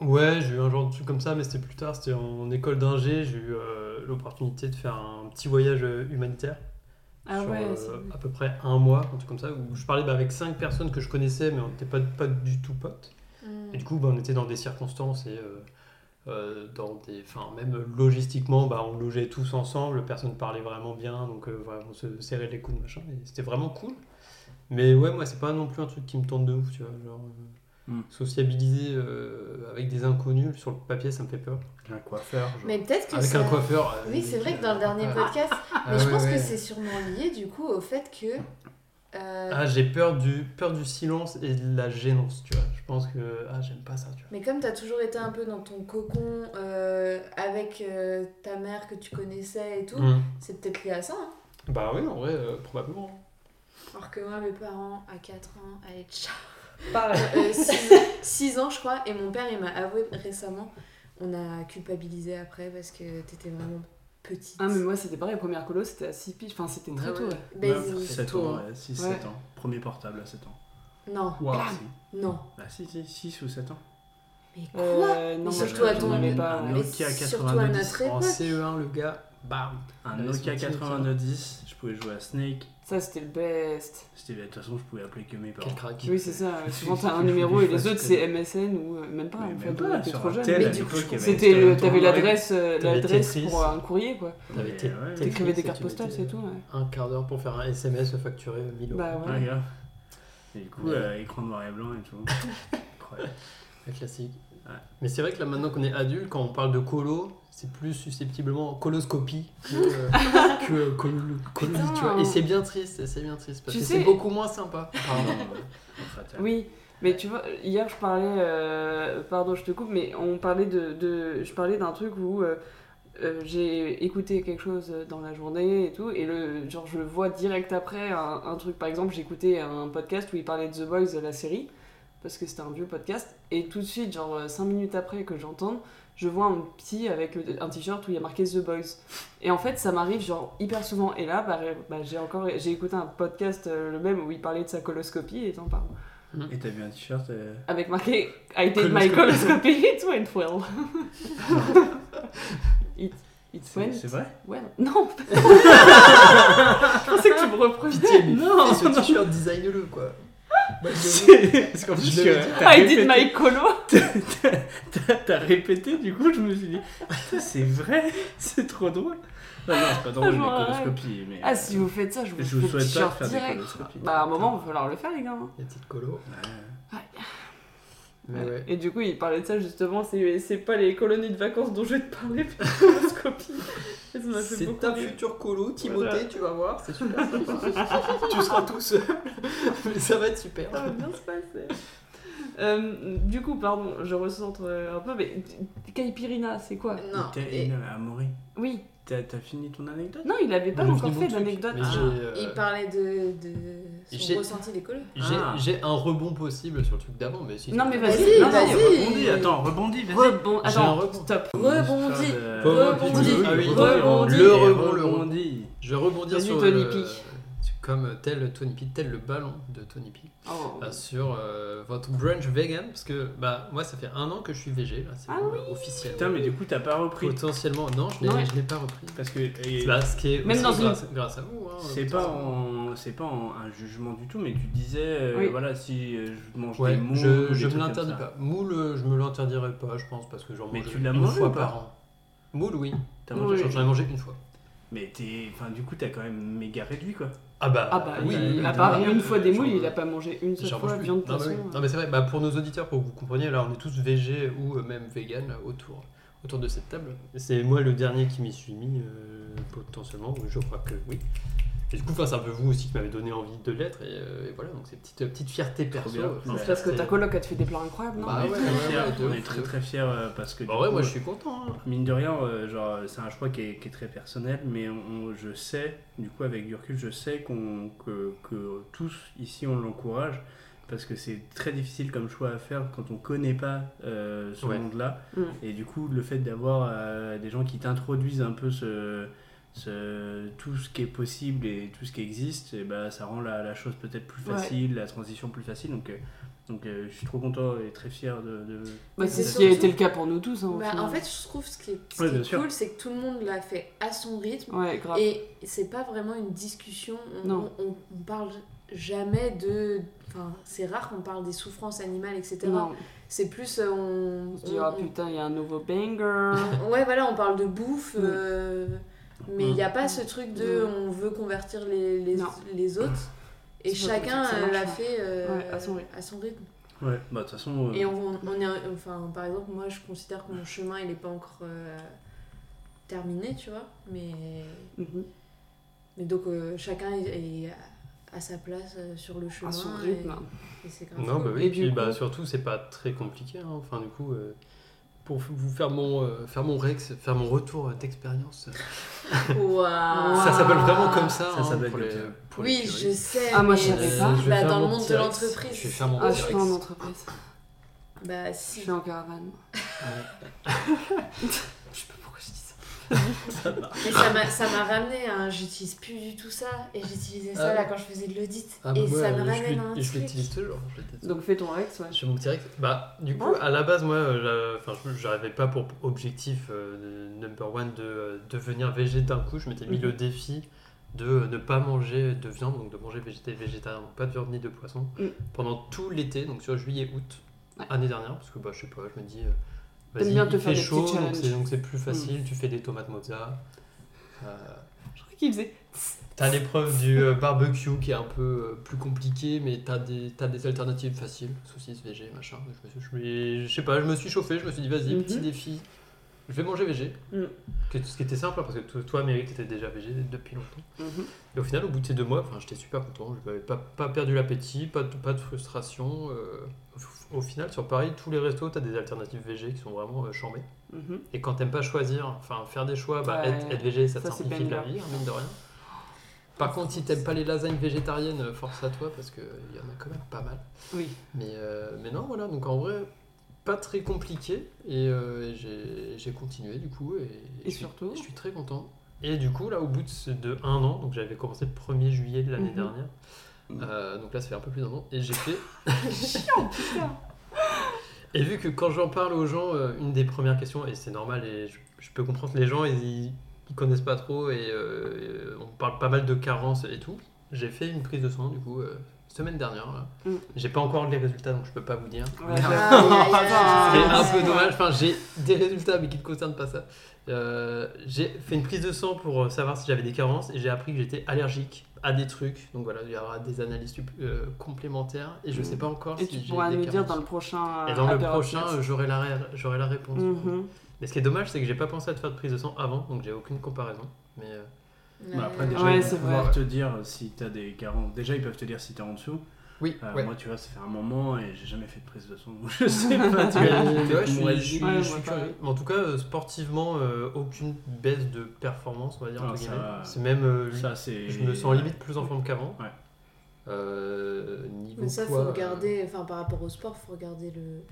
Speaker 5: Ouais, j'ai eu un genre de truc comme ça, mais c'était plus tard, c'était en école d'ingé, j'ai eu euh, l'opportunité de faire un petit voyage euh, humanitaire
Speaker 3: Ah
Speaker 5: sur
Speaker 3: ouais,
Speaker 5: euh,
Speaker 3: c'est-
Speaker 5: à peu près un mois, un truc comme ça, où je parlais bah, avec cinq personnes que je connaissais, mais on n'était pas, pas du tout potes.
Speaker 4: Mm.
Speaker 5: Et du coup, bah, on était dans des circonstances et euh, euh, dans des, enfin même logistiquement, bah, on logeait tous ensemble, personne parlait vraiment bien, donc euh, voilà, on se serrait les coudes, machin, et c'était vraiment cool. Mais ouais, moi, c'est pas non plus un truc qui me tente de ouf, tu vois, genre euh,
Speaker 2: Mm.
Speaker 5: sociabiliser euh, avec des inconnus sur le papier, ça me fait peur.
Speaker 2: Un coiffeur, genre.
Speaker 4: Mais peut-être que
Speaker 5: avec
Speaker 4: ça-
Speaker 5: un coiffeur. euh,
Speaker 4: Oui, c'est vrai que dans le dernier
Speaker 5: ah,
Speaker 4: podcast.
Speaker 5: ah,
Speaker 4: mais je
Speaker 5: ouais,
Speaker 4: pense
Speaker 5: ouais.
Speaker 4: que c'est sûrement lié du coup au fait que. euh,
Speaker 5: Ah, j'ai peur du, peur du silence et de la gênance, tu vois. Je pense que. Ah, j'aime pas ça, tu vois.
Speaker 4: Mais comme t'as toujours été un peu dans ton cocon euh, avec euh, ta mère que tu connaissais et tout,
Speaker 5: Mm.
Speaker 4: c'est peut-être lié à ça. hein.
Speaker 5: Bah oui, en vrai, euh, probablement.
Speaker 4: Alors que moi, mes parents, à 4 ans, allaient tcha-
Speaker 3: Pareil.
Speaker 4: euh, 6, ans, je crois, et mon père, il m'a avoué récemment, on a culpabilisé après parce que t'étais vraiment petite.
Speaker 3: Ah, mais moi c'était pareil, première colo c'était à 6 piges, enfin c'était très
Speaker 5: Ah ouais.
Speaker 3: tôt. ouais.
Speaker 4: Ben,
Speaker 2: Même
Speaker 4: c'est-
Speaker 2: 7
Speaker 5: tôt,
Speaker 2: ans,
Speaker 5: hein.
Speaker 2: 6,
Speaker 3: Ouais.
Speaker 2: 7 ans. Premier portable à 7 ans.
Speaker 4: Non,
Speaker 5: Waouh.
Speaker 2: Si.
Speaker 4: non.
Speaker 2: Bah si, si, 6 ou 7 ans.
Speaker 4: Mais quoi
Speaker 3: Euh, non,
Speaker 4: Mais
Speaker 3: moi,
Speaker 4: surtout à
Speaker 3: j'en
Speaker 4: ton-
Speaker 3: avais pas.
Speaker 2: Un
Speaker 4: Mais
Speaker 2: Nokia
Speaker 4: surtout à
Speaker 2: 92.
Speaker 4: notre
Speaker 5: En
Speaker 4: époque.
Speaker 5: CE1, le gars, bam.
Speaker 2: Un
Speaker 5: Ouais,
Speaker 2: Nokia
Speaker 5: c'est bon, c'est bon,
Speaker 2: 9210, je pouvais jouer à Snake.
Speaker 3: Ça c'était le best.
Speaker 2: C'était- bah, De toute façon, je pouvais appeler que mes parents.
Speaker 5: Quel crack.
Speaker 3: Oui, c'est ça.
Speaker 2: Je
Speaker 3: Souvent
Speaker 2: suis-
Speaker 3: t'as un
Speaker 2: je suis
Speaker 3: numéro
Speaker 2: des
Speaker 3: et les
Speaker 2: fois,
Speaker 3: autres
Speaker 2: c'était-
Speaker 3: c'est MSN ou euh, même pas
Speaker 2: Mais
Speaker 3: en fait,
Speaker 2: même
Speaker 3: on
Speaker 2: pas,
Speaker 3: était
Speaker 2: sur
Speaker 3: trop
Speaker 2: un
Speaker 3: jeune.
Speaker 2: tel,
Speaker 4: Mais
Speaker 2: à
Speaker 4: du
Speaker 2: l'époque,
Speaker 4: coup,
Speaker 2: il y avait
Speaker 3: C'était le,
Speaker 2: Internet en
Speaker 3: t'avais
Speaker 2: anglais.
Speaker 3: l'adresse, euh,
Speaker 5: T'avais
Speaker 3: l'adresse
Speaker 5: Tetris.
Speaker 3: pour un courrier quoi.
Speaker 5: T'avais tes-
Speaker 2: Mais ouais.
Speaker 5: tes
Speaker 3: T'écrivais des
Speaker 5: Tetris,
Speaker 3: cartes
Speaker 5: tu mettais
Speaker 3: postales, c'est tout. Ouais.
Speaker 5: Un quart d'heure pour faire un SMS facturé 1000 euros.
Speaker 3: Bah ouais.
Speaker 2: Ouais, grave. Et du coup,
Speaker 5: Ouais.
Speaker 2: euh, écran noir et blanc et tout. Incroyable.
Speaker 5: Un classique.
Speaker 2: Ouais.
Speaker 5: Mais c'est vrai que là, maintenant qu'on est adulte, quand on parle de colo, c'est plus susceptiblement coloscopie que, euh, que euh, colo- colonie,
Speaker 3: Putain.
Speaker 5: tu vois. Et c'est bien triste, c'est bien triste, parce
Speaker 3: Tu
Speaker 5: que
Speaker 3: sais-
Speaker 5: c'est beaucoup moins sympa.
Speaker 2: Pardon. euh, fatal.
Speaker 3: Oui, mais tu vois, hier je parlais, euh, pardon, je te coupe, mais on parlait de, de- je parlais d'un truc où euh, euh, j'ai écouté quelque chose dans la journée et tout, et le genre je vois direct après un, un truc. Par exemple, j'écoutais un podcast où il parlait de The Boys, de la série, parce que c'était un vieux podcast, et tout de suite, genre 5 minutes après que j'entende, je vois un petit avec le- un t-shirt où il y a marqué The Boys. Et en fait, ça m'arrive genre hyper souvent. Et là, bah, bah, j'ai encore j'ai écouté un podcast euh, le même où il parlait de sa coloscopie et t'en parles.
Speaker 2: Et t'as vu un t-shirt euh,
Speaker 3: Avec marqué I did my
Speaker 5: Coloscopie.
Speaker 3: coloscopy, it went well. it, it
Speaker 2: C'est
Speaker 3: went
Speaker 2: c'est vrai
Speaker 3: well. Non Je pensais que tu me reprenais.
Speaker 5: Pitié, mais
Speaker 3: Non
Speaker 5: fais ce t-shirt, design-le, quoi. Moi, je l'ai-
Speaker 2: C'est- Parce qu'en plus,
Speaker 5: Je l'avais
Speaker 2: tu-
Speaker 5: dit.
Speaker 2: t'as
Speaker 3: I did
Speaker 2: répété-
Speaker 3: my colo.
Speaker 2: t'as- t'as répété, du coup, je me suis dit, Putain, c'est vrai, c'est trop drôle. Non, non, c'est pas drôle,
Speaker 3: Ah,
Speaker 2: les
Speaker 3: genre, ouais.
Speaker 2: coloscopies. Mais, euh,
Speaker 3: Ah, si vous faites ça, je vous,
Speaker 2: je vous
Speaker 3: fais le
Speaker 2: souhaite pas de
Speaker 3: t-shirt
Speaker 2: faire des
Speaker 3: direct.
Speaker 2: coloscopies.
Speaker 3: Bah, à un moment, il va falloir le faire, les gars. hein.
Speaker 5: Les petites colos. Mais ouais.
Speaker 3: Et du coup, il parlait de ça justement, c'est c'est pas les colonies de vacances dont je vais te parler, mais les coloscopies. Et ça m'a fait
Speaker 5: C'est
Speaker 3: beaucoup
Speaker 5: ta
Speaker 3: rire.
Speaker 5: future colo, Timothée,
Speaker 3: Voilà.
Speaker 5: tu vas voir, c'est super sympa. tu seras tout seul, mais ça va être super.
Speaker 3: Ça va bien se passer. Euh, du coup, pardon, je recentre euh, un peu, mais Caipirina, c'est quoi
Speaker 4: Non.
Speaker 2: T'as-
Speaker 4: et-
Speaker 2: non, Amaury,
Speaker 3: Oui,
Speaker 2: t'as t'as fini ton anecdote
Speaker 3: non, il avait pas
Speaker 5: Mais
Speaker 3: encore
Speaker 5: venez,
Speaker 3: fait
Speaker 5: mon truc.
Speaker 3: d'anecdote.
Speaker 5: Mais
Speaker 2: Ah.
Speaker 5: j'ai, euh,
Speaker 4: Il parlait de, de
Speaker 5: J'ai-
Speaker 4: son ressenti des colos.
Speaker 5: j'ai-
Speaker 2: Ah.
Speaker 5: j'ai un rebond possible sur le truc d'avant, mais si
Speaker 3: Non, mais vas-y,
Speaker 4: Vas-y,
Speaker 3: non, non,
Speaker 4: vas-y.
Speaker 2: Rebondis, attends, rebondis, vas-y.
Speaker 3: Rebond,
Speaker 5: J'ai un
Speaker 3: attends,
Speaker 5: rebond.
Speaker 3: stop.
Speaker 4: Rebondis.
Speaker 2: euh, Rebondis.
Speaker 5: Rebondis. Ah oui,
Speaker 3: rebondis.
Speaker 5: Le rebond, le
Speaker 2: rebondis.
Speaker 5: Je vais rebondir
Speaker 3: Vas-y,
Speaker 5: sur
Speaker 3: Tony
Speaker 5: le-
Speaker 3: P.
Speaker 5: sur- Comme tel Tony P, tel le ballon de Tony P.
Speaker 3: Oh.
Speaker 5: Bah, sur euh, votre brunch vegan, parce que bah, moi ça fait un an que je suis végé, là, c'est
Speaker 3: Ah
Speaker 5: euh, officiellement.
Speaker 2: Putain, mais du coup, t'as pas repris.
Speaker 5: Potentiellement, non, je
Speaker 3: Non, mais-
Speaker 5: l'ai- je l'ai pas repris.
Speaker 2: Parce que et-
Speaker 5: Bah, ce qui est
Speaker 3: Même
Speaker 5: aussi
Speaker 3: dans une-
Speaker 5: grâce, grâce à vous. hein,
Speaker 2: c'est
Speaker 5: potentiellement.
Speaker 2: pas en- c'est pas en- un jugement du tout, mais tu disais euh,
Speaker 3: Oui.
Speaker 2: voilà si euh, je mange
Speaker 5: Ouais,
Speaker 2: des moules,
Speaker 5: je,
Speaker 2: ou
Speaker 5: je
Speaker 2: des
Speaker 5: me
Speaker 2: trucs comme
Speaker 5: l'interdis
Speaker 2: ça.
Speaker 5: pas. Moule, euh, je me l'interdirai pas, je pense, parce que j'en
Speaker 2: Mais
Speaker 5: mange
Speaker 2: tu l'as
Speaker 5: une
Speaker 2: mangé
Speaker 5: fois
Speaker 2: ou pas
Speaker 5: par an. Moule, oui.
Speaker 2: T'as
Speaker 3: Oui.
Speaker 2: mangé
Speaker 5: J'en
Speaker 2: ça
Speaker 5: j'en ai mangé une fois.
Speaker 2: Mais t'es, enfin du coup t'as quand même méga réduit quoi.
Speaker 5: Ah bah,
Speaker 3: Ah bah,
Speaker 5: oui.
Speaker 3: il,
Speaker 5: oui,
Speaker 3: à
Speaker 5: oui,
Speaker 3: part
Speaker 5: oui,
Speaker 3: une
Speaker 5: oui,
Speaker 3: fois des
Speaker 5: j'en-
Speaker 3: moules, il a pas mangé une seule
Speaker 5: j'en
Speaker 3: fois
Speaker 5: mange
Speaker 3: la
Speaker 5: plus.
Speaker 3: viande de
Speaker 5: Non, bah oui.
Speaker 3: poisson. hein.
Speaker 5: Non, mais c'est vrai, bah, pour nos auditeurs, pour que vous compreniez, là on est tous végé ou euh, même vegan là, autour, autour de cette table. C'est moi le dernier qui m'y suis mis, euh, potentiellement, je crois que oui. Et du coup, enfin, c'est un peu vous aussi qui m'avez donné envie de l'être, et, euh, et voilà, donc c'est petite, petite fierté perso.
Speaker 2: bien.
Speaker 5: euh,
Speaker 2: C'est
Speaker 3: C'est parce que
Speaker 5: fierté-
Speaker 3: ta coloc, elle te fait des plans incroyables, non
Speaker 5: Bah,
Speaker 2: on est
Speaker 5: ouais,
Speaker 2: très
Speaker 5: ouais,
Speaker 2: fiers,
Speaker 5: ouais, de
Speaker 2: on
Speaker 5: ouf,
Speaker 2: est très
Speaker 5: de
Speaker 2: très fiers euh, parce que. du
Speaker 5: Bah ouais,
Speaker 2: coup,
Speaker 5: moi
Speaker 2: euh,
Speaker 5: je suis content. hein.
Speaker 2: Mine de rien, euh, genre euh, c'est un choix qui est, qui est très personnel, mais on- on- je sais, du coup avec du recul, je sais qu'on que, que tous ici on l'encourage parce que c'est très difficile comme choix à faire quand on connaît pas euh, ce
Speaker 5: Ouais.
Speaker 2: monde-là.
Speaker 3: Mm.
Speaker 2: Et du coup, le fait d'avoir euh, des gens qui t'introduisent un peu ce, ce- tout ce qui est possible et tout ce qui existe, et bah, ça rend la, la chose peut-être plus
Speaker 3: Ouais.
Speaker 2: facile, la transition plus facile. Donc, euh, donc euh, je suis trop content et très fier de. de...
Speaker 3: Bah, c'est
Speaker 4: C'est
Speaker 3: ce qui a
Speaker 4: surtout-
Speaker 3: été le cas pour nous tous. Hein, au
Speaker 4: Bah,
Speaker 3: final.
Speaker 4: en fait, je trouve ce qui est, ce
Speaker 2: Ouais,
Speaker 4: qui
Speaker 2: bien
Speaker 4: est
Speaker 2: sûr.
Speaker 4: cool, c'est que tout le monde l'a fait à son rythme.
Speaker 3: Ouais, grave.
Speaker 4: Et c'est pas vraiment une discussion. On,
Speaker 3: Non.
Speaker 4: on, on parle jamais de. Enfin, c'est rare qu'on parle des souffrances animales, etc.
Speaker 3: Non,
Speaker 4: C'est plus. euh, on,
Speaker 3: on se dit, ah
Speaker 4: on-
Speaker 3: putain, il y a un nouveau banger.
Speaker 4: on- ouais, voilà, on parle de bouffe.
Speaker 3: Mm.
Speaker 4: euh, mais il n'y a pas ce truc de
Speaker 3: Mm.
Speaker 4: on veut convertir les, les,
Speaker 3: Non.
Speaker 4: les autres. Et
Speaker 3: C'est pas comme
Speaker 4: chacun
Speaker 3: ça que ça
Speaker 4: euh, l'a
Speaker 3: marche,
Speaker 4: fait euh,
Speaker 3: Ouais, à son rythme.
Speaker 4: à son rythme.
Speaker 2: Ouais, bah de toute façon. euh,
Speaker 4: Et on, on est, enfin, par exemple, moi, je considère que mon chemin, il n'est pas encore euh, terminé, tu vois. Mais,
Speaker 3: Mhm.
Speaker 4: mais donc, euh, chacun est, est à sa place euh, sur le chemin.
Speaker 3: À son rythme. hein.
Speaker 4: Et, et c'est grave.
Speaker 5: Non, bah
Speaker 4: cool.
Speaker 5: oui,
Speaker 3: Et
Speaker 5: et
Speaker 3: du
Speaker 5: puis
Speaker 3: coup-
Speaker 5: bah, surtout, c'est pas très compliqué. hein. Enfin, du coup, euh, pour f- vous faire mon, euh, faire mon Rex, faire mon retour euh, d'expérience,
Speaker 4: Ouah.
Speaker 5: ça s'appelle vraiment comme ça.
Speaker 2: Ça
Speaker 5: hein,
Speaker 2: s'appelle E.
Speaker 5: pour
Speaker 2: comme
Speaker 5: les-
Speaker 2: ça.
Speaker 5: pour les
Speaker 4: Oui,
Speaker 5: puristes.
Speaker 4: je sais.
Speaker 3: Ah, moi,
Speaker 4: mais
Speaker 3: je savais
Speaker 5: Euh,
Speaker 3: pas.
Speaker 5: je vais
Speaker 4: Bah,
Speaker 5: faire
Speaker 4: dans le
Speaker 5: mon
Speaker 4: monde de
Speaker 5: T-Rex.
Speaker 4: l'entreprise.
Speaker 5: Je vais faire mon E
Speaker 3: Ah,
Speaker 5: T-Rex.
Speaker 3: je suis en entreprise.
Speaker 4: Bah,
Speaker 3: Je
Speaker 4: si.
Speaker 3: suis en caravane. je sais pas pourquoi je dis ça.
Speaker 4: Mais ça m'a- ça m'a ramené à un. J'utilise plus du tout ça. Et j'utilisais ça
Speaker 5: Ah.
Speaker 4: là quand je faisais de l'audit.
Speaker 5: Ah, bah,
Speaker 4: et
Speaker 5: moi,
Speaker 4: ça me
Speaker 5: je
Speaker 4: ramène
Speaker 5: l'ut-
Speaker 4: à un
Speaker 5: Je
Speaker 4: truc.
Speaker 5: l'utilise toujours. je déteste.
Speaker 3: Donc fais ton Rex, ouais.
Speaker 5: Je fais mon petit Rex. Bah, du coup, à la base, moi, euh, la- enfin, je- j'avais pas pour objectif euh, de- number one de euh, devenir végé d'un coup. Je m'étais mis
Speaker 3: Mhm.
Speaker 5: le défi de euh, ne pas manger de viande, donc de manger végété, végétarien, donc pas de viande ni de poisson,
Speaker 3: Mm.
Speaker 5: pendant tout l'été, donc sur juillet, août,
Speaker 3: Ouais.
Speaker 5: année dernière, parce que bah, je sais pas, je me dis, euh,
Speaker 3: T'aimes
Speaker 5: vas-y,
Speaker 3: bien te
Speaker 5: il
Speaker 3: faire
Speaker 5: fait
Speaker 3: des
Speaker 5: chaud,
Speaker 3: petits
Speaker 5: donc c'est-
Speaker 3: challenges. Mm.
Speaker 5: donc c'est plus facile, tu fais des tomates mozza. Euh,
Speaker 3: Je crois qu'il faisait.
Speaker 5: T'as l'épreuve du euh, barbecue qui est un peu euh, plus compliquée, mais t'as des, t'as des alternatives faciles, saucisses, végé, machin. Je, me suis- je me- je sais pas, je me suis chauffé, je me suis dit vas-y,
Speaker 3: Mhm.
Speaker 5: petit défi, je vais manger végé.
Speaker 3: Mm.
Speaker 5: Que- ce qui était simple, hein, parce que to- toi, Méric, t'étais déjà végé depuis longtemps.
Speaker 3: Mhm.
Speaker 5: Et au final, au bout de ces deux mois, enfin, j'étais super content, je n'avais pas, pas perdu l'appétit, pas, de- pas de frustration. euh. Au- au final, sur Paris, tous les restos, t'as des alternatives végé qui sont vraiment euh, chambées.
Speaker 3: Mhm.
Speaker 5: Et quand t'aimes pas choisir, enfin faire des choix, bah,
Speaker 3: Ouais.
Speaker 5: être, être végé, ça, te
Speaker 3: Ça, c'est
Speaker 5: simplifie la
Speaker 3: banger.
Speaker 5: vie, hein, mine de rien.
Speaker 3: Oh,
Speaker 5: Par contre, si t'aimes pas les lasagnes végétariennes, euh, force à toi parce qu'il y en a quand même pas mal.
Speaker 3: Oui.
Speaker 5: Mais, euh, mais non, voilà, donc en vrai, pas très compliqué. Et, euh, et j'ai- j'ai continué du coup. Et,
Speaker 3: Et
Speaker 5: je suis-
Speaker 3: surtout-
Speaker 5: Je suis très content. Et du coup, là, au bout de, ce- de un an, donc j'avais commencé le 1er juillet de l'année
Speaker 3: Mhm.
Speaker 5: dernière. euh, donc là, ça fait un peu plus d'un an. Et j'ai fait. Et vu que quand j'en parle aux gens, euh, une des premières questions, et c'est normal, et je, je peux comprendre les gens, ils, ils connaissent pas trop, et euh, et, euh, on parle pas mal de carences et tout, j'ai fait une prise de sang, du coup, euh, semaine dernière. là.
Speaker 3: Mm.
Speaker 5: J'ai pas encore les résultats, donc je peux pas vous dire.
Speaker 3: Ouais,
Speaker 5: Mais-
Speaker 3: j'avoue.
Speaker 4: Ah, aïe, aïe,
Speaker 5: C'est
Speaker 4: aïe.
Speaker 5: un
Speaker 4: ouais.
Speaker 5: peu dommage. Enfin, j'ai des résultats, mais qui ne concernent pas ça. Euh, j'ai fait une prise de sang pour euh, savoir si j'avais des carences et j'ai appris que j'étais allergique à des trucs. Donc voilà, il y aura des analyses sup- euh, complémentaires et je sais pas encore
Speaker 3: Mm. Et
Speaker 5: si
Speaker 3: tu
Speaker 5: j'ai
Speaker 3: pourras
Speaker 5: des
Speaker 3: nous dire
Speaker 5: carences.
Speaker 3: dans le prochain. euh,
Speaker 5: Et dans le
Speaker 3: apéro
Speaker 5: prochain,
Speaker 3: podcast.
Speaker 5: euh, j'aurai la, ré- j'aurai la réponse.
Speaker 3: Mhm.
Speaker 5: Mais ce qui est dommage, c'est que j'ai pas pensé à te faire de prise de sang avant, donc j'ai aucune comparaison. Mais euh,
Speaker 2: Bah, après, déjà,
Speaker 3: Ouais,
Speaker 2: ils
Speaker 3: c'est
Speaker 2: vont pouvoir
Speaker 3: vrai.
Speaker 2: te dire si t'as des carences. Déjà, ils peuvent te dire si t'es en dessous.
Speaker 5: oui,
Speaker 2: Euh,
Speaker 5: ouais.
Speaker 2: Moi, tu vois, ça fait un moment et j'ai jamais fait de prise de son. donc Je sais pas, tu
Speaker 5: Mais,
Speaker 2: vois.
Speaker 5: euh, ouais, je suis,
Speaker 2: Ouais,
Speaker 5: je suis-
Speaker 3: moi,
Speaker 5: je suis
Speaker 3: pareil.
Speaker 5: curieux. Mais en tout cas, euh, sportivement, euh, aucune baisse de performance, on va dire.
Speaker 2: Ah,
Speaker 5: entre
Speaker 2: ça
Speaker 5: guillemets.
Speaker 2: va.
Speaker 5: C'est même euh,
Speaker 2: Ça, c'est.
Speaker 5: Je me sens limite plus en forme qu'avant.
Speaker 2: Ouais.
Speaker 5: Euh, niveau
Speaker 4: Mais ça,
Speaker 5: poids,
Speaker 4: faut regarder, enfin par rapport au sport, faut regarder le,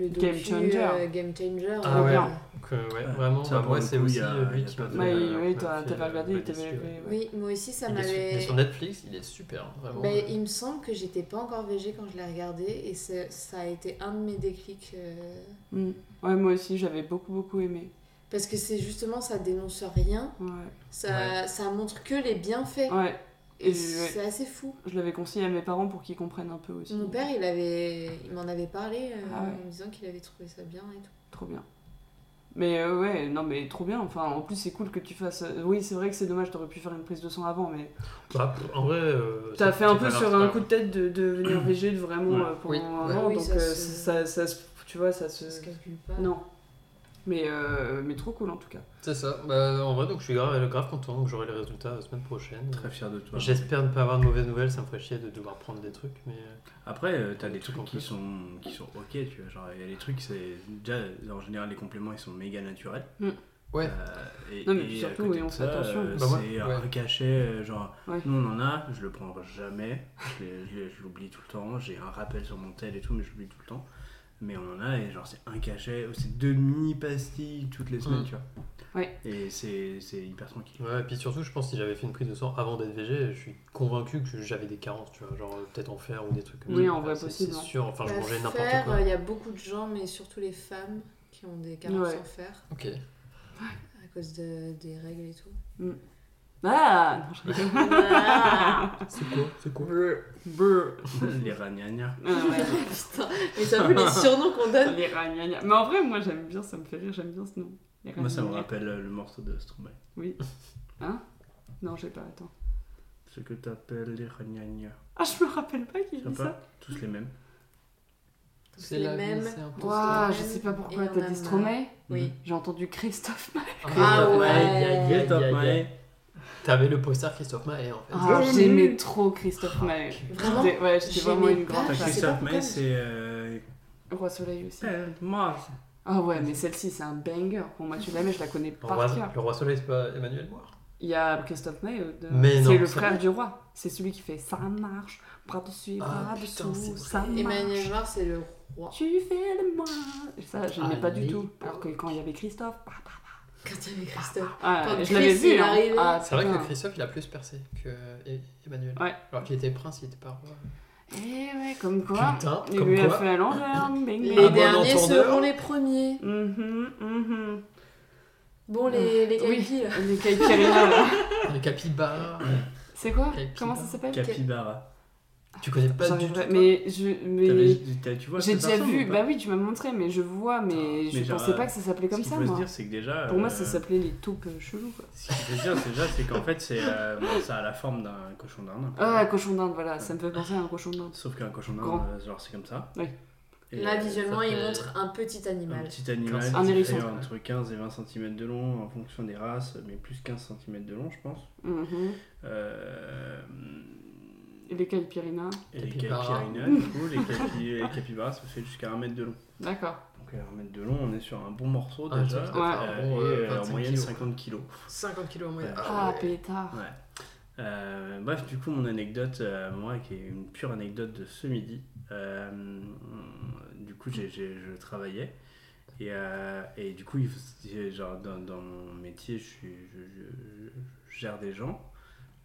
Speaker 4: le docu,
Speaker 3: Game Changer.
Speaker 4: euh, Game Changer.
Speaker 5: Ah
Speaker 3: ouais.
Speaker 5: euh, donc, euh, ouais, vraiment,
Speaker 2: Ça,
Speaker 5: bah,
Speaker 2: pour
Speaker 5: moi,
Speaker 2: le
Speaker 5: c'est
Speaker 2: coup,
Speaker 5: aussi
Speaker 2: il y a-
Speaker 5: euh, lui
Speaker 2: il y a
Speaker 5: qui
Speaker 2: pas
Speaker 5: m'a
Speaker 2: de-
Speaker 5: fait.
Speaker 3: Ouais,
Speaker 5: euh,
Speaker 3: oui,
Speaker 5: m'a
Speaker 3: t'as
Speaker 5: fait,
Speaker 3: t'as pas
Speaker 5: euh,
Speaker 3: regardé,
Speaker 5: m'a
Speaker 3: il t'avait.
Speaker 5: déçu, ouais.
Speaker 3: ouais.
Speaker 4: Oui, moi aussi ça
Speaker 5: Il est sur- il est
Speaker 4: m'avait.
Speaker 5: sur Netflix, il est super, vraiment.
Speaker 4: Mais Ben, il me semble que j'étais pas encore végé quand je l'ai regardé et c'est- ça a été un de mes déclics. euh,
Speaker 3: Mm. Ouais, moi aussi, j'avais beaucoup, beaucoup aimé.
Speaker 4: Parce que c'est justement, ça dénonce rien,
Speaker 3: Ouais.
Speaker 4: ça, ça montre que les bienfaits.
Speaker 3: Ouais.
Speaker 4: Et
Speaker 3: Et ouais,
Speaker 4: c'est assez fou.
Speaker 3: je l'avais conseillé à mes parents pour qu'ils comprennent un peu aussi.
Speaker 4: Mon père, il, avait... il m'en avait parlé euh,
Speaker 3: Ah ouais.
Speaker 4: en me disant qu'il avait trouvé ça bien et tout.
Speaker 3: Trop bien. Mais euh, ouais, non, mais trop bien. Enfin, en plus, c'est cool que tu fasses. euh, Oui, c'est vrai que c'est dommage, t'aurais pu faire une prise de sang avant, mais.
Speaker 5: Bah, en vrai. euh,
Speaker 3: T'as
Speaker 5: c'est-
Speaker 3: fait un
Speaker 5: c'est
Speaker 3: peu
Speaker 5: pas grave,
Speaker 3: sur
Speaker 5: c'est pas
Speaker 3: un coup de tête de, de devenir végé de vraiment
Speaker 2: Ouais.
Speaker 3: euh, pendant
Speaker 5: Oui.
Speaker 3: un
Speaker 5: Ouais.
Speaker 3: an,
Speaker 4: Oui,
Speaker 3: donc
Speaker 4: ça
Speaker 3: euh,
Speaker 4: se-
Speaker 3: ça, ça se- tu vois, ça se...
Speaker 4: Ça se calcule pas.
Speaker 3: Non. Mais, euh, mais trop cool en tout cas.
Speaker 5: C'est ça. Bah, en vrai, donc je suis grave, grave content que j'aurai les résultats la semaine prochaine.
Speaker 2: Très fier de toi.
Speaker 5: J'espère ne pas avoir de mauvaises nouvelles, ça me ferait chier de devoir prendre des trucs, mais. euh,
Speaker 2: Après, euh, t'as des
Speaker 5: Tout en
Speaker 2: trucs qui
Speaker 5: plus.
Speaker 2: sont, qui sont ok, tu vois. Genre, il y a des trucs, c'est. Déjà, en général, les compléments, ils sont méga naturels.
Speaker 3: Mm.
Speaker 5: Ouais.
Speaker 2: Euh, et,
Speaker 3: Non, mais
Speaker 2: et
Speaker 3: puis
Speaker 2: à
Speaker 3: surtout,
Speaker 2: côté
Speaker 3: oui,
Speaker 2: de
Speaker 3: on fait
Speaker 2: ça,
Speaker 3: attention.
Speaker 2: euh,
Speaker 5: Bah, moi,
Speaker 2: c'est
Speaker 5: ouais.
Speaker 2: un cachet, euh, genre,
Speaker 3: Ouais.
Speaker 2: nous on en a, je le prends jamais, je l'ai- je l'ai- je l'oublie tout le temps, j'ai un rappel sur mon tel et tout, mais je l'oublie tout le temps. Mais on en a, et genre, c'est un cachet, ou c'est deux mini-pastilles toutes les semaines,
Speaker 5: Mm.
Speaker 2: tu vois.
Speaker 3: Ouais.
Speaker 2: Et c'est c'est hyper tranquille.
Speaker 5: Ouais, et puis surtout, je pense que si j'avais fait une prise de sang avant d'être VG, je suis convaincu que j'avais des carences, tu vois, genre euh, peut-être en fer ou des trucs comme
Speaker 3: Oui,
Speaker 5: ça.
Speaker 3: en vrai,
Speaker 5: C'est-
Speaker 3: possible,
Speaker 5: C'est
Speaker 3: hein.
Speaker 5: sûr, enfin, je
Speaker 4: Bah,
Speaker 5: mangeais n'importe
Speaker 4: fer,
Speaker 5: quoi.
Speaker 4: Il y a beaucoup de gens, mais surtout les femmes, qui ont des carences
Speaker 3: Ouais.
Speaker 4: en fer
Speaker 5: Ok.
Speaker 4: à cause de- des règles et tout.
Speaker 3: Ah non, je rigole.
Speaker 4: Ah,
Speaker 5: C'est quoi C'est quoi
Speaker 3: Brr, brr.
Speaker 2: les ragnagnas.
Speaker 3: Ah ouais.
Speaker 4: Putain, mais c'est un peu les surnoms qu'on donne.
Speaker 3: Les ragnagnas. Mais en vrai, moi j'aime bien, ça me fait rire, j'aime bien ce nom. Les
Speaker 2: Moi, ça me
Speaker 3: ragnagnas.
Speaker 2: rappelle euh, le morceau de Stromae.
Speaker 3: Hein Non, j'ai pas, attends.
Speaker 2: Ce que t'appelles les ragnagnas.
Speaker 3: Ah, je me rappelle pas qui
Speaker 2: Sympa.
Speaker 3: dit ça.
Speaker 2: Tous les mêmes.
Speaker 4: C'est les mêmes.
Speaker 3: Waouh,
Speaker 4: Stromae
Speaker 3: je sais pas pourquoi
Speaker 4: et
Speaker 3: t'as
Speaker 4: Anna.
Speaker 3: dit Stromae.
Speaker 2: Oui.
Speaker 3: J'ai entendu Christophe.
Speaker 4: Ah ouais.
Speaker 5: Aïe, aïe, aïe,
Speaker 2: Get up,
Speaker 5: aïe, aïe.
Speaker 2: mate.
Speaker 5: T'avais le poster Christophe Maé en fait.
Speaker 3: Ah,
Speaker 4: Salut.
Speaker 3: j'aimais trop Christophe Maé.
Speaker 4: Vraiment
Speaker 3: J'étais- Ouais, j'étais vraiment
Speaker 4: Ah J'aimais
Speaker 3: une
Speaker 4: pas
Speaker 3: grande
Speaker 2: T'as
Speaker 4: Je sais
Speaker 3: fan.
Speaker 2: Christophe
Speaker 4: pourquoi,
Speaker 2: May,
Speaker 4: mais-
Speaker 2: c'est. euh,
Speaker 3: Roi Soleil aussi.
Speaker 2: Moi.
Speaker 3: Ah ouais, mais celle-ci, c'est un banger. Pour moi, tu l'aimes, je la connais
Speaker 5: Le
Speaker 3: par
Speaker 5: roi,
Speaker 3: cœur.
Speaker 5: le roi Soleil, c'est pas Emmanuel Moir
Speaker 3: Il y a Christophe May, euh, de-
Speaker 5: Mais non,
Speaker 3: c'est le
Speaker 5: c'est
Speaker 3: frère
Speaker 5: vrai.
Speaker 3: du roi. C'est celui qui fait ça marche, bras dessus,
Speaker 5: Ah,
Speaker 3: bras
Speaker 5: putain,
Speaker 3: dessous,
Speaker 5: c'est
Speaker 3: ça
Speaker 5: vrai.
Speaker 4: Emmanuel
Speaker 3: marche.
Speaker 4: Mar, c'est le roi.
Speaker 3: Tu fais le moi. Et Ça, je n'aimais
Speaker 5: Ah,
Speaker 3: pas du
Speaker 5: les
Speaker 3: tout. Alors que quand il y avait Christophe. bah, bah,
Speaker 4: Quand il y avait Christophe.
Speaker 3: bah.
Speaker 4: Quand
Speaker 3: Ah, je
Speaker 4: Chris,
Speaker 3: l'avais
Speaker 4: il
Speaker 3: vu.
Speaker 4: est
Speaker 3: hein.
Speaker 4: arrivé.
Speaker 3: Ah,
Speaker 5: C'est vrai que
Speaker 3: putain.
Speaker 5: Christophe il a plus percé que euh, Emmanuel.
Speaker 3: Ouais.
Speaker 5: Alors qu'il était prince, il était pas roi.
Speaker 3: Eh ouais, comme quoi.
Speaker 5: Putain,
Speaker 3: il
Speaker 5: comme
Speaker 3: lui a
Speaker 5: quoi.
Speaker 3: fait à l'envers. bing,
Speaker 4: Les
Speaker 3: bing.
Speaker 5: Ah, bon
Speaker 4: derniers
Speaker 5: entendeur.
Speaker 4: seront les premiers.
Speaker 3: Mhm, mhm.
Speaker 4: Bon, les,
Speaker 2: Mmh.
Speaker 4: les euh.
Speaker 3: Oui.
Speaker 4: Gaïpi, là.
Speaker 3: Les Caipirinha, là.
Speaker 5: Un capybara.
Speaker 3: C'est quoi
Speaker 5: Capybara.
Speaker 3: Comment ça s'appelle
Speaker 2: Capybara.
Speaker 5: tu connais pas
Speaker 3: J'en
Speaker 5: du
Speaker 3: ai
Speaker 5: tout.
Speaker 3: pas-
Speaker 5: toi
Speaker 3: Mais je. Mais...
Speaker 2: T'avais- t'as- Tu vois
Speaker 3: J'ai
Speaker 2: cette
Speaker 3: déjà
Speaker 2: personne
Speaker 3: vu,
Speaker 2: ou pas
Speaker 3: bah oui, tu m'as montré, mais je vois, mais je
Speaker 2: Mais genre,
Speaker 3: pensais pas
Speaker 2: euh,
Speaker 3: que ça s'appelait comme
Speaker 2: Ce qu'il
Speaker 3: ça,
Speaker 2: faut se
Speaker 3: moi.
Speaker 2: dire, c'est que déjà.
Speaker 3: Pour moi,
Speaker 2: euh,
Speaker 3: ça s'appelait les taupes euh, cheloues, quoi.
Speaker 2: Ce qu'il faut se dire, c'est déjà, c'est qu'en fait, c'est, euh, bon, ça a la forme d'un cochon d'Inde.
Speaker 3: Ah, cochon d'Inde, voilà, ça me fait penser à un cochon d'Inde.
Speaker 2: Sauf qu'un cochon d'Inde,
Speaker 3: Grand.
Speaker 2: euh, genre, c'est comme ça.
Speaker 3: Oui.
Speaker 2: Et,
Speaker 4: Là,
Speaker 2: euh,
Speaker 4: visuellement,
Speaker 5: ça
Speaker 4: il
Speaker 5: fait-
Speaker 4: montre un petit
Speaker 2: Un
Speaker 4: animal.
Speaker 2: petit animal
Speaker 5: Un
Speaker 2: qui fait
Speaker 3: hérisson.
Speaker 2: entre 15 et 20 cm de long en fonction des races, mais plus 15 cm de long, je pense.
Speaker 3: Mhm.
Speaker 2: Euh,
Speaker 3: Et les caipirina.
Speaker 2: et les
Speaker 5: Capybara.
Speaker 2: capyrinas, du coup, les, capi- les capybaras, ça fait jusqu'à 1 mètre de long.
Speaker 3: D'accord.
Speaker 2: Donc à 1 mètre de long, on est sur un bon morceau
Speaker 5: Ah,
Speaker 2: déjà.
Speaker 5: ça, ça
Speaker 3: fait un
Speaker 2: euh,
Speaker 5: bon, euh,
Speaker 2: et, euh, en
Speaker 5: 25
Speaker 2: moyenne
Speaker 5: kilos.
Speaker 2: 50 kilos.
Speaker 5: 50 kilos en moyenne.
Speaker 2: Ouais.
Speaker 3: Ah,
Speaker 5: ouais.
Speaker 3: pétard.
Speaker 2: Ouais. Euh, bref, du coup, mon anecdote, euh, moi, qui est une pure anecdote de ce midi, euh, du coup, j'ai- j'ai- je travaillais. Et, euh, et du coup, il faut se dire, genre, dans, dans mon métier, je, suis- je- je- je gère des gens.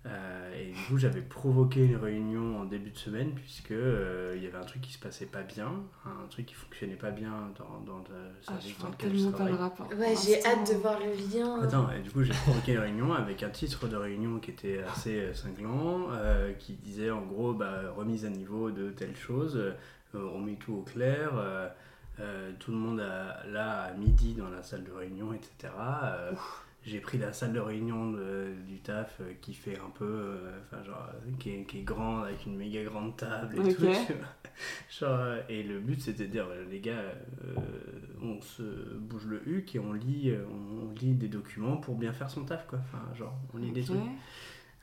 Speaker 2: Euh, et du coup, j'avais provoqué une réunion en début de semaine, puisque euh, il y avait un truc qui se passait pas bien, un truc qui fonctionnait pas bien dans, dans le
Speaker 3: Ah,
Speaker 2: service
Speaker 3: je
Speaker 2: dans
Speaker 3: vois
Speaker 2: lequel je
Speaker 3: tellement pas
Speaker 2: travaille.
Speaker 3: le rapport.
Speaker 4: Ouais, j'ai
Speaker 3: Instant.
Speaker 4: hâte de voir le lien.
Speaker 2: Attends, et du coup, j'ai provoqué une réunion avec un titre de réunion qui était assez euh, cinglant, euh, qui disait en gros bah, remise à niveau de telle chose, euh, on met tout au clair, euh, euh, tout le monde a- là à midi dans la salle de réunion, etc. Euh, j'ai pris la salle de réunion de- du taf euh, qui fait un peu, euh, enfin genre, euh, qui est, qui est grande avec une méga grande table et
Speaker 3: Ok.
Speaker 2: tout. tu vois. Genre, euh, et le but c'était de dire, euh, les gars, euh, on se bouge le huc et on lit, euh, on, on lit des documents pour bien faire son taf quoi. Enfin genre, on lit des
Speaker 3: Ok.
Speaker 2: trucs.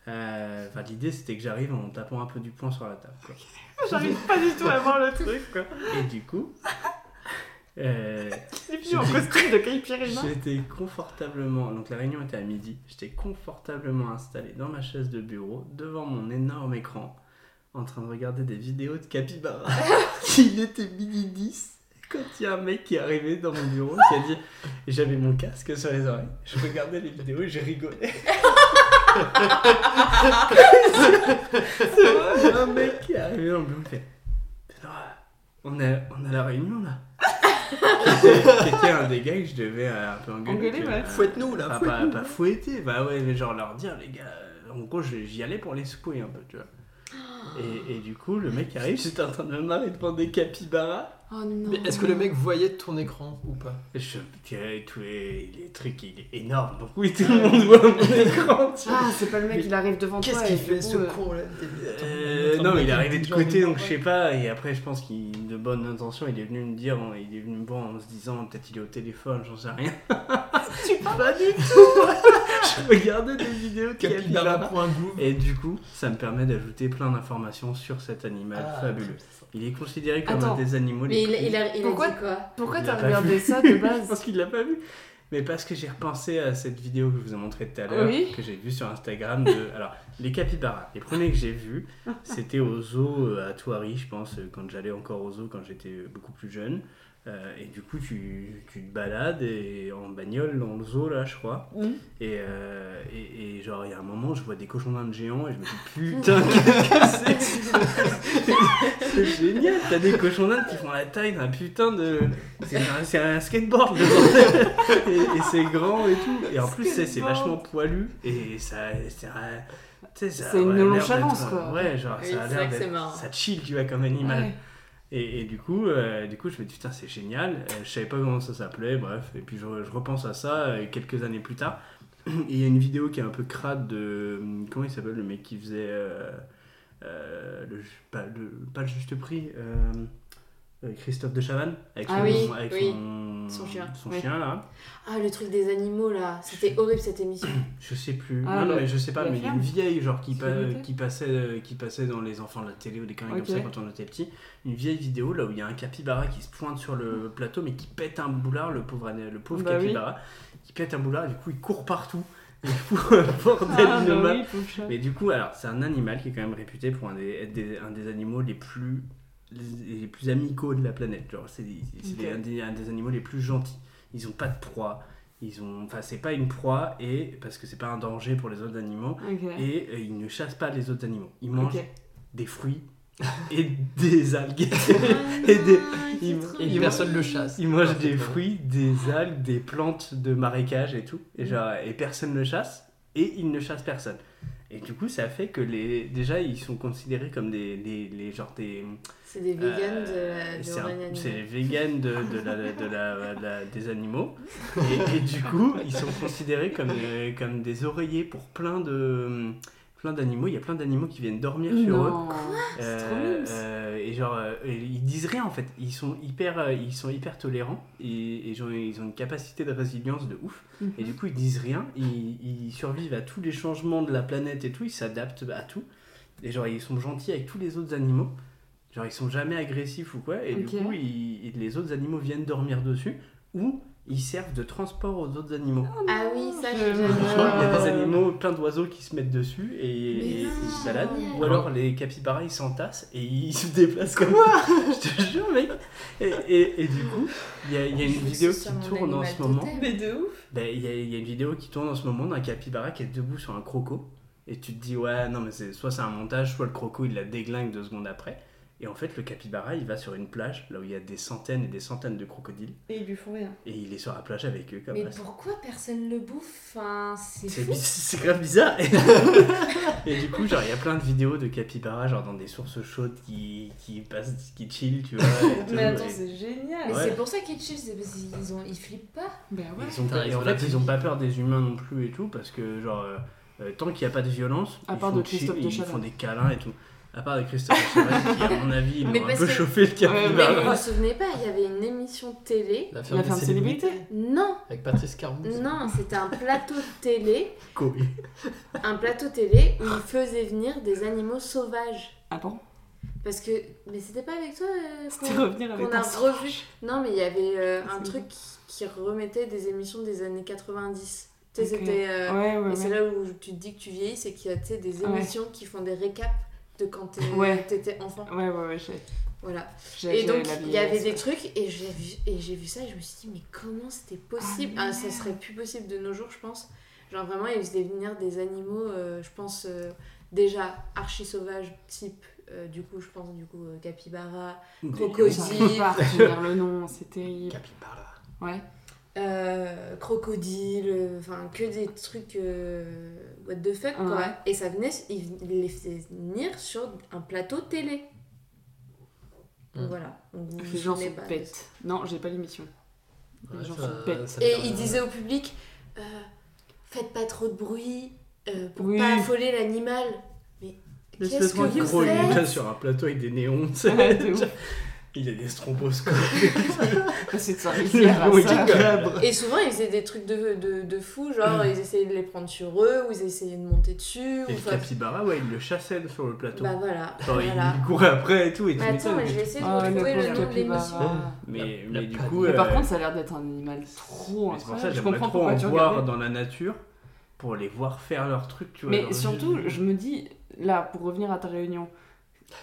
Speaker 2: Euh, Enfin l'idée c'était que j'arrive en tapant un peu du poing sur la table. quoi.
Speaker 3: J'arrive pas du tout à voir le truc, quoi.
Speaker 2: Et du coup. euh,
Speaker 3: C'est plus en costume de Caipirina.
Speaker 2: J'étais confortablement, donc la réunion était à midi, j'étais confortablement installé dans ma chaise de bureau, devant mon énorme écran, en train de regarder des vidéos de capybara. Il était midi 10 quand il y a un mec qui est arrivé dans mon bureau qui a dit et J'avais mon casque sur les oreilles, je regardais les vidéos et j'ai rigolé. C'est vrai, il y a un mec qui est arrivé dans le bureau qui fait Putain, on a, on a la réunion là qui était- qui était un des gars que je devais euh, un peu engueuler.
Speaker 3: Engueuler,
Speaker 2: que,
Speaker 3: ouais.
Speaker 2: euh,
Speaker 5: Fouette-nous, là,
Speaker 2: Pas, pas, pas fouetter, bah ouais, mais genre leur dire, les gars, euh, en gros, je- j'y allais pour les secouer un peu, tu vois. Et, et du coup, le mec arrive, j'étais en train de me marrer devant des capybaras.
Speaker 3: Oh non.
Speaker 5: Mais est-ce que le mec voyait ton écran ou pas
Speaker 2: Je tirais tous les, les trucs, il est énorme, donc oui, tout le monde voit mon écran, tu vois.
Speaker 3: Ah, c'est pas le mec,
Speaker 2: Mais
Speaker 3: il arrive devant toi.
Speaker 5: Qu'est-ce qu'il
Speaker 3: et du
Speaker 5: fait
Speaker 3: coup,
Speaker 5: ce
Speaker 3: euh,
Speaker 5: con là
Speaker 2: Euh, non, mais il est arrivé de côté, donc je sais pas. Et après, je pense qu'il, de bonne intention, il est venu me dire, il est venu me voir en se disant, peut-être il est au téléphone, j'en sais rien.
Speaker 5: Tu vas du
Speaker 2: Je regardais des vidéos de capybaras.
Speaker 5: capybara.gouv.
Speaker 2: Et du coup, ça me permet d'ajouter plein d'informations sur cet animal
Speaker 5: Ah,
Speaker 2: bah, fabuleux. Il est considéré comme
Speaker 3: Attends,
Speaker 2: un des animaux
Speaker 4: Mais
Speaker 2: les
Speaker 4: il,
Speaker 2: plus...
Speaker 4: il a, il a
Speaker 3: Pourquoi
Speaker 4: dit quoi
Speaker 3: Pourquoi
Speaker 2: Il
Speaker 3: t'as
Speaker 2: l'a pas
Speaker 3: regardé
Speaker 2: vu.
Speaker 3: ça de
Speaker 2: Je pense
Speaker 3: base
Speaker 2: qu'il l'a pas vu. Mais parce que j'ai repensé à cette vidéo que je vous ai montrée tout à l'heure,
Speaker 3: Oui.
Speaker 2: que j'ai vue sur Instagram. De... Alors, les capybaras, les premiers que j'ai vus, c'était au zoo euh, à Thoiry, je pense, euh, quand j'allais encore au zoo, quand j'étais euh, beaucoup plus jeune. Euh, et du coup, tu, tu te balades et, en bagnole dans le zoo, là, je crois.
Speaker 3: Mhm.
Speaker 2: Et, euh, et, et genre, il y a un moment, je vois des cochons d'Inde géants et je me dis, putain, qu'est-ce que c'est que C'est génial, t'as des cochons d'Inde qui font la taille d'un putain de. C'est un, c'est un skateboard le bordel. Et, et c'est grand et tout. Et en plus, c'est c'est
Speaker 3: Skateboard.
Speaker 2: vachement poilu et ça. C'est un- tu sais, ça
Speaker 3: C'est une
Speaker 2: a l'air
Speaker 3: nonchalance,
Speaker 2: d'être-
Speaker 3: quoi.
Speaker 2: Ouais, genre,
Speaker 4: Oui,
Speaker 2: ça a
Speaker 4: c'est vrai
Speaker 2: l'air
Speaker 4: que c'est
Speaker 2: d'être-
Speaker 4: marrant.
Speaker 2: Ça chill, tu vois, comme animal.
Speaker 3: Ouais.
Speaker 2: Et, et du, coup, euh, du coup, je me dis, putain, c'est génial. Euh, je savais pas comment ça s'appelait, bref. Et puis, je, je repense à ça euh, quelques années plus tard. Et il y a une vidéo qui est un peu crade de. hum, Comment il s'appelle le mec qui faisait. euh, euh, le, ju- pas, le, pas le juste prix euh, euh, Christophe de Chavannes avec
Speaker 3: Ah
Speaker 2: son,
Speaker 4: oui,
Speaker 2: avec
Speaker 4: oui.
Speaker 2: son,
Speaker 4: Son chien,
Speaker 2: son
Speaker 3: oui.
Speaker 2: chien, là.
Speaker 4: Ah, le truc des animaux là, c'était horrible cette émission.
Speaker 2: Je sais plus.
Speaker 3: Ah,
Speaker 2: non, non,
Speaker 3: le-
Speaker 2: mais je sais pas,
Speaker 3: la
Speaker 2: mais il y a
Speaker 3: ferme
Speaker 2: une vieille, genre, qui,
Speaker 3: C'est
Speaker 2: pa-
Speaker 3: noté
Speaker 2: qui, passait, euh, qui passait dans Les Enfants de la télé ou des conneries
Speaker 3: Ok.
Speaker 2: comme ça quand on était petit. Une vieille vidéo là où il y a un capybara qui se pointe sur le plateau, mais qui pète un boulard, le pauvre, ané- le pauvre
Speaker 3: Mm. Bah oui.
Speaker 2: capybara, qui pète un boulard, et du coup, il court partout. Il fout un bordel
Speaker 3: Ah,
Speaker 2: de
Speaker 3: bah
Speaker 2: mal.
Speaker 3: oui, pauvre chat.
Speaker 2: Mais du coup, alors, c'est un animal qui est quand même réputé pour un des, être des- un des animaux les plus, les, les plus amicaux de la planète. Genre, c'est c'est
Speaker 3: Ok.
Speaker 2: des- un, des, un des animaux les plus gentils. Ils ont pas de proie. Ils ont, enfin, c'est pas une proie et parce que c'est pas un danger pour les autres animaux.
Speaker 3: Ok.
Speaker 2: Et euh, ils ne chassent pas les autres animaux. Ils mangent
Speaker 3: Ok.
Speaker 2: des fruits et des algues.
Speaker 4: et
Speaker 2: des-
Speaker 4: Ah,
Speaker 2: il-
Speaker 5: Et
Speaker 2: Il-
Speaker 5: personne le chasse.
Speaker 2: Ils mangent des fruits, des algues, des plantes de marécage et tout. Et, genre, et personne ne chasse. Et ils ne chassent personne. Et du coup, ça fait que les, déjà, ils sont considérés comme des, les, les- genre des,
Speaker 4: C'est des vegans
Speaker 2: euh,
Speaker 4: de, de
Speaker 2: c'est un-
Speaker 4: Royal
Speaker 2: C'est
Speaker 4: Animal.
Speaker 2: les vegans de, de la, de la- de la- des animaux. Et, et du coup, ils sont considérés comme, euh, comme des oreillers pour plein de plein d'animaux. Il y a plein d'animaux qui viennent dormir sur eux.
Speaker 3: Non.
Speaker 2: Euh,
Speaker 3: Ah, trop mignon, ça.
Speaker 2: euh, et genre, euh, et ils disent rien en fait. Ils sont hyper, euh, ils sont hyper tolérants et, et genre, ils ont une capacité de résilience de ouf.
Speaker 3: Mhm.
Speaker 2: Et du coup, ils disent rien. Ils, ils survivent à tous les changements de la planète et tout. Ils s'adaptent à tout. Et genre, ils sont gentils avec tous les autres animaux. Genre, ils sont jamais agressifs ou quoi. Et du
Speaker 3: Ok.
Speaker 2: coup, ils- ils- les autres animaux viennent dormir dessus ou ils servent de transport aux autres animaux.
Speaker 3: Oh
Speaker 4: Ah oui, ça,
Speaker 3: Je-
Speaker 4: je l'ai
Speaker 2: Il y a des
Speaker 3: Euh.
Speaker 2: animaux, plein d'oiseaux qui se mettent dessus et, et- et ils se baladent.
Speaker 4: génial.
Speaker 2: Ou alors les capybaras ils s'entassent et ils se déplacent comme ça. Je te jure, mec. Et, et- et du coup, il y a, il y a
Speaker 4: Je
Speaker 2: une
Speaker 4: veux que
Speaker 2: vidéo
Speaker 4: ce soit
Speaker 2: qui
Speaker 4: mon
Speaker 2: tourne en
Speaker 4: animal
Speaker 2: ce moment.
Speaker 4: totem.
Speaker 3: Mais de ouf.
Speaker 2: Ben, Il y, a- il y a une vidéo qui tourne en ce moment d'un capybara qui est debout sur un croco Et tu te dis, ouais, non, mais c'est soit c'est un montage, soit le croco il la déglingue deux secondes après. Et en fait, le capybara il va sur une plage là où il y a des centaines et des centaines de crocodiles
Speaker 3: Et ils lui font rien.
Speaker 2: et il est sur la plage avec eux comme
Speaker 6: Mais
Speaker 2: ça.
Speaker 6: pourquoi personne le bouffe Enfin, c'est
Speaker 2: Ah, bah, C'est
Speaker 6: fou.
Speaker 2: bi- c'est grave bizarre. Et, et du coup, genre, il y a plein de vidéos de capybara, genre dans des sources chaudes qui, qui passent, qui chillent, tu vois. et tout,
Speaker 3: Mais attends,
Speaker 2: et-
Speaker 3: c'est génial.
Speaker 6: Mais
Speaker 2: Ouais.
Speaker 6: c'est pour ça qu'ils chillent, c'est parce qu'ils ont... ils flippent pas.
Speaker 3: Bah ouais.
Speaker 2: Ils ont
Speaker 5: Putain,
Speaker 2: pas-
Speaker 5: ils
Speaker 2: et en
Speaker 5: ont la
Speaker 2: fait, ils ont pas peur des humains non plus et tout, parce que, genre, euh, euh, tant qu'il n'y a pas de violence,
Speaker 3: À
Speaker 2: ils,
Speaker 3: part
Speaker 2: font
Speaker 3: de Christophe
Speaker 2: chill,
Speaker 3: de
Speaker 2: ils
Speaker 3: Chavannes.
Speaker 2: font des câlins et tout. À part de Christophe de Chavannes, qui, à mon avis, il
Speaker 6: Mais
Speaker 2: a un
Speaker 6: parce
Speaker 2: peu
Speaker 6: que-
Speaker 2: chauffé le
Speaker 4: Mais
Speaker 3: bah
Speaker 2: capybara.
Speaker 4: vous vous souvenez pas, il y avait une émission télé.
Speaker 5: La ferme
Speaker 3: La
Speaker 5: des
Speaker 3: ferme
Speaker 5: célébrités.
Speaker 3: célébrité.
Speaker 4: Non,
Speaker 5: Avec Patrice Carbon.
Speaker 4: non, c'était un plateau de télé,
Speaker 2: Quoi.
Speaker 4: un plateau télé où ils faisaient venir des animaux sauvages.
Speaker 3: Ah bon
Speaker 4: Parce que, mais c'était pas avec toi. euh,
Speaker 3: C'était
Speaker 4: qu'on-
Speaker 3: revenir avec
Speaker 4: qu'on a
Speaker 3: un
Speaker 4: revu. Non, mais il y avait euh,
Speaker 3: Ah,
Speaker 4: un
Speaker 3: c'est
Speaker 4: truc qui, qui remettait des émissions des années 90. Tu sais,
Speaker 3: Ok.
Speaker 4: c'était. euh,
Speaker 3: Ouais, ouais,
Speaker 4: et c'est
Speaker 3: ouais.
Speaker 4: là où tu te dis que tu vieillis, c'est qu'il y a tu sais, des
Speaker 3: Ouais.
Speaker 4: émissions qui font des récaps de quand t'es-
Speaker 3: Ouais.
Speaker 4: t'étais enfant.
Speaker 3: Ouais, ouais, ouais, j'ai-
Speaker 4: Voilà.
Speaker 3: j'ai-
Speaker 4: Et
Speaker 3: j'ai
Speaker 4: donc,
Speaker 3: la euh,
Speaker 4: il y avait
Speaker 3: vieillesse,
Speaker 4: des
Speaker 3: ouais.
Speaker 4: trucs, et j'ai vu, et j'ai vu ça, et je me suis dit, mais comment c'était possible
Speaker 3: Ah,
Speaker 4: ah, Ça serait plus possible de nos jours, je pense. Genre, vraiment, ils faisaient venir des animaux, euh, je pense, euh, déjà archi sauvages, type, euh, du coup, je pense, du coup, euh, capybara,
Speaker 3: J'arrive
Speaker 4: crocodile,
Speaker 3: pas à retenir le nom, c'est terrible.
Speaker 5: Capybara.
Speaker 3: Ouais.
Speaker 4: euh, crocodile, euh, enfin que des trucs euh, what the fuck
Speaker 3: Ouais.
Speaker 4: quoi. Et ça venait, ils il les faisaient venir sur un plateau télé. Donc
Speaker 5: Mm.
Speaker 4: voilà. Donc, vous vous
Speaker 3: Hmm. Les gens
Speaker 4: souvenez
Speaker 3: sont
Speaker 4: pas de ça.
Speaker 3: bêtes. Non, j'ai pas l'émission. Les
Speaker 5: Ouais,
Speaker 3: gens
Speaker 5: ça-
Speaker 3: sont bêtes.
Speaker 5: ça me
Speaker 4: Et
Speaker 5: fait
Speaker 4: ils
Speaker 5: rien.
Speaker 4: disaient au public, euh, faites pas trop de bruit euh, pour
Speaker 3: Oui.
Speaker 4: pas affoler l'animal. Mais
Speaker 3: Laisse-le
Speaker 4: qu'est-ce que
Speaker 3: tranquille.
Speaker 4: vous
Speaker 2: Gros, il est
Speaker 4: faites
Speaker 2: là sur un plateau avec des néons, tu sais.
Speaker 3: Ouais, de ouf.
Speaker 2: Il a des stromboscopes.
Speaker 3: C'est de sa rivière à ça.
Speaker 4: Et souvent ils faisaient des trucs de, de, de fou, genre ils essayaient de les prendre sur eux, ou ils essayaient de monter dessus,
Speaker 2: Et
Speaker 4: ou
Speaker 2: le capybara, ouais, il le chassait sur le plateau.
Speaker 4: Bah voilà.
Speaker 2: Genre, il-
Speaker 4: voilà.
Speaker 2: il courait après et tout. Et tu
Speaker 4: Mais
Speaker 3: Bah,
Speaker 4: attends,
Speaker 2: m'étonnes,
Speaker 4: mais je vais essayer de
Speaker 3: Ah, le
Speaker 4: retrouver le,
Speaker 3: pauvre
Speaker 4: nom de l'émission.
Speaker 3: capybara.
Speaker 2: Mais,
Speaker 5: La-
Speaker 2: mais
Speaker 5: la
Speaker 2: du
Speaker 5: patte.
Speaker 2: coup.
Speaker 3: Mais par
Speaker 2: euh,
Speaker 3: contre, ça a l'air d'être un animal trop
Speaker 2: mais c'est pour
Speaker 3: incroyable.
Speaker 2: ça que
Speaker 3: Je
Speaker 2: j'aimerais
Speaker 3: comprends
Speaker 2: trop
Speaker 3: pourquoi
Speaker 2: en
Speaker 3: tu
Speaker 2: voir
Speaker 3: regardes.
Speaker 2: dans la nature pour les voir faire leur truc, tu vois.
Speaker 3: Mais
Speaker 2: genre,
Speaker 3: surtout, je me dis, là, pour revenir à ta réunion,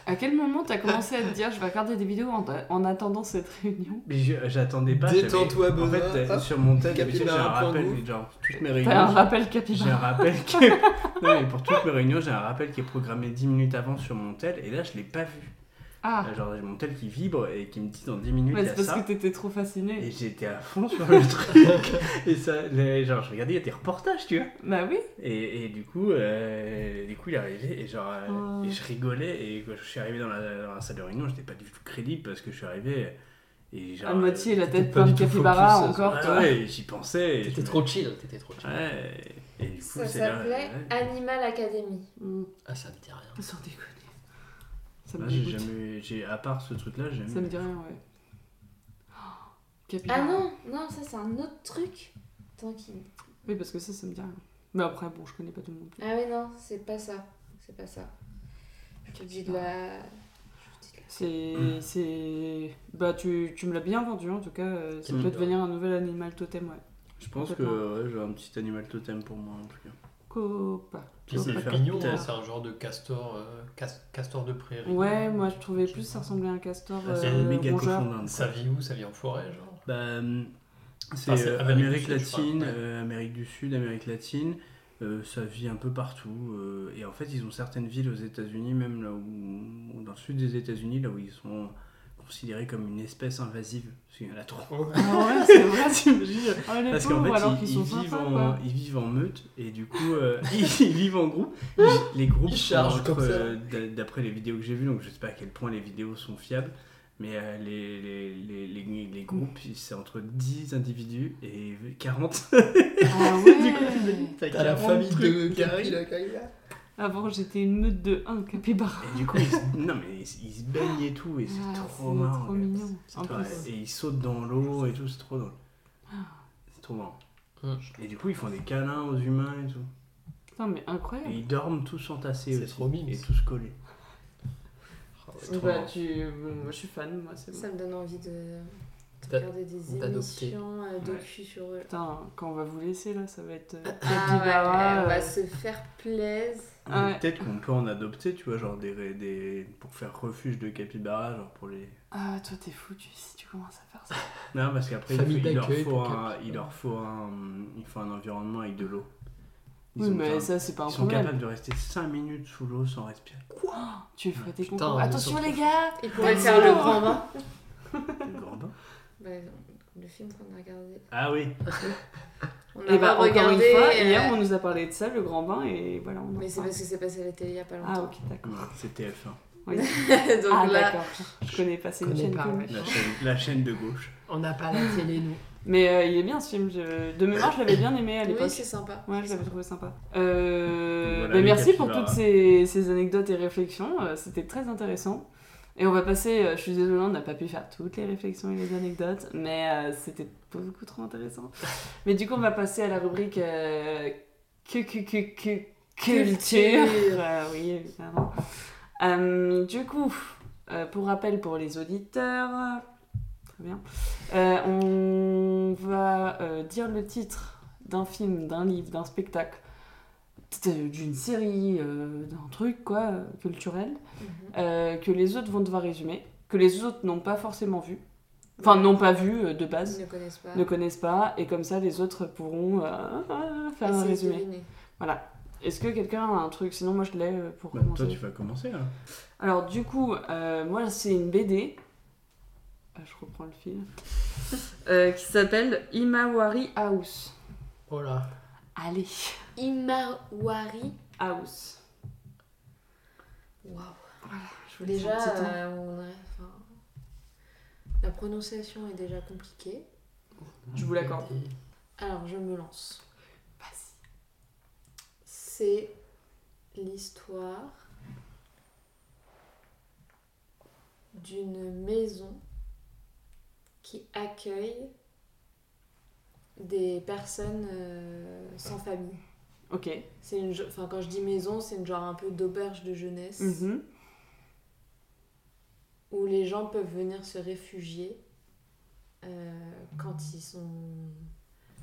Speaker 3: à quel moment t'as commencé à te dire je vais regarder des vidéos en, en attendant cette réunion
Speaker 2: Mais je- j'attendais pas.
Speaker 5: Détends-toi,
Speaker 2: j'avais- En
Speaker 5: Benoît.
Speaker 2: fait, t'as-
Speaker 5: Hop.
Speaker 2: sur mon tel, d'habitude, j'ai un
Speaker 5: Capybara point
Speaker 2: rappel,
Speaker 5: gouv.
Speaker 2: mais genre, toutes
Speaker 3: T'as
Speaker 2: mes
Speaker 3: un
Speaker 2: réunions.
Speaker 3: rappel
Speaker 2: J'ai un
Speaker 3: capybara.
Speaker 2: rappel qui est... Non, mais pour toutes mes réunions, j'ai un rappel qui est programmé 10 minutes avant sur mon tel, et là, je l'ai pas vu.
Speaker 3: Ah,
Speaker 2: Genre, j'ai mon tel qui vibre et qui me dit dans 10 minutes,
Speaker 3: mais
Speaker 2: il y a
Speaker 3: c'est parce
Speaker 2: ça.
Speaker 3: que t'étais trop fasciné.
Speaker 2: Et j'étais à fond sur le truc. et ça, les- genre, je regardais, il y a des reportages, tu vois.
Speaker 3: Bah oui.
Speaker 2: Et, et du coup, euh, du coup, il est arrivé et genre, euh,
Speaker 3: Oh.
Speaker 2: et je rigolais et quand je suis arrivé dans la, dans la salle de réunion, j'étais pas du tout crédible parce que je suis arrivé et genre.
Speaker 3: à moitié
Speaker 2: euh,
Speaker 3: la
Speaker 5: t'étais
Speaker 3: tête
Speaker 5: pas
Speaker 3: pleine de
Speaker 5: du tout
Speaker 3: capybara
Speaker 5: focus,
Speaker 3: encore.
Speaker 2: ouais,
Speaker 3: toi.
Speaker 2: Ah ouais, et j'y pensais. et je
Speaker 5: T'étais
Speaker 2: me-
Speaker 5: trop chill, t'étais trop chill.
Speaker 2: Ouais. Et du coup,
Speaker 4: Ça
Speaker 2: c'est là,
Speaker 4: s'appelait
Speaker 2: ouais.
Speaker 4: Animal Academy.
Speaker 3: Mmh,
Speaker 5: Ah, ça me dit rien.
Speaker 3: sans déconner. Ça me
Speaker 2: Là, Ah, j'ai
Speaker 3: dégoûte.
Speaker 2: jamais, j'ai à part ce truc-là, j'ai
Speaker 3: Ça me
Speaker 2: jamais.
Speaker 3: dit rien, ouais. Oh, capybara.
Speaker 4: Ah non, non, ça c'est un autre truc. Tant qu'il-
Speaker 3: Oui, parce que ça, ça me dit rien. Mais après, bon, je connais pas tout le monde.
Speaker 4: Ah oui, non, c'est pas ça. C'est pas ça. Je te dis de la. je te dis de la-
Speaker 2: Mm.
Speaker 3: C'est. c'est- Bah, tu, tu me l'as bien vendu en tout cas. euh,
Speaker 2: Mm.
Speaker 3: Ça peut
Speaker 5: Capybara.
Speaker 3: devenir un nouvel animal totem, ouais.
Speaker 2: Je pense que ouais, j'ai un petit animal totem pour moi en tout cas.
Speaker 3: Copa.
Speaker 5: Puis
Speaker 2: c'est
Speaker 5: c'est
Speaker 2: faire
Speaker 5: mignon,
Speaker 2: putain.
Speaker 5: hein, c'est un genre de castor, euh, cas- castor de prairie.
Speaker 3: Ouais, moi je trouvais plus ça ressemblait à un castor.
Speaker 5: Ah, c'est
Speaker 2: C'est
Speaker 3: euh,
Speaker 2: un méga
Speaker 3: rongeur.
Speaker 2: cochon d'Inde.
Speaker 5: Ça vit où Ça vit en forêt, genre.
Speaker 2: Bah, euh, c'est
Speaker 5: Ah, c'est
Speaker 2: euh,
Speaker 5: Amérique
Speaker 2: Amérique
Speaker 5: du Sud, je crois,
Speaker 2: latine,
Speaker 5: ouais.
Speaker 2: euh, Amérique du Sud, Amérique latine. euh, ça vit un peu partout. euh, et en fait, ils ont certaines villes aux États-Unis, même là où, ou dans le sud des États-Unis, là où ils sont considérés comme une espèce invasive. Parce qu'il y en a trop.
Speaker 3: Ah ouais, c'est vrai.
Speaker 2: T'imagines
Speaker 3: Ah, les
Speaker 2: Parce qu'en
Speaker 3: pauvres,
Speaker 2: fait,
Speaker 3: alors
Speaker 2: ils,
Speaker 3: qu'ils sont
Speaker 2: ils vivent
Speaker 3: sympas,
Speaker 2: en,
Speaker 3: quoi.
Speaker 2: ils vivent en meute et du coup, euh, ils, ils vivent en groupe. Ils- les groupes
Speaker 5: Ils
Speaker 2: sont
Speaker 5: chargent
Speaker 2: entre,
Speaker 5: comme ça.
Speaker 2: euh, d'a- D'après les vidéos que j'ai vues, donc je sais pas à quel point les vidéos sont fiables, mais euh, les, les, les, les- les groupes, ils- c'est entre 10 individus et 40.
Speaker 3: Ah
Speaker 2: du coup, tu
Speaker 3: ouais.
Speaker 2: imagines, t'as
Speaker 5: T'as la
Speaker 2: 40
Speaker 5: famille de
Speaker 2: trucs qui
Speaker 5: Gary,
Speaker 2: arrivent.
Speaker 5: là, Gary.
Speaker 3: Avant j'étais une meute de 1 capybara.
Speaker 2: Et du coup, ils, se- non, mais ils, se- ils se baignent et tout, et c'est
Speaker 3: Ah,
Speaker 2: trop marrant.
Speaker 3: trop
Speaker 2: quoi.
Speaker 3: mignon.
Speaker 5: C'est
Speaker 3: En
Speaker 5: trop
Speaker 2: Ouais,
Speaker 3: plus. Ah.
Speaker 2: et ils sautent dans l'eau et tout, c'est trop drôle. C'est trop marrant.
Speaker 5: Hum.
Speaker 2: Et du coup, ils font des câlins aux humains et tout.
Speaker 3: Putain, mais
Speaker 2: Et
Speaker 3: incroyable.
Speaker 2: ils dorment tous entassés
Speaker 5: C'est
Speaker 2: aussi.
Speaker 5: trop mime,
Speaker 2: Et
Speaker 5: ça.
Speaker 2: tous collés.
Speaker 5: C'est
Speaker 2: trop
Speaker 3: Bah,
Speaker 2: marrant.
Speaker 3: tu. Moi je suis fan, moi c'est bon.
Speaker 4: Ça me donne envie de. de
Speaker 5: D'a-
Speaker 4: regarder des
Speaker 5: d'adopter.
Speaker 4: émissions euh, docu sur eux.
Speaker 3: Putain, quand on va vous laisser là, ça va être. euh,
Speaker 4: Ah ouais,
Speaker 3: capybara,
Speaker 4: on va
Speaker 3: euh,
Speaker 4: se faire plaisir.
Speaker 2: Mais
Speaker 3: Ah ouais.
Speaker 2: Peut-être qu'on peut en adopter, tu vois, genre des, ré- des pour faire refuge de capybara, genre pour les.
Speaker 3: Ah, toi t'es foutu si tu commences à faire ça.
Speaker 2: Non, parce qu'après il,
Speaker 5: Famille
Speaker 2: faut- il leur
Speaker 5: d'accueil
Speaker 2: faut
Speaker 5: de
Speaker 2: un,
Speaker 5: capybara.
Speaker 2: il leur faut un, il faut un environnement avec de l'eau. Ils
Speaker 3: Oui,
Speaker 2: ont-
Speaker 3: mais
Speaker 2: enfin,
Speaker 3: ça, c'est pas un
Speaker 2: ils sont
Speaker 3: problème.
Speaker 2: capables de rester 5 minutes sous l'eau sans respirer.
Speaker 3: Tu ferais tes
Speaker 5: Putain,
Speaker 3: concours.
Speaker 5: mais
Speaker 3: Attention,
Speaker 5: surtout-
Speaker 3: les gars
Speaker 7: Ils pourraient
Speaker 3: Bah,
Speaker 7: faire le
Speaker 3: non.
Speaker 7: grand bain.
Speaker 2: Le grand bain.
Speaker 4: Bah, le film qu'on a regardé.
Speaker 2: Ah oui,
Speaker 7: On
Speaker 3: Et
Speaker 7: a
Speaker 3: bah,
Speaker 7: pas
Speaker 3: encore
Speaker 7: regardé.
Speaker 3: une fois,
Speaker 7: euh,
Speaker 3: hier, on nous a parlé de ça, le grand bain, et voilà. On en
Speaker 4: Mais c'est
Speaker 3: parle.
Speaker 4: parce que c'est passé à la télé il y a pas
Speaker 3: Ah,
Speaker 4: longtemps.
Speaker 3: ok, d'accord.
Speaker 2: c'était F1.
Speaker 3: Oui.
Speaker 7: Donc
Speaker 3: ah,
Speaker 7: là,
Speaker 3: d'accord. Je connais pas, c'est une
Speaker 5: connais
Speaker 3: chaîne
Speaker 5: pas,
Speaker 3: connue.
Speaker 5: ouais.
Speaker 2: La chaîne, la chaîne de gauche.
Speaker 5: On n'a pas la télé, nous.
Speaker 3: Mais euh, il est bien ce film. je- De mémoire, je l'avais bien aimé à l'époque.
Speaker 7: oui, c'est sympa.
Speaker 3: Ouais, je l'avais trouvé sympa. Euh,
Speaker 2: Voilà,
Speaker 3: bah,
Speaker 2: les
Speaker 3: merci pour
Speaker 2: capybaras.
Speaker 3: toutes ces, ces anecdotes et réflexions. euh, C'était très intéressant. Et on va passer, euh, je suis désolée, on n'a pas pu faire toutes les réflexions et les anecdotes, mais euh, c'était beaucoup trop intéressant. Mais du coup, on va passer à la rubrique euh, cu- cu- cu- cu- culture. Euh, oui, évidemment. Euh, du coup, euh, pour rappel pour les auditeurs, très bien, euh, on va euh, dire le titre d'un film, d'un livre, d'un spectacle, t- d'une série, euh, d'un truc, quoi, euh, culturel, euh, que les autres vont devoir résumer, que les autres n'ont pas forcément vu, enfin n'ont pas vu euh, de
Speaker 4: Ils
Speaker 3: base,
Speaker 4: ne connaissent pas.
Speaker 3: ne connaissent pas, et comme ça les autres pourront euh, faire un
Speaker 4: Essayez de
Speaker 3: résumé.
Speaker 4: deviner.
Speaker 3: Est-ce que quelqu'un a un truc Sinon moi je l'ai euh, pour
Speaker 2: Bah,
Speaker 3: commencer.
Speaker 2: toi, tu vas commencer. Hein.
Speaker 3: Alors du coup, euh, moi c'est une BD. Ah, Je reprends le fil. Euh, qui s'appelle Imawari House.
Speaker 5: Oh là.
Speaker 3: Allez,
Speaker 4: Imawari.
Speaker 3: House.
Speaker 4: Waouh.
Speaker 3: Je vous laisse un
Speaker 4: Déjà,
Speaker 3: petit temps.
Speaker 4: euh, on a- enfin, la prononciation est déjà compliquée.
Speaker 3: Je vous l'accorde.
Speaker 4: Alors, je me lance.
Speaker 3: Vas-y.
Speaker 4: C'est l'histoire d'une maison qui accueille des personnes euh, sans famille.
Speaker 3: Ok.
Speaker 4: C'est une, je- enfin quand je dis maison, c'est une genre un peu d'auberge de jeunesse
Speaker 3: Mhm.
Speaker 4: où les gens peuvent venir se réfugier euh, quand ils sont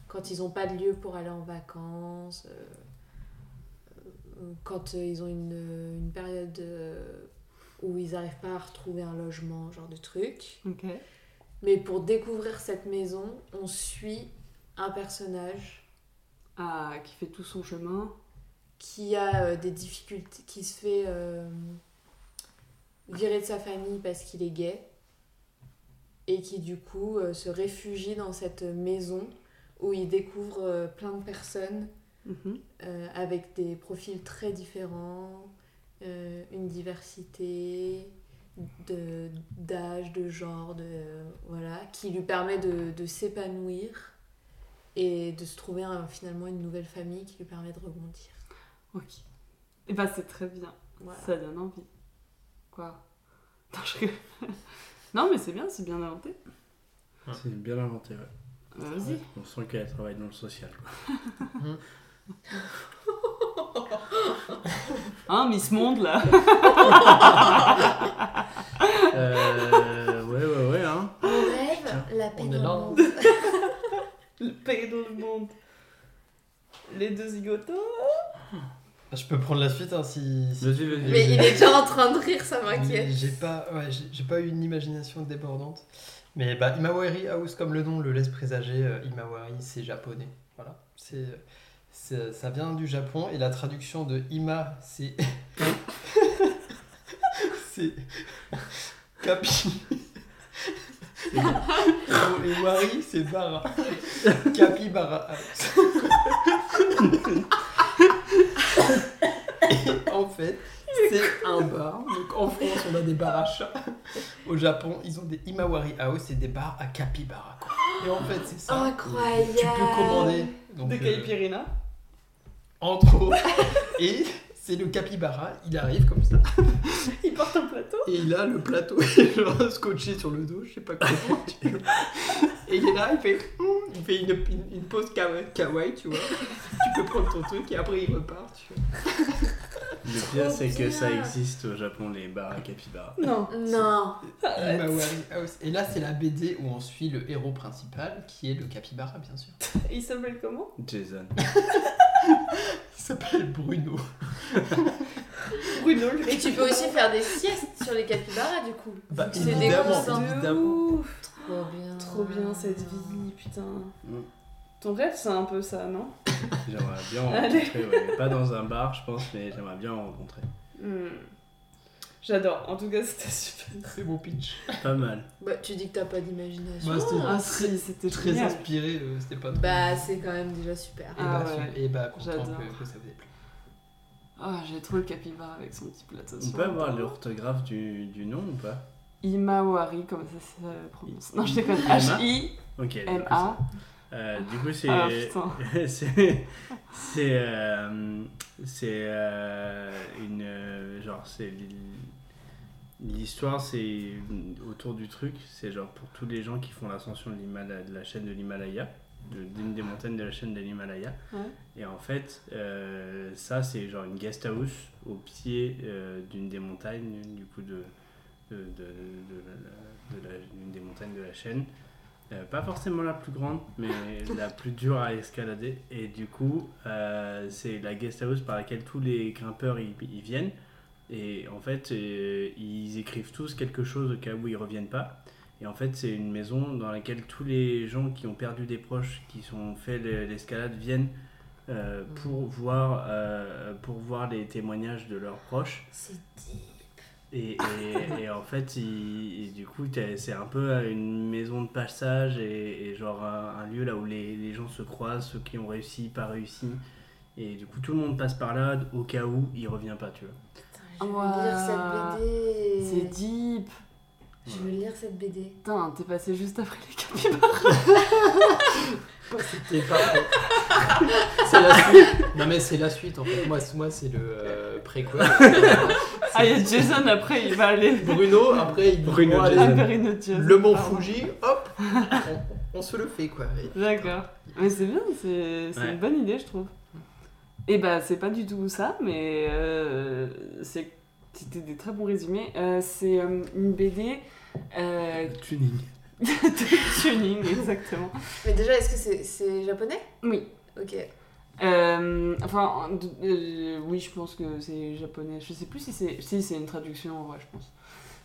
Speaker 4: quand ils n'ont pas de lieu pour aller en vacances, euh, euh, quand euh, ils ont une, une période euh, où ils n'arrivent pas à retrouver un logement, genre de truc.
Speaker 3: Ok.
Speaker 4: Mais pour découvrir cette maison, on suit un personnage
Speaker 3: Ah, qui fait tout son chemin.
Speaker 4: qui a euh, des difficultés, qui se fait euh, virer de sa famille parce qu'il est gay et qui du coup euh, se réfugie dans cette maison où il découvre euh, plein de personnes
Speaker 3: Mhm.
Speaker 4: euh, avec des profils très différents, euh, une diversité de- d'âge, de, genre, de, voilà, qui lui permet de, de s'épanouir et de se trouver un- finalement une nouvelle famille qui lui permet de rebondir.
Speaker 3: Ok. Et bah c'est très bien.
Speaker 4: Voilà.
Speaker 3: Ça donne envie. Quoi Non, je rigole. Non, mais c'est bien, c'est bien inventé.
Speaker 2: C'est bien inventé, ouais.
Speaker 3: Bah, Vas-y.
Speaker 2: On sent qu'elle travaille dans le social. Quoi.
Speaker 3: Hein, Miss Monde là.
Speaker 2: Euh, ouais, ouais, ouais. Hein.
Speaker 4: Mon
Speaker 3: Ah,
Speaker 4: rêve, la paix
Speaker 5: on
Speaker 4: dans
Speaker 5: est
Speaker 4: le
Speaker 5: là.
Speaker 4: monde.
Speaker 3: Le pays dans le monde. Les deux zigotos.
Speaker 5: Je peux prendre la suite hein, si. si-
Speaker 2: Vas-y, vas-y.
Speaker 7: Mais
Speaker 2: vas-y.
Speaker 7: il est déjà en train de rire, ça m'inquiète.
Speaker 5: J'ai pas, ouais, j'ai j'ai pas eu une imagination débordante. Mais bah, Imawari House, comme le nom le laisse présager, euh, Imawari, c'est japonais. Voilà. C'est, c'est- ça vient du Japon et la traduction de Ima, c'est. c'est. Kapi. Et Wari, c'est Bara. Capybara House. Et en fait, c'est un bar. Donc en France, on a des bars à chat. Au Japon, ils ont des Imawari House, c'est des bars à capybara. quoi. Et en fait, c'est ça.
Speaker 4: Incroyable.
Speaker 5: Tu peux commander. Donc,
Speaker 3: De
Speaker 5: euh,
Speaker 3: Caipirina.
Speaker 5: entre autres. Et c'est le capybara, il arrive comme ça.
Speaker 3: Il porte un plateau.
Speaker 5: Et il a le plateau, genre scotché sur le dos, je sais pas comment. tu vois. Et il est là, il fait, hmm, il fait une, une- une pose kawa- kawaii, tu vois. Tu peux prendre ton truc et après il repart. Tu vois.
Speaker 2: Le pire, c'est que ça
Speaker 7: bien.
Speaker 2: existe au Japon, les bars à capybara.
Speaker 3: Non.
Speaker 7: Non.
Speaker 3: Arrête.
Speaker 5: Imawari House. Et là, c'est la BD où on suit le héros principal, qui est le capybara, bien sûr.
Speaker 3: Il s'appelle comment
Speaker 2: Jason.
Speaker 5: Il s'appelle Bruno.
Speaker 3: Bruno. le-
Speaker 7: Mais tu peux aussi faire des siestes sur les capybaras, du coup.
Speaker 5: Bah,
Speaker 7: C'est
Speaker 4: hein.
Speaker 5: évidemment,
Speaker 7: dégoûtant.
Speaker 5: évidemment.
Speaker 3: Ouf.
Speaker 4: Trop bien.
Speaker 3: Trop bien cette vie, putain.
Speaker 2: Mm.
Speaker 3: Ton rêve, c'est un peu ça, non
Speaker 2: J'aimerais bien en
Speaker 3: Allez.
Speaker 2: rencontrer, ouais. pas dans un bar, je pense, mais j'aimerais bien en rencontrer.
Speaker 3: Hmm. J'adore. En tout cas, c'était super.
Speaker 5: C'est mon pitch.
Speaker 2: Pas mal.
Speaker 6: Bah, tu dis que t'as pas d'imagination.
Speaker 5: Bah, c'était
Speaker 3: Ah si, c'était
Speaker 5: très
Speaker 3: génial.
Speaker 5: inspiré, euh, c'était pas trop.
Speaker 6: Bah, c'est quand même déjà super.
Speaker 5: et
Speaker 3: Ah
Speaker 5: bah,
Speaker 3: ouais.
Speaker 5: su- et bah, content
Speaker 3: J'adore.
Speaker 5: que, que ça vous ait plu.
Speaker 3: Ah, j'ai trop le capybara avec son petit plateau.
Speaker 2: On peut avoir l'orthographe du, du nom ou pas
Speaker 3: Imawari, comme ça se prononce. Non, je déconne.
Speaker 2: Ima-
Speaker 3: H-I-M-A.
Speaker 2: Ok. donc ça. Euh, du coup, c'est.
Speaker 3: Ah, putain.
Speaker 2: c'est. C'est. euh, c'est. euh, une. euh, genre, c'est. l'hi- L'histoire, c'est. Autour du truc, c'est genre pour tous les gens qui font l'ascension de, l'Himala- de la chaîne de l'Himalaya, de- d'une des montagnes de la chaîne de l'Himalaya.
Speaker 3: Ouais.
Speaker 2: Et en fait, euh, ça, c'est genre une guest house au pied euh, d'une des montagnes, du coup, de. de, de, de la- de la- d'une des montagnes de la chaîne. Euh, pas forcément la plus grande, mais la plus dure à escalader. Et du coup, euh, c'est la guest house par laquelle tous les grimpeurs y, y viennent. Et en fait, euh, ils écrivent tous quelque chose au cas où ils reviennent pas. Et en fait, c'est une maison dans laquelle tous les gens qui ont perdu des proches, qui sont fait le- l'escalade, viennent euh, pour, voir, euh, pour voir les témoignages de leurs proches.
Speaker 6: C'est dit.
Speaker 2: Et, et, et en fait, il- et du coup, t'as- c'est un peu une maison de passage et, et genre un, un lieu là où les, les gens se croisent, ceux qui ont réussi, pas réussi. Et du coup, tout le monde passe par là au cas où il revient pas, tu vois.
Speaker 6: Putain, je veux
Speaker 3: Ouah.
Speaker 6: lire cette BD.
Speaker 3: C'est deep.
Speaker 6: Je veux lire cette BD.
Speaker 3: Putain, t'es passé juste après les capybaras.
Speaker 5: C'était parfait. c'est la suite. Non, mais c'est la suite en fait. Moi, c'est- moi c'est le euh, préquel.
Speaker 3: Ah, il y a Jason après, il va aller.
Speaker 5: Bruno, après, il dit
Speaker 2: Bruno
Speaker 5: bon, allez,
Speaker 2: Jason.
Speaker 3: Alberino Jason.
Speaker 5: le Mont
Speaker 3: pardon.
Speaker 5: Fuji, hop, on, on se le fait quoi. Et-
Speaker 3: D'accord. Mais c'est bien, c'est c'est
Speaker 2: Ouais.
Speaker 3: une bonne idée, je trouve. Et bah, c'est pas du tout ça, mais euh, c'est- c'était des très bons résumés. Euh, c'est euh, une BD euh,
Speaker 2: tuning.
Speaker 3: de tuning, exactement.
Speaker 6: Mais déjà, est-ce que c'est c'est japonais
Speaker 3: Oui.
Speaker 6: Ok.
Speaker 3: Euh, enfin, de- euh, oui, je pense que c'est japonais. Je sais plus si c'est si c'est une traduction, en vrai, je pense.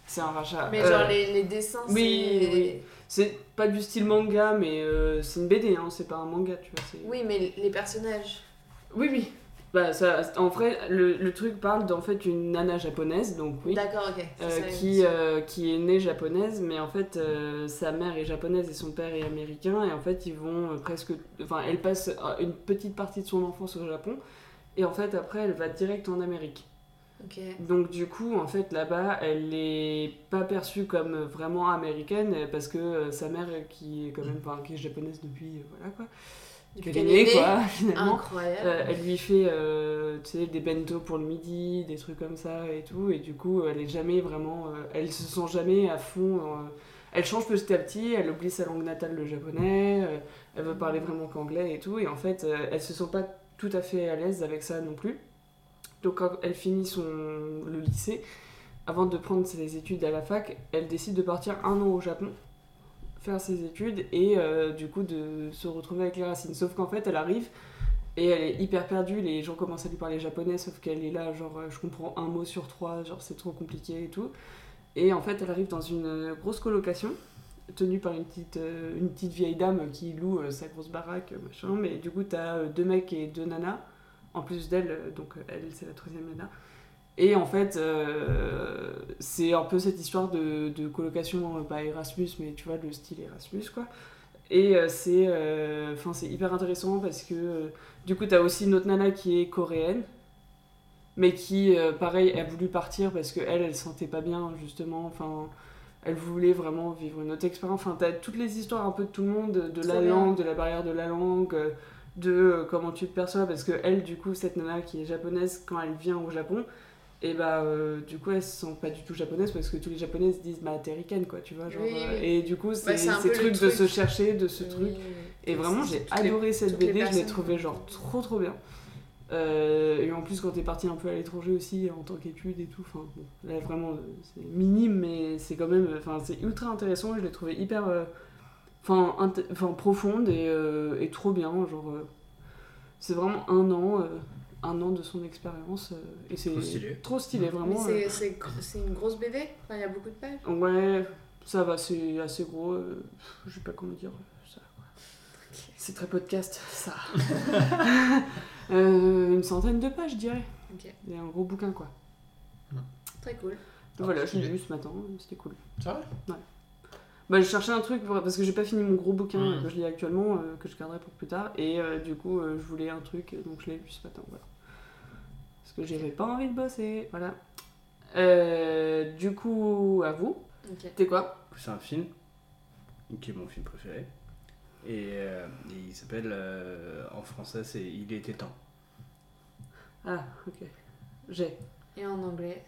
Speaker 3: C'est un rachat.
Speaker 6: Mais
Speaker 3: Euh,
Speaker 6: genre les, les dessins,
Speaker 3: oui,
Speaker 6: c'est.
Speaker 3: oui. C'est pas du style manga, mais euh, c'est une BD, hein, c'est pas un manga, tu vois. c'est-
Speaker 6: Oui, mais les personnages.
Speaker 3: Oui, oui. Bah, ça, en vrai, le, le truc parle d'en fait une nana japonaise, donc oui,
Speaker 6: D'accord, ok. c'est
Speaker 3: euh,
Speaker 6: ça,
Speaker 3: qui, euh, qui est née japonaise, mais en fait, euh, sa mère est japonaise et son père est américain, et en fait, ils vont euh, presque. Enfin, elle passe euh, une petite partie de son enfance au Japon, et en fait, après, elle va direct en Amérique. euh,
Speaker 6: Ok.
Speaker 3: Donc, du coup, en fait, là-bas, elle n'est pas perçue comme vraiment américaine, euh, parce que euh, sa mère, euh, qui est quand même. Enfin, qui est japonaise depuis. euh, voilà quoi.
Speaker 6: Depuis
Speaker 3: qu'elle
Speaker 6: qu'elle est
Speaker 3: est née,
Speaker 6: née.
Speaker 3: quoi, finalement.
Speaker 6: Incroyable.
Speaker 3: Euh, elle lui fait euh, tu sais, des bento pour le midi, des trucs comme ça et tout. Et du coup, elle est jamais vraiment. euh, elle se sent jamais à fond. euh, elle change petit à petit, elle oublie sa langue natale, le japonais. euh, elle veut parler vraiment qu'anglais et tout. Et en fait, euh, elle se sent pas tout à fait à l'aise avec ça non plus. Donc, quand elle finit son, le lycée, avant de prendre ses études à la fac, elle décide de partir un an au Japon faire ses études et euh, du coup de se retrouver avec les racines. Sauf qu'en fait, elle arrive et elle est hyper perdue. Les gens commencent à lui parler japonais, sauf qu'elle est là, genre, euh, je comprends un mot sur trois, genre, c'est trop compliqué et tout. Et en fait, elle arrive dans une euh, grosse colocation tenue par une petite, euh, une petite vieille dame qui loue euh, sa grosse baraque, euh, machin. Mais du coup, t'as euh, deux mecs et deux nanas, en plus d'elle, euh, donc euh, elle, c'est la troisième nana. Et en fait, euh, c'est un peu cette histoire de, de colocation, euh, pas Erasmus, mais tu vois, le style Erasmus, quoi. Et euh, c'est euh, 'fin, c'est hyper intéressant parce que euh, du coup, t'as aussi une autre nana qui est coréenne, mais qui, euh, pareil, a voulu partir parce qu'elle, elle se sentait pas bien, justement. Enfin, elle voulait vraiment vivre une autre expérience. Enfin, t'as toutes les histoires un peu de tout le monde, de
Speaker 6: Trop
Speaker 3: la
Speaker 6: bien.
Speaker 3: langue, de la barrière de la langue, euh, de euh, comment tu te perçois. Parce que elle, du coup, cette nana qui est japonaise, quand elle vient au Japon, et bah, euh, du coup, elle se sent pas du tout japonaise parce que tous les japonais se disent, bah, t'es ricaine, quoi, tu vois. Genre,
Speaker 6: Oui,
Speaker 3: euh,
Speaker 6: oui.
Speaker 3: Et du coup, c'est
Speaker 6: c'est un
Speaker 3: ces
Speaker 6: peu le
Speaker 3: trucs de se
Speaker 6: truc.
Speaker 3: chercher, de ce
Speaker 6: Oui,
Speaker 3: truc.
Speaker 6: oui.
Speaker 3: Et vraiment, j'ai
Speaker 6: Toutes les-
Speaker 3: adoré cette
Speaker 6: toutes les
Speaker 3: BD, je l'ai
Speaker 6: personnes.
Speaker 3: trouvée genre trop trop bien. Euh, et en plus, quand t'es parti un peu à l'étranger aussi en tant qu'étude et tout, enfin bon, là vraiment euh, c'est minime, mais c'est quand même, enfin c'est ultra intéressant. et Je l'ai trouvé hyper, euh, enfin int- enfin, profonde et, euh, et trop bien. Genre, euh, c'est vraiment un an, euh, un an de son expérience euh, et c'est
Speaker 2: Trop stylé.
Speaker 3: trop stylé
Speaker 6: Mais
Speaker 3: vraiment.
Speaker 6: c'est- c'est gr- c'est une grosse BD Enfin, il y a beaucoup de pages.
Speaker 3: euh, ouais, ça va, c'est assez gros. euh, je sais pas comment dire ça. C'est très podcast, ça. Euh, une centaine de pages, je dirais.
Speaker 4: Ok.
Speaker 3: Il y a un gros bouquin, quoi.
Speaker 4: Très cool.
Speaker 3: Donc
Speaker 5: Ah,
Speaker 3: voilà, je l'ai
Speaker 5: stylé.
Speaker 3: lu ce matin, c'était cool.
Speaker 5: Ça va
Speaker 3: Bah, je cherchais un truc pour- parce que j'ai pas fini mon gros bouquin
Speaker 5: Mhm.
Speaker 3: euh, que je lis actuellement, euh, que je garderai pour plus tard. Et euh, du coup, euh, je voulais un truc, euh, donc je l'ai lu ce matin. Voilà. Parce que j'avais pas envie de bosser. Voilà. Euh, du coup, à vous.
Speaker 4: Ok.
Speaker 3: C'était quoi
Speaker 2: coup, c'est un film qui est mon film préféré. Et euh, il s'appelle, euh, en français, c'est Il était temps.
Speaker 3: Ah, ok. J'ai.
Speaker 4: Et en anglais,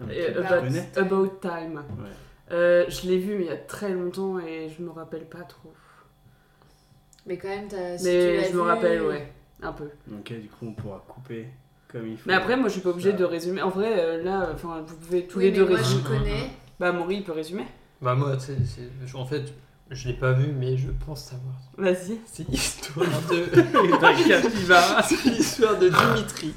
Speaker 3: Et euh,
Speaker 2: Tu
Speaker 3: about,
Speaker 2: connais
Speaker 3: About Time.
Speaker 2: Ouais.
Speaker 3: Euh, je l'ai vu mais il y a très longtemps et je me rappelle pas trop.
Speaker 4: mais quand même, t'as. si tu
Speaker 3: mais
Speaker 4: l'as
Speaker 3: je me
Speaker 4: vu-
Speaker 3: rappelle, ouais. Un peu.
Speaker 2: Ok, du coup, on pourra couper comme il faut.
Speaker 3: Mais après, moi, je suis pas obligée
Speaker 2: Ça-
Speaker 3: de résumer. En vrai, euh, là, enfin, vous pouvez tous
Speaker 4: Oui,
Speaker 3: les
Speaker 4: mais
Speaker 3: deux
Speaker 4: Moi,
Speaker 3: résumer.
Speaker 4: je connais.
Speaker 3: Bah, Maury, il peut résumer.
Speaker 5: Bah moi, c'est- c'est- je- en fait, je l'ai pas vu, mais je pense savoir.
Speaker 3: Vas-y.
Speaker 5: C'est l'histoire de...
Speaker 2: D'un capybara.
Speaker 3: Ah,
Speaker 5: C'est l'histoire de Dimitri.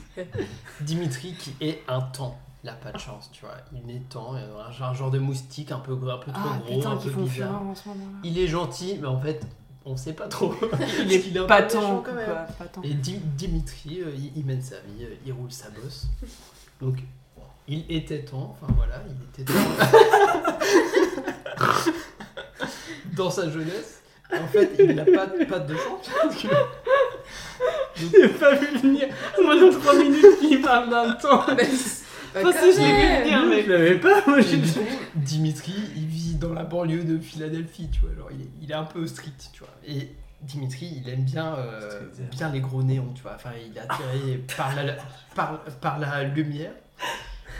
Speaker 5: Dimitri qui est un temps. Il a pas de chance, tu vois. Il est temps, il a un genre un genre de moustique un peu, un peu trop
Speaker 3: Ah
Speaker 5: gros,
Speaker 3: putain,
Speaker 5: un
Speaker 3: qui
Speaker 5: peu
Speaker 3: font
Speaker 5: bizarre.
Speaker 3: fureur en ce moment.
Speaker 5: Il est gentil, mais en fait, on sait pas trop.
Speaker 3: Il
Speaker 5: Parce qu'il
Speaker 3: est
Speaker 5: un peu
Speaker 3: pas
Speaker 5: méchant
Speaker 3: tant.
Speaker 5: quand même.
Speaker 3: quoi, pas tant.
Speaker 5: Et Di- Dimitri, euh, il, il mène sa vie, euh, il roule sa bosse. Donc, il était temps, enfin voilà, il était temps. Dans sa jeunesse, en fait, il n'a pas, pas de chance. parce que-
Speaker 2: J'ai pas vu venir. Moi, j'ai 3 minutes qui parle d'un temps.
Speaker 4: Bah, c'est- bah,
Speaker 3: Enfin,
Speaker 4: quand
Speaker 3: si, je l'ai vu
Speaker 4: même.
Speaker 3: venir, mais.
Speaker 2: Je l'avais pas, moi,
Speaker 5: Et
Speaker 2: j'ai
Speaker 5: du coup, Dimitri, il vit dans la banlieue de Philadelphie, tu vois. Genre, il est, il est un peu strict, tu vois. Et Dimitri, il aime bien, euh,
Speaker 2: Strict.
Speaker 5: bien les gros néons, tu vois. Enfin, il est attiré par la, par, par la lumière.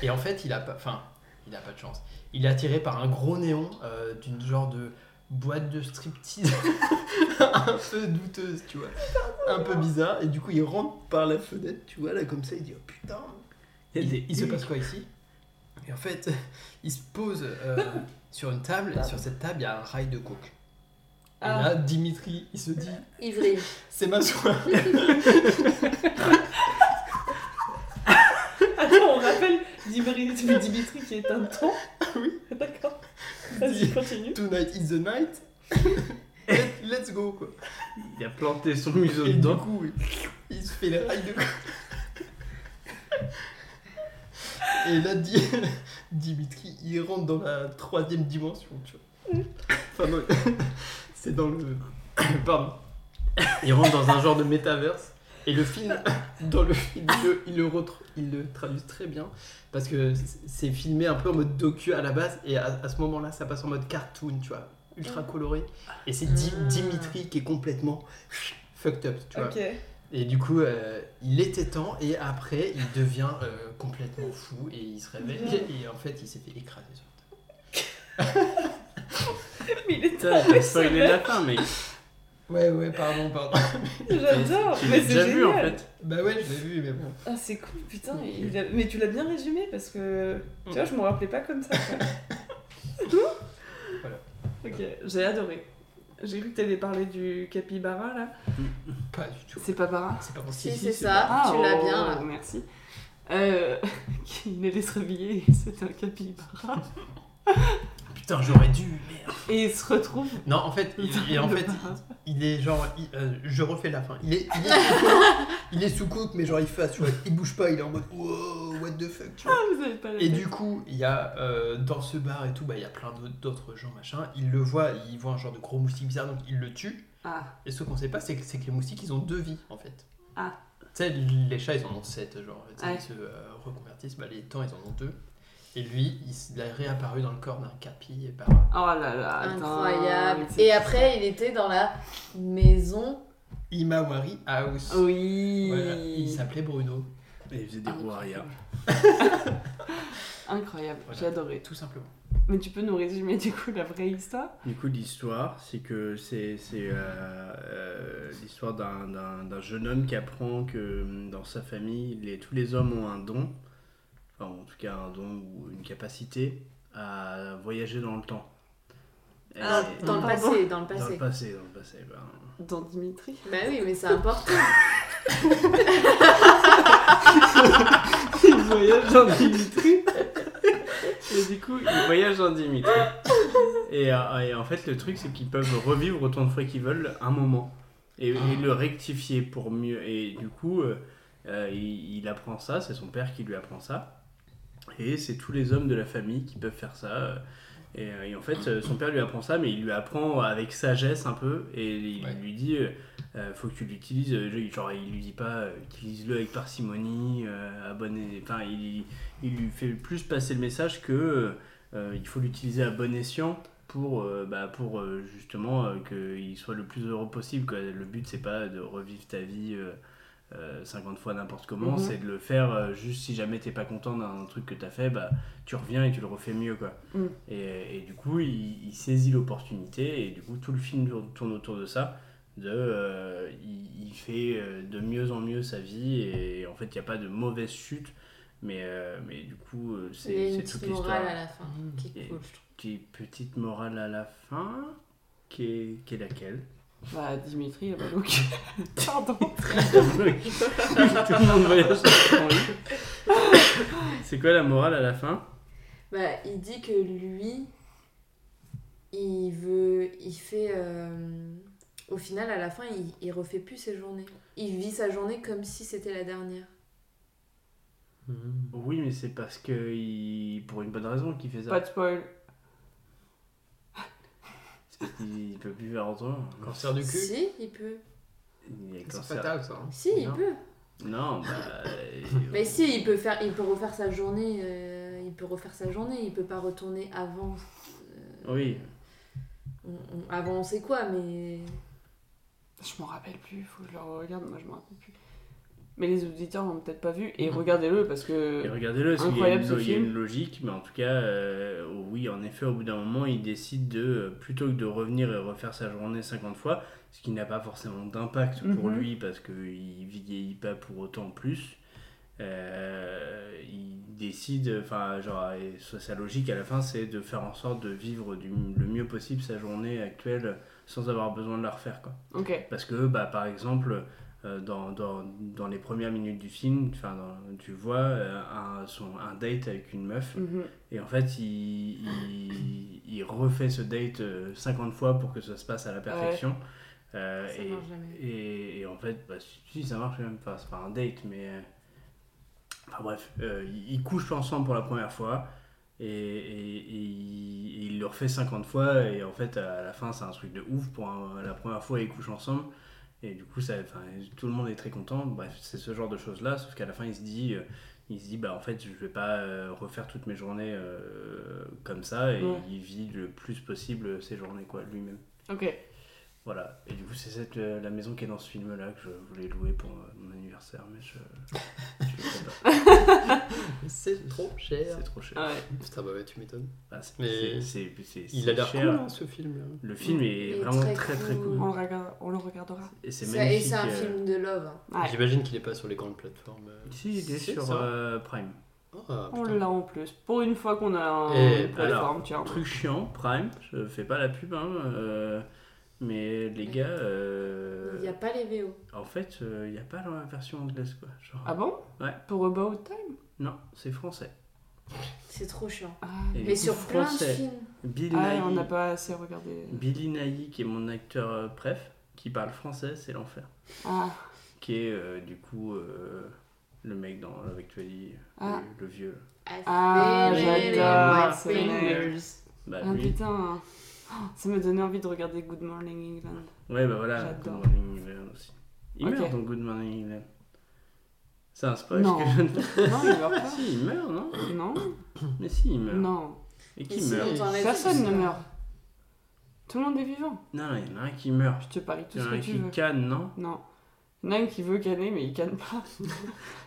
Speaker 5: Et en fait, il a pas, enfin, il a pas de chance. Il est attiré par un gros néon euh, d'une genre de boîte de striptease un peu douteuse, tu vois. Un peu bizarre. Et du coup, il rentre par la fenêtre, tu vois, là, comme ça, il dit, oh putain,
Speaker 2: Il y a des-
Speaker 5: il, il se passe quoi ici Et en fait, il se pose euh,
Speaker 2: Bah,
Speaker 5: sur une table, et sur cette table, il y a un rail de coke. Et
Speaker 3: Ah.
Speaker 5: là, Dimitri, il se dit,
Speaker 4: Ivry.
Speaker 5: c'est ma soirée.
Speaker 3: Attends, on rappelle Dimitri, Dimitri qui est un temps.
Speaker 5: Oui.
Speaker 3: D'accord.
Speaker 5: Vas-y,
Speaker 3: continue.
Speaker 5: Tonight is the night. Let- Let's go, quoi.
Speaker 2: Il a planté son museau
Speaker 5: Et du
Speaker 2: dedans.
Speaker 5: coup, il se fait les rails de coke. Et là, Di- Dimitri, il rentre dans la troisième dimension, tu vois. Enfin, non, c'est dans le. Pardon. Il rentre dans un genre de métaverse. Et le film, dans le film, il le, il le retr- il le traduit très bien. Parce que c'est filmé un peu en mode docu à la base. Et à, à ce moment-là, ça passe en mode cartoon, tu vois. Ultra coloré. Et c'est Di-
Speaker 4: Ah.
Speaker 5: Dimitri qui est complètement fucked up, tu vois. Et du coup, euh, il était temps, et après, il devient euh, complètement fou, et il se réveille, et en fait, il s'est fait écraser sur le tas.
Speaker 3: Mais il est
Speaker 2: Putain, je t'ai spoilé la fin, mais
Speaker 5: Ouais, ouais, pardon, pardon.
Speaker 2: j'adore, tu l'as déjà vu en fait.
Speaker 5: bah ouais, je l'ai vu, mais bon.
Speaker 3: Ah, c'est cool, putain. il a- Mais tu l'as bien résumé parce que. Tu vois, je me rappelais pas comme ça. quoi.
Speaker 5: Voilà.
Speaker 3: Ok, j'ai adoré. J'ai cru que t'allais parler du capybara là.
Speaker 5: Pas du tout.
Speaker 3: C'est pas bara.
Speaker 5: C'est pas
Speaker 4: Si,
Speaker 5: possible.
Speaker 4: c'est ça. tu l'as
Speaker 3: oh,
Speaker 4: bien, là.
Speaker 3: Merci. Euh, il allait se réveiller et c'est un capybara.
Speaker 5: Putain, j'aurais dû, merde.
Speaker 3: Et il se retrouve.
Speaker 5: Non, en fait, il, et en fait, il est genre. il- euh, je refais la fin. Il est, il est, sous coke, il est sous coke, mais genre, il fait, tu vois, il bouge pas, il est en mode, wow, what the fuck, tu vois.
Speaker 3: Ah, Vous avez pas la
Speaker 5: Et
Speaker 3: tête.
Speaker 5: du coup, il y a euh, dans ce bar et tout, bah, il y a plein d'autres- d'autres gens, machin. Ils le voient, ils voient un genre de gros moustique bizarre, donc ils le tuent.
Speaker 3: Ah,
Speaker 5: Et ce qu'on sait pas, c'est que, c'est que les moustiques, ils ont deux vies, en fait.
Speaker 3: Ah.
Speaker 5: Tu sais, les chats, ils en ont sept, genre. tu sais,
Speaker 3: Ouais.
Speaker 5: Ils se euh, reconvertissent, bah, les temps, ils en ont deux. Et lui, il s- il a réapparu dans le corps d'un capi et par.
Speaker 3: oh là là. attends,
Speaker 4: Incroyable.
Speaker 3: mais c'est-
Speaker 4: Et après, il était dans la maison.
Speaker 5: Imawari House.
Speaker 3: Oui.
Speaker 5: Voilà, Il s'appelait Bruno,
Speaker 2: Et il faisait des roues arrière.
Speaker 3: Incroyable,
Speaker 5: Voilà.
Speaker 3: j'ai adoré.
Speaker 5: tout simplement.
Speaker 3: Mais tu peux nous résumer du coup la vraie histoire
Speaker 2: Du coup, l'histoire, c'est que c'est c'est, euh, euh, l'histoire d'un- d'un d'un jeune homme qui apprend que hum, dans sa famille, les, tous les hommes ont un don, enfin en tout cas un don ou une capacité à voyager dans le temps. Et-
Speaker 4: Ah, dans le
Speaker 3: Pardon.
Speaker 4: passé, dans le
Speaker 2: dans le
Speaker 4: passé.
Speaker 2: passé, dans le passé, ben. pardon.
Speaker 3: dans Dimitri
Speaker 4: Bah oui, mais c'est important.
Speaker 2: Il voyage en Dimitri. Et du coup, il voyage en Dimitri. Et, euh, et en fait, le truc, c'est qu'ils peuvent revivre autant de fois qu'ils veulent un moment et, et le rectifier pour mieux. Et du coup, euh, euh, il, il apprend ça, c'est son père qui lui apprend ça. Et c'est tous les hommes de la famille qui peuvent faire ça. euh, Et, euh, et en fait, euh, son père lui apprend ça, mais il lui apprend avec sagesse un peu. Et il
Speaker 5: Ouais.
Speaker 2: lui dit euh, euh, faut que tu l'utilises. euh, Genre, il lui dit pas euh, utilise-le avec parcimonie, euh, à bon es- Enfin, il, il lui fait plus passer le message que. euh, euh, il faut l'utiliser à bon escient pour, euh, bah, pour euh, justement qu'il soit le plus heureux possible. quoi. Le but, c'est pas de revivre ta vie euh, euh, 50 fois n'importe comment,
Speaker 3: Mhm.
Speaker 2: c'est de le faire euh, juste si jamais t'es pas content d'un truc que t'as fait, bah, tu reviens et tu le refais mieux. Quoi.
Speaker 3: Mm.
Speaker 2: Et, et du coup, il, il saisit l'opportunité et du coup, tout le film tourne- tourne autour de ça. De, euh, il, il fait euh, de mieux en mieux sa vie et, en fait, il n'y a pas de mauvaise chute. Mais, euh, mais du coup, euh,
Speaker 6: Il y a
Speaker 2: c'est
Speaker 6: une
Speaker 2: c'est toute
Speaker 6: petite
Speaker 2: l'histoire
Speaker 6: morale à la fin
Speaker 5: Mm.
Speaker 6: qui est
Speaker 2: Et-
Speaker 6: cool, je trouve.
Speaker 2: petite, petite morale à la fin, qui est, qui est laquelle
Speaker 3: Bah, Dimitri, là, bah, donc. Pardon.
Speaker 2: Tout le monde voyage dans le temps. C'est quoi la morale à la fin
Speaker 6: Bah, il dit que lui, il veut, il fait. euh, au final, à la fin, il, il refait plus ses journées. Il vit sa journée comme si c'était la dernière.
Speaker 5: Mhm.
Speaker 2: Oui, mais c'est parce que il- pour une bonne raison qu'il fait ça.
Speaker 3: Pas de spoil.
Speaker 2: C'est parce qu'il peut plus faire autrement.
Speaker 5: Cancer du cul.
Speaker 6: Si, il peut.
Speaker 2: Il est
Speaker 5: C'est
Speaker 2: cancer.
Speaker 5: fatal
Speaker 4: hein.
Speaker 5: ça.
Speaker 6: Si, il
Speaker 2: Non.
Speaker 6: peut.
Speaker 2: Non, bah. euh,
Speaker 6: Mais si, il peut faire, il peut refaire sa journée. euh, il peut refaire sa journée. Il peut pas retourner avant.
Speaker 2: Oui,
Speaker 6: On, on- avant, on sait quoi, mais
Speaker 3: Je m'en rappelle plus, faut que je le regarde, moi je m'en rappelle plus. Mais les auditeurs l'ont peut-être pas vu, et regardez-le parce
Speaker 2: Et
Speaker 3: que.
Speaker 2: regardez-le, parce qu'il y, a
Speaker 3: euh, Incroyable,
Speaker 2: une-
Speaker 3: ce
Speaker 2: il y a
Speaker 3: film.
Speaker 2: une logique, mais en tout cas, euh, oui, en effet, au bout d'un moment, il décide de, euh, plutôt que de revenir et refaire sa journée 50 fois, ce qui n'a pas forcément d'impact pour
Speaker 3: Mhm.
Speaker 2: lui, parce qu'il vieillit pas pour autant plus, euh, il décide, enfin, genre, et sa sa logique à la fin, c'est de faire en sorte de vivre du, le mieux possible sa journée actuelle sans avoir besoin de la refaire, quoi.
Speaker 3: Ok.
Speaker 2: Parce que, bah, par exemple, euh, dans, dans, dans les premières minutes du film, enfin, dans- tu vois euh, un, son, un date avec une meuf,
Speaker 3: Mhm.
Speaker 2: et en fait, il, il, il refait ce date euh, 50 fois pour que ça se passe à la perfection. Euh,
Speaker 6: ça
Speaker 2: et,
Speaker 6: marche jamais.
Speaker 2: et, et en fait, bah, si, si, ça marche quand même. Enfin, c'est pas un date, mais. euh, Enfin bref, euh, ils ils couchent ensemble pour la première fois et, et- et il, et il le refait 50 fois. Et en fait, à la fin, c'est un truc de ouf. Pour un- la première fois, ils couchent ensemble. Et du coup, ça, enfin, tout le monde est très content. Bref, c'est ce genre de choses-là. Sauf qu'à la fin, il se dit. euh, il se dit bah en fait je vais pas euh, refaire toutes mes journées euh, comme ça et
Speaker 3: Ouais.
Speaker 2: il vit le plus possible ses journées quoi lui-même.
Speaker 3: Ok.
Speaker 2: Voilà, et du coup, c'est cette, euh, la maison qui est dans ce film-là que je voulais louer pour euh, mon anniversaire, mais je. je le fais pas.
Speaker 5: Mais C'est trop cher.
Speaker 2: C'est trop cher.
Speaker 3: Ouais. Ah.
Speaker 5: Putain, bah ouais, tu m'étonnes.
Speaker 2: Ah, c'est- c'est-
Speaker 5: Mais
Speaker 2: c'est- c'est-
Speaker 5: Il
Speaker 2: c'est
Speaker 5: a l'air
Speaker 2: cher.
Speaker 5: cool, hein, ce film. là.
Speaker 2: Le film est
Speaker 6: Il est
Speaker 2: vraiment très
Speaker 6: très
Speaker 2: très,
Speaker 6: cool.
Speaker 2: cool.
Speaker 3: On, le regarde- on le regardera.
Speaker 2: Et c'est
Speaker 6: Ça- Et
Speaker 2: magnifique.
Speaker 6: c'est un
Speaker 2: euh,
Speaker 6: film de love. hein.
Speaker 3: Ouais.
Speaker 5: J'imagine qu'il est pas sur les grandes plateformes. euh.
Speaker 2: Si, il est
Speaker 5: C'est
Speaker 2: sur
Speaker 5: ça.
Speaker 2: euh, Prime.
Speaker 5: Ah,
Speaker 6: Oh
Speaker 3: On
Speaker 5: putain.
Speaker 3: l'a en plus. Pour une fois qu'on a un.
Speaker 5: Et
Speaker 3: pour les
Speaker 2: alors,
Speaker 3: formes, tiens.
Speaker 2: Truc chiant, Prime, je fais pas la pub, hein, euh, mais les gars, euh,
Speaker 6: Il n'y a pas les VO.
Speaker 2: en fait, euh, il n'y a pas la version anglaise, quoi. Genre,
Speaker 3: Ah bon
Speaker 2: Ouais.
Speaker 3: Pour About Time
Speaker 2: Non, c'est français.
Speaker 6: C'est trop chiant.
Speaker 3: Ah,
Speaker 2: Et
Speaker 6: Mais
Speaker 2: du coup,
Speaker 6: sur plein de
Speaker 2: français,
Speaker 6: films.
Speaker 2: Bill
Speaker 3: Ah, on
Speaker 2: Nighy,
Speaker 3: n'a pas assez regardé.
Speaker 2: Billy Nighy, qui est mon acteur euh, préf, qui parle français, c'est l'enfer.
Speaker 3: Ah,
Speaker 2: Qui est euh, du coup euh, le mec dans Love Actually,
Speaker 3: Ah.
Speaker 2: le, le vieux.
Speaker 3: ah
Speaker 6: Really
Speaker 3: j'adore
Speaker 6: my
Speaker 3: ce mec.
Speaker 2: Bah,
Speaker 3: Ah
Speaker 2: lui.
Speaker 3: putain. Oh, Ça me donnait envie de regarder Good Morning England.
Speaker 2: Ouais, bah voilà, Good
Speaker 3: J'adore.
Speaker 2: Morning England aussi. Il
Speaker 3: Ok.
Speaker 2: meurt dans Good Morning England. C'est un spoil
Speaker 3: Non.
Speaker 2: ce que je viens de faire.
Speaker 3: Non, il meurt pas.
Speaker 2: Si, il meurt, non
Speaker 3: Non,
Speaker 2: Mais si, il meurt.
Speaker 3: non.
Speaker 2: Et qui
Speaker 6: Ici,
Speaker 2: meurt
Speaker 6: on t'enlève
Speaker 3: Personne
Speaker 6: tout
Speaker 3: ne
Speaker 6: ça.
Speaker 3: meurt. Tout le monde est vivant.
Speaker 2: Non, non, il y en a un qui meurt.
Speaker 3: Je te parie tout
Speaker 2: Il y
Speaker 3: ce
Speaker 2: en a
Speaker 3: que
Speaker 2: un
Speaker 3: tu
Speaker 2: qui
Speaker 3: veux.
Speaker 2: canne, non
Speaker 3: Non. Il y en a un qui veut canner, mais il canne pas.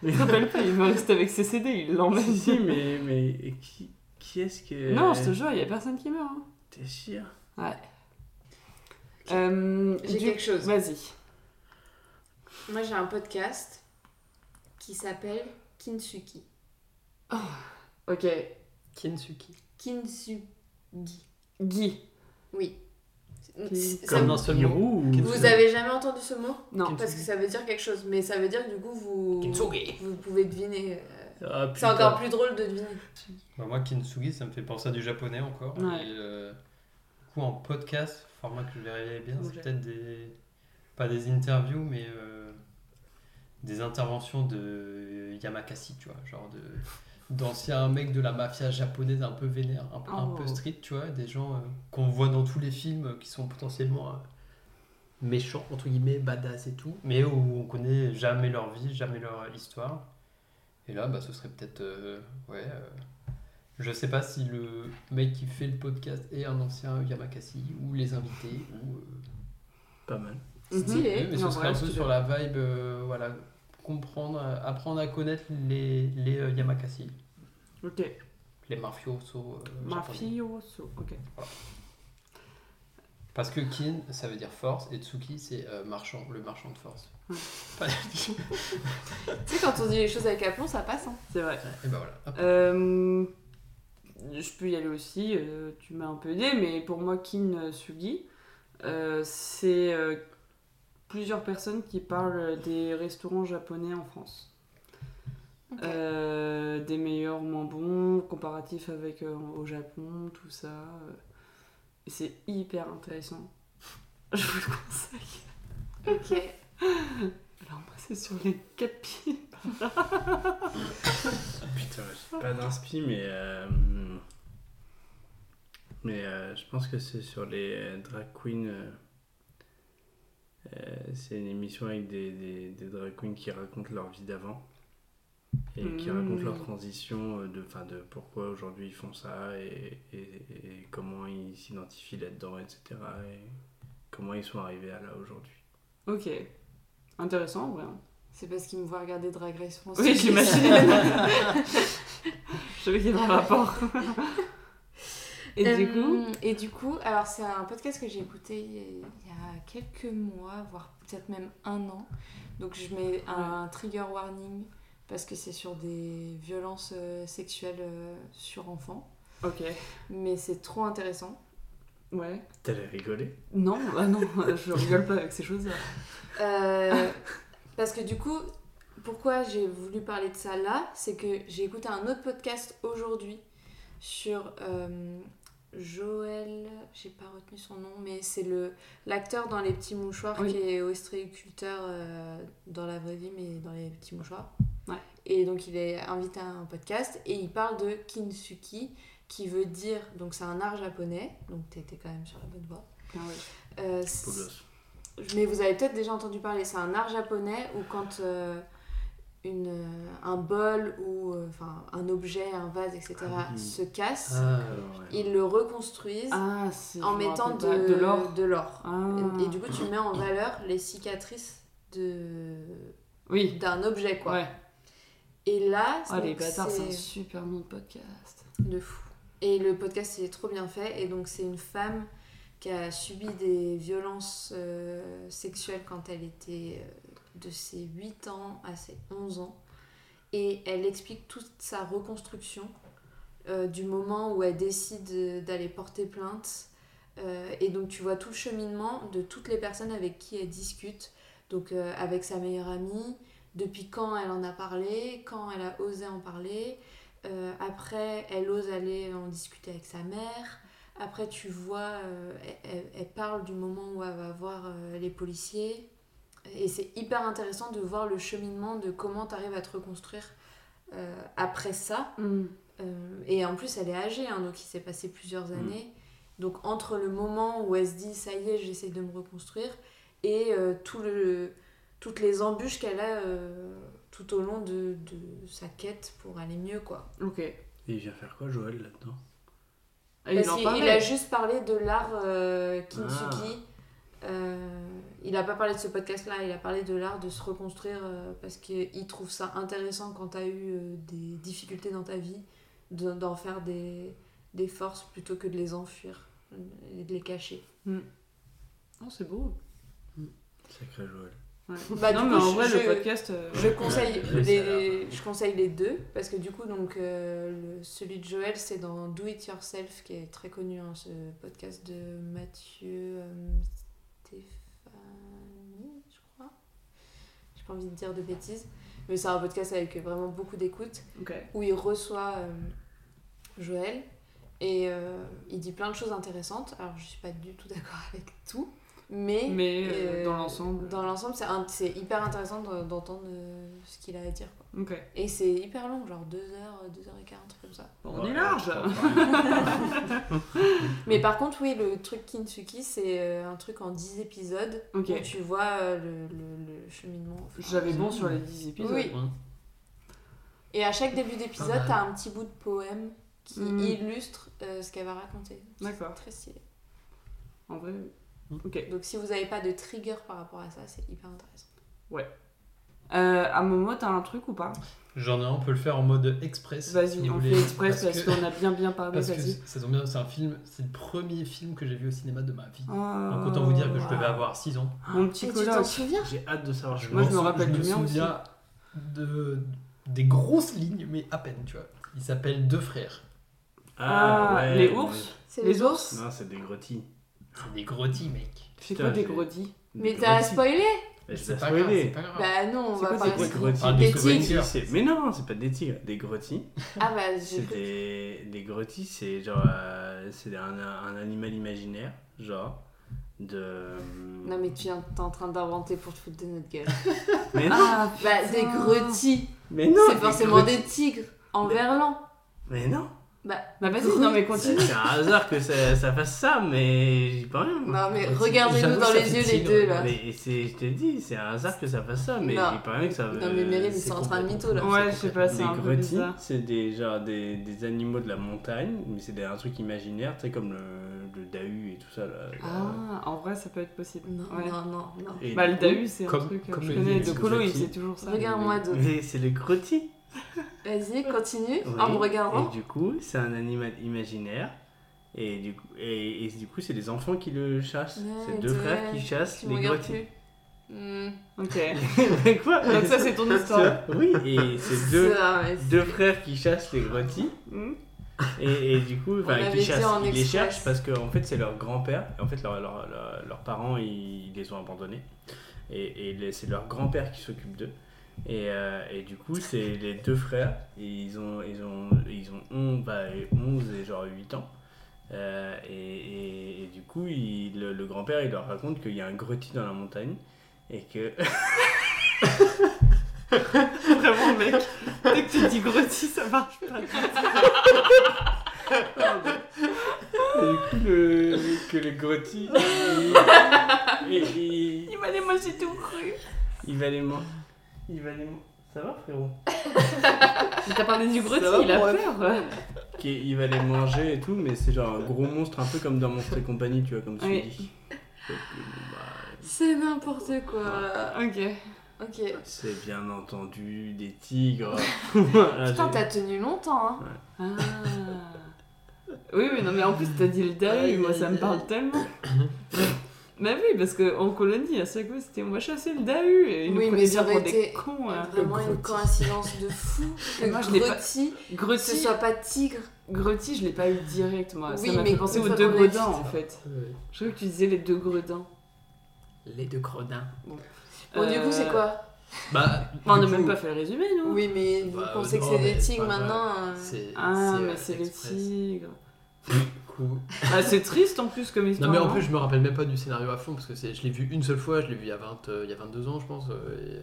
Speaker 3: Il s'appelle pas, il veut rester avec ses CD, il l'emmène.
Speaker 2: Si, si, mais, euh, mais et qui, qui est-ce que.
Speaker 3: Non, je te jure, il y a personne qui meurt. hein.
Speaker 2: T'es sûr
Speaker 3: Euh,
Speaker 6: J'ai
Speaker 3: du-
Speaker 6: quelque chose.
Speaker 3: Vas-y.
Speaker 6: Moi, j'ai un podcast qui s'appelle Kintsugi.
Speaker 3: Ok.
Speaker 5: Kensuki.
Speaker 6: Kintsugi.
Speaker 3: Guy.
Speaker 6: Oui.
Speaker 3: Kintsugi.
Speaker 6: Ça-
Speaker 5: Comme dans ce
Speaker 2: Hiro
Speaker 5: mot.
Speaker 2: ou-
Speaker 5: Kintsugi.
Speaker 6: vous avez jamais entendu ce mot
Speaker 3: Non.
Speaker 5: Kintsugi.
Speaker 6: Parce que ça veut dire quelque chose, mais ça veut dire du coup vous, vous pouvez deviner. euh,
Speaker 2: Ah,
Speaker 6: C'est
Speaker 2: putain.
Speaker 6: encore plus drôle de deviner.
Speaker 5: Bah, moi, Kintsugi, ça me fait penser à du japonais encore.
Speaker 3: Ouais.
Speaker 5: Et, euh, coup, en podcast, format que je vais révéler bien, c'est
Speaker 3: Projet.
Speaker 5: peut-être des. Pas des interviews, mais euh, des interventions de Yamakasi, tu vois. Genre de. D'anciens mecs de la mafia japonaise un peu vénère, un, peu- un
Speaker 3: Oh.
Speaker 5: peu street, tu vois. Des gens euh, qu'on voit dans tous les films euh, qui sont potentiellement euh, méchants, entre guillemets, badass et tout. Mais où on connaît jamais leur vie, jamais leur histoire. Et là, bah, ce serait peut-être. euh, ouais. euh, je sais pas si le mec qui fait le podcast est un ancien Yamakasi ou les invités ou euh,
Speaker 2: Pas mal.
Speaker 3: Stylé.
Speaker 5: mais ce
Speaker 3: En vrai,
Speaker 5: serait un peu
Speaker 3: stylé.
Speaker 5: sur la vibe euh, voilà comprendre euh, apprendre à connaître les, les euh, Yamakasi
Speaker 3: Ok.
Speaker 5: les mafiosos euh, japonais.
Speaker 3: Mafioso. Ok.
Speaker 5: parce que kin ça veut dire force et tsuki c'est euh, marchand le marchand de force
Speaker 8: Tu sais, quand on dit les choses avec aplomb, ça passe. Hein.
Speaker 3: C'est vrai.
Speaker 5: et ben voilà Hop.
Speaker 3: Euh, je peux y aller aussi. euh, tu m'as un peu aidé, mais pour moi, Kin Sugi, euh, c'est euh, plusieurs personnes qui parlent des restaurants japonais en France. Euh, des meilleurs, moins bons, comparatifs avec euh, au Japon, tout ça. euh. Et c'est hyper intéressant. Je vous le conseille.
Speaker 8: Ok.
Speaker 3: Alors, moi, c'est sur les capis.
Speaker 2: Putain, j'ai pas d'inspi, mais. euh, Mais euh, je pense que c'est sur les euh, drag queens. euh, euh, c'est une émission avec des, des, des drag queens qui racontent leur vie d'avant. Et qui
Speaker 3: Mm.
Speaker 2: racontent leur transition, euh, de, enfin de pourquoi aujourd'hui ils font ça, et, et, et comment ils s'identifient là-dedans, etc. Et comment ils sont arrivés à là aujourd'hui.
Speaker 3: Ok. Intéressant, en vrai. hein.
Speaker 4: C'est parce qu'il me voit regarder Drag Race France.
Speaker 3: Oui, j'imagine. Je savais qu'il y avait un rapport. Et du coup,
Speaker 4: Euh, Et du coup, alors c'est un podcast que j'ai écouté il y a- il y a quelques mois, voire peut-être même un an. Donc je mets un trigger warning parce que c'est sur des violences euh, sexuelles euh, sur enfants.
Speaker 3: Euh, ok,
Speaker 4: Mais c'est trop intéressant.
Speaker 3: ouais.
Speaker 2: T'allais rigoler
Speaker 3: Non, ah non, je rigole pas avec ces choses-là.
Speaker 4: Euh, parce que du coup, pourquoi j'ai voulu parler de ça là, c'est que j'ai écouté un autre podcast aujourd'hui sur euh, Joël, j'ai pas retenu son nom, mais c'est le l'acteur dans Les Petits Mouchoirs
Speaker 3: Oui.
Speaker 4: qui est ostréiculteur euh, dans la vraie vie, mais dans Les Petits Mouchoirs.
Speaker 3: Ouais.
Speaker 4: Et donc il est invité à un podcast et il parle de kintsugi qui veut dire, donc c'est un art japonais, donc t'étais quand même sur la bonne voie.
Speaker 3: Ah ouais.
Speaker 4: Euh,
Speaker 2: Beau gosse.
Speaker 4: mais vous avez peut-être déjà entendu parler, c'est un art japonais où quand euh, une, euh, un bol ou euh, enfin un objet, un vase, etc.
Speaker 2: Ah oui.
Speaker 4: se casse,
Speaker 5: Ah,
Speaker 2: Alors, ouais.
Speaker 4: ils le reconstruisent
Speaker 3: Ah, c'est.
Speaker 4: en
Speaker 3: je me
Speaker 4: mettant
Speaker 3: rappelle pas.
Speaker 4: de,
Speaker 3: de l'or.
Speaker 4: de l'or.
Speaker 3: Ah.
Speaker 4: Et, et du coup, tu mets en valeur les cicatrices de
Speaker 3: Oui,
Speaker 4: d'un objet quoi.
Speaker 3: ouais.
Speaker 4: Et là,
Speaker 3: Ah, les
Speaker 4: donc,
Speaker 3: bâtards, c'est un
Speaker 4: c'est
Speaker 3: super nom de podcast.
Speaker 4: de fou. Et le podcast il est trop bien fait et donc c'est une femme qui a subi des violences euh, sexuelles quand elle était euh, de ses 8 ans à ses 11 ans. Et elle explique toute sa reconstruction euh, du moment où elle décide euh, d'aller porter plainte. Euh, et donc tu vois tout le cheminement de toutes les personnes avec qui elle discute. Donc euh, avec sa meilleure amie, depuis quand elle en a parlé, quand elle a osé en parler. Euh, après, elle ose aller en discuter avec sa mère. Après, tu vois, euh, elle, elle- elle parle du moment où elle va voir euh, les policiers. Et c'est hyper intéressant de voir le cheminement de comment tu arrives à te reconstruire euh, après ça. Euh, et en plus, elle est âgée, hein, donc il s'est passé plusieurs années. Donc entre le moment où elle se dit ça y est, j'essaie de me reconstruire, et euh, tout le, toutes les embûches qu'elle a euh, tout au long de, de sa quête pour aller mieux, quoi.
Speaker 3: Ok.
Speaker 2: Et il vient faire quoi, Joël, là-dedans
Speaker 3: Et
Speaker 4: Parce
Speaker 3: Ah, il en
Speaker 4: qu'il- il,
Speaker 3: parlait.
Speaker 4: a juste parlé de l'art euh, kintsugi.
Speaker 3: Ah.
Speaker 4: Euh, il n'a pas parlé de ce podcast-là, il a parlé de l'art de se reconstruire euh, parce qu'il trouve ça intéressant quand tu as eu euh, des difficultés dans ta vie, de- d'en faire des, des forces plutôt que de les enfuir euh, et de les cacher.
Speaker 3: Non, Oh, c'est beau.
Speaker 2: Sacré Joël.
Speaker 3: Ouais.
Speaker 4: Bah,
Speaker 3: non,
Speaker 4: du
Speaker 3: mais
Speaker 4: coup,
Speaker 3: en
Speaker 4: je-
Speaker 3: vrai,
Speaker 4: je-
Speaker 3: le podcast. euh,
Speaker 4: Je conseille,
Speaker 2: Ouais,
Speaker 4: les, je conseille les deux parce que du coup, donc, euh, le- celui de Joël, c'est dans Do It Yourself qui est très connu, hein, ce podcast de Mathieu euh, Stéphanie, je crois. J'ai pas envie de dire de bêtises, mais c'est un podcast avec vraiment beaucoup d'écoute
Speaker 3: Ok.
Speaker 4: où il reçoit euh, Joël Et euh, il dit plein de choses intéressantes. Alors, je suis pas du tout d'accord avec tout, mais,
Speaker 3: Mais euh,
Speaker 4: euh,
Speaker 3: dans l'ensemble.
Speaker 4: dans l'ensemble, c'est un- c'est hyper intéressant de- d'entendre euh, ce qu'il a à dire. quoi.
Speaker 3: Ok.
Speaker 4: Et c'est hyper long, genre 2h, 2h15, truc comme ça.
Speaker 3: Bon, on est large
Speaker 4: Mais par contre, oui, le truc Kintsugi, c'est euh, un truc en 10 épisodes
Speaker 3: Ok.
Speaker 4: où tu vois euh, le, le- le cheminement. enfin,
Speaker 3: J'avais
Speaker 5: Ah,
Speaker 3: bon sur les 10 épisodes.
Speaker 4: Oui. Et à chaque début d'épisode,
Speaker 5: Pas mal.
Speaker 4: t'as un petit bout de poème qui
Speaker 3: Mm.
Speaker 4: illustre euh, ce qu'elle va raconter.
Speaker 3: D'accord.
Speaker 4: Très stylé.
Speaker 3: En vrai, oui. ok.
Speaker 4: Donc si vous n'avez pas de trigger par rapport à ça, c'est hyper intéressant.
Speaker 3: Euh, à Momo, t'as un truc ou pas
Speaker 5: J'en ai un, on peut le faire en mode express. si
Speaker 3: Vas-y,
Speaker 5: vous
Speaker 3: on
Speaker 5: voulez,
Speaker 3: fait express
Speaker 5: parce
Speaker 3: parce
Speaker 5: que-
Speaker 3: qu'on a bien bien parlé,
Speaker 5: Parce que
Speaker 3: vas-y.
Speaker 5: ça tombe bien, c'est un film, c'est le premier film que j'ai vu au cinéma de ma vie.
Speaker 3: Ah,
Speaker 5: Donc autant vous dire que je
Speaker 4: wow.
Speaker 5: devais avoir 6 ans.
Speaker 3: Mon petit
Speaker 4: Et tu t'en
Speaker 3: colloque.
Speaker 4: souviens
Speaker 2: J'ai hâte de savoir.
Speaker 5: Je
Speaker 3: Moi, je
Speaker 5: m'en
Speaker 3: me
Speaker 5: sou-
Speaker 3: rappelle du
Speaker 5: me
Speaker 3: mien aussi.
Speaker 5: souviens de, des grosses lignes, mais à peine, tu vois. Il s'appelle Deux frères.
Speaker 3: Ah, les ours
Speaker 4: C'est
Speaker 3: Les ours
Speaker 2: Non, c'est des grottis.
Speaker 5: C'est des grottis, mec.
Speaker 3: C'est
Speaker 2: Putain,
Speaker 3: quoi des
Speaker 2: j'ai-
Speaker 3: grottis
Speaker 4: Mais
Speaker 2: Des
Speaker 4: t'as
Speaker 2: grottis.
Speaker 4: spoilé
Speaker 2: Bah, Je
Speaker 5: C'est
Speaker 2: l'ai
Speaker 5: pas grave, c'est
Speaker 2: spoilé.
Speaker 5: pas grave.
Speaker 4: Bah non, on
Speaker 3: C'est
Speaker 4: va
Speaker 3: quoi,
Speaker 4: pas
Speaker 3: c'est
Speaker 2: Des
Speaker 3: grottis
Speaker 4: rester-
Speaker 2: grottis.
Speaker 5: Ah, des
Speaker 2: Des
Speaker 5: tigres.
Speaker 2: grottis, c'est- Mais non, c'est pas des tigres. Des grottis,
Speaker 4: Ah bah j'ai
Speaker 2: c'est
Speaker 4: cru.
Speaker 2: des... des grottis, c'est genre. euh, c'est un, un animal imaginaire, genre. De.
Speaker 4: Non mais tu viens- t'es en train d'inventer pour te foutre de notre gueule.
Speaker 2: Mais non
Speaker 3: Ah,
Speaker 4: bah des
Speaker 3: putain.
Speaker 4: grottis,
Speaker 2: Mais non
Speaker 4: c'est
Speaker 2: des
Speaker 4: forcément
Speaker 2: grottis.
Speaker 4: des tigres en
Speaker 2: Mais-
Speaker 4: verlan.
Speaker 2: Mais non
Speaker 3: Bah vas-y, non mais
Speaker 2: C'est
Speaker 3: continue.
Speaker 2: c'est un hasard que ça, ça fasse ça, mais j'y peux rien. moi.
Speaker 4: Non mais
Speaker 5: Grottis.
Speaker 4: regardez-nous
Speaker 5: J'avoue,
Speaker 4: dans
Speaker 5: ça
Speaker 4: les
Speaker 5: fait
Speaker 4: yeux les
Speaker 5: tigre.
Speaker 4: deux là.
Speaker 2: Mais c'est, je t'ai dit, c'est un hasard que ça fasse ça, mais
Speaker 4: Non.
Speaker 2: j'y peux rien que ça.
Speaker 4: Non, mais Meryl, ils
Speaker 2: c'est
Speaker 4: sont en train de
Speaker 2: complètement-
Speaker 4: mytho, là.
Speaker 3: Ouais, je sais pas, c'est
Speaker 2: Des
Speaker 3: un peu
Speaker 2: grottis,
Speaker 3: bizarre.
Speaker 2: c'est des, genre des, des animaux de la montagne, mais c'est des- un truc imaginaire, tu sais, comme le, le Dahu et tout ça. Là,
Speaker 3: Ah, en vrai, ça peut être possible.
Speaker 4: Non,
Speaker 3: Ouais.
Speaker 4: non, non, non.
Speaker 2: Et
Speaker 3: Bah le
Speaker 2: du coup-
Speaker 3: Dahu, c'est un
Speaker 5: Comme-
Speaker 3: truc que
Speaker 5: comme
Speaker 3: je
Speaker 5: les
Speaker 3: connais.
Speaker 2: petits
Speaker 3: De Colo, il
Speaker 2: grottis.
Speaker 3: fait toujours ça.
Speaker 4: Regarde-moi d'autres.
Speaker 2: Mais c'est le grottis.
Speaker 4: Vas-y, continue
Speaker 2: Oui.
Speaker 4: en me regardant.
Speaker 2: Et du coup, c'est un animal imaginaire. Et du coup, et, et du coup c'est des enfants qui le chassent.
Speaker 4: Ouais,
Speaker 2: c'est deux
Speaker 4: ouais.
Speaker 2: frères qui chassent
Speaker 4: Tu me
Speaker 2: les
Speaker 4: regardes
Speaker 2: grottis.
Speaker 4: plus. Hmm.
Speaker 3: Ok.
Speaker 2: mais quoi
Speaker 3: Donc ça, c'est ton histoire.
Speaker 2: Oui, et c'est deux,
Speaker 4: Ça, mais c'est-
Speaker 2: deux frères qui chassent les grottis.
Speaker 3: Hmm.
Speaker 2: Et, et du coup, enfin,
Speaker 4: On avait
Speaker 2: qui
Speaker 4: dit
Speaker 2: chassent,
Speaker 4: en
Speaker 2: ils les
Speaker 4: express.
Speaker 2: cherchent parce que en fait, c'est leur grand-père. Et En fait, leur- leur- leur- leurs parents, ils, ils les ont abandonnés. Et, et les- c'est leur grand-père qui s'occupe d'eux. Et, euh, et du coup, c'est les deux frères. Et ils ont, ils ont, ils ont 11, bah, 11 et genre 8 ans. Euh, et, et- et du coup, il- le, le grand-père, il leur raconte qu'il y a un grottis dans la montagne. Et que
Speaker 3: Vraiment, mec. Dès que tu dis grottis, ça marche pas.
Speaker 2: Et du coup, le, que le grottis, il, il- il-
Speaker 3: Il m'a les moi, j'ai tout cru.
Speaker 2: il va les mains. Il va les mains. Ça va, frérot
Speaker 3: Mais T'as parlé du grottis,
Speaker 5: Ça va,
Speaker 3: il a
Speaker 5: mon ref
Speaker 3: peur.
Speaker 2: Ok, Il va les manger et tout, mais c'est genre un gros monstre, un peu comme dans Monstre et compagnie, tu vois, comme tu
Speaker 3: Oui.
Speaker 2: dis. Donc, euh, bah,
Speaker 4: C'est n'importe quoi.
Speaker 3: Ok.
Speaker 4: Ok.
Speaker 2: C'est bien entendu des tigres.
Speaker 5: Ah,
Speaker 2: Voilà,
Speaker 4: Putain,
Speaker 2: j'ai-
Speaker 4: t'as tenu longtemps, hein.
Speaker 3: Ah. Oui, mais non, mais en plus, t'as dit le daï,
Speaker 4: Ah,
Speaker 5: Aïe,
Speaker 3: moi,
Speaker 5: aïe,
Speaker 3: ça me
Speaker 5: aïe.
Speaker 3: parle tellement. Mais oui, parce qu'en colonie, à chaque fois, c'était on va chasser le dahu. Et ils nous
Speaker 4: Oui, mais
Speaker 3: prenaient
Speaker 4: ça
Speaker 3: bien pour
Speaker 4: aurait
Speaker 3: des
Speaker 4: été euh,
Speaker 3: cons.
Speaker 6: Euh,
Speaker 3: hein.
Speaker 4: Vraiment une coïncidence de fou que
Speaker 3: Moi, je l'ai pas-
Speaker 4: Grotty ne
Speaker 3: Grottis,
Speaker 4: soit pas tigre.
Speaker 3: grottis, je l'ai pas eu direct, moi.
Speaker 4: Oui,
Speaker 3: ça m'a
Speaker 4: mais
Speaker 3: fait penser
Speaker 4: une
Speaker 3: aux
Speaker 4: fois
Speaker 3: deux
Speaker 4: qu'on l'a
Speaker 3: gredins,
Speaker 4: dit,
Speaker 3: en fait.
Speaker 5: Euh,
Speaker 3: Je crois que tu disais les deux gredins.
Speaker 5: Les deux gredins.
Speaker 4: Bon, du coup,
Speaker 5: Euh,
Speaker 4: c'est quoi
Speaker 5: Bah,
Speaker 3: Bah, Euh, on
Speaker 5: du
Speaker 3: n'a même
Speaker 5: coup,
Speaker 3: pas fait le résumé, nous.
Speaker 4: Oui, mais vous
Speaker 5: Bah,
Speaker 4: pensez que
Speaker 5: non,
Speaker 4: c'est des
Speaker 5: mais
Speaker 4: tigres
Speaker 5: pas-
Speaker 4: maintenant. euh,
Speaker 5: c'est-
Speaker 3: Ah,
Speaker 5: c'est, euh,
Speaker 3: mais c'est les
Speaker 5: express.
Speaker 3: tigres.
Speaker 5: Du coup,
Speaker 3: Ah, c'est triste en plus comme histoire.
Speaker 5: Non mais en
Speaker 3: hein.
Speaker 5: plus je me rappelle même pas du scénario à fond parce que c'est- je l'ai vu une seule fois, je l'ai vu il y a, 20, euh, il y a 22 ans je pense euh,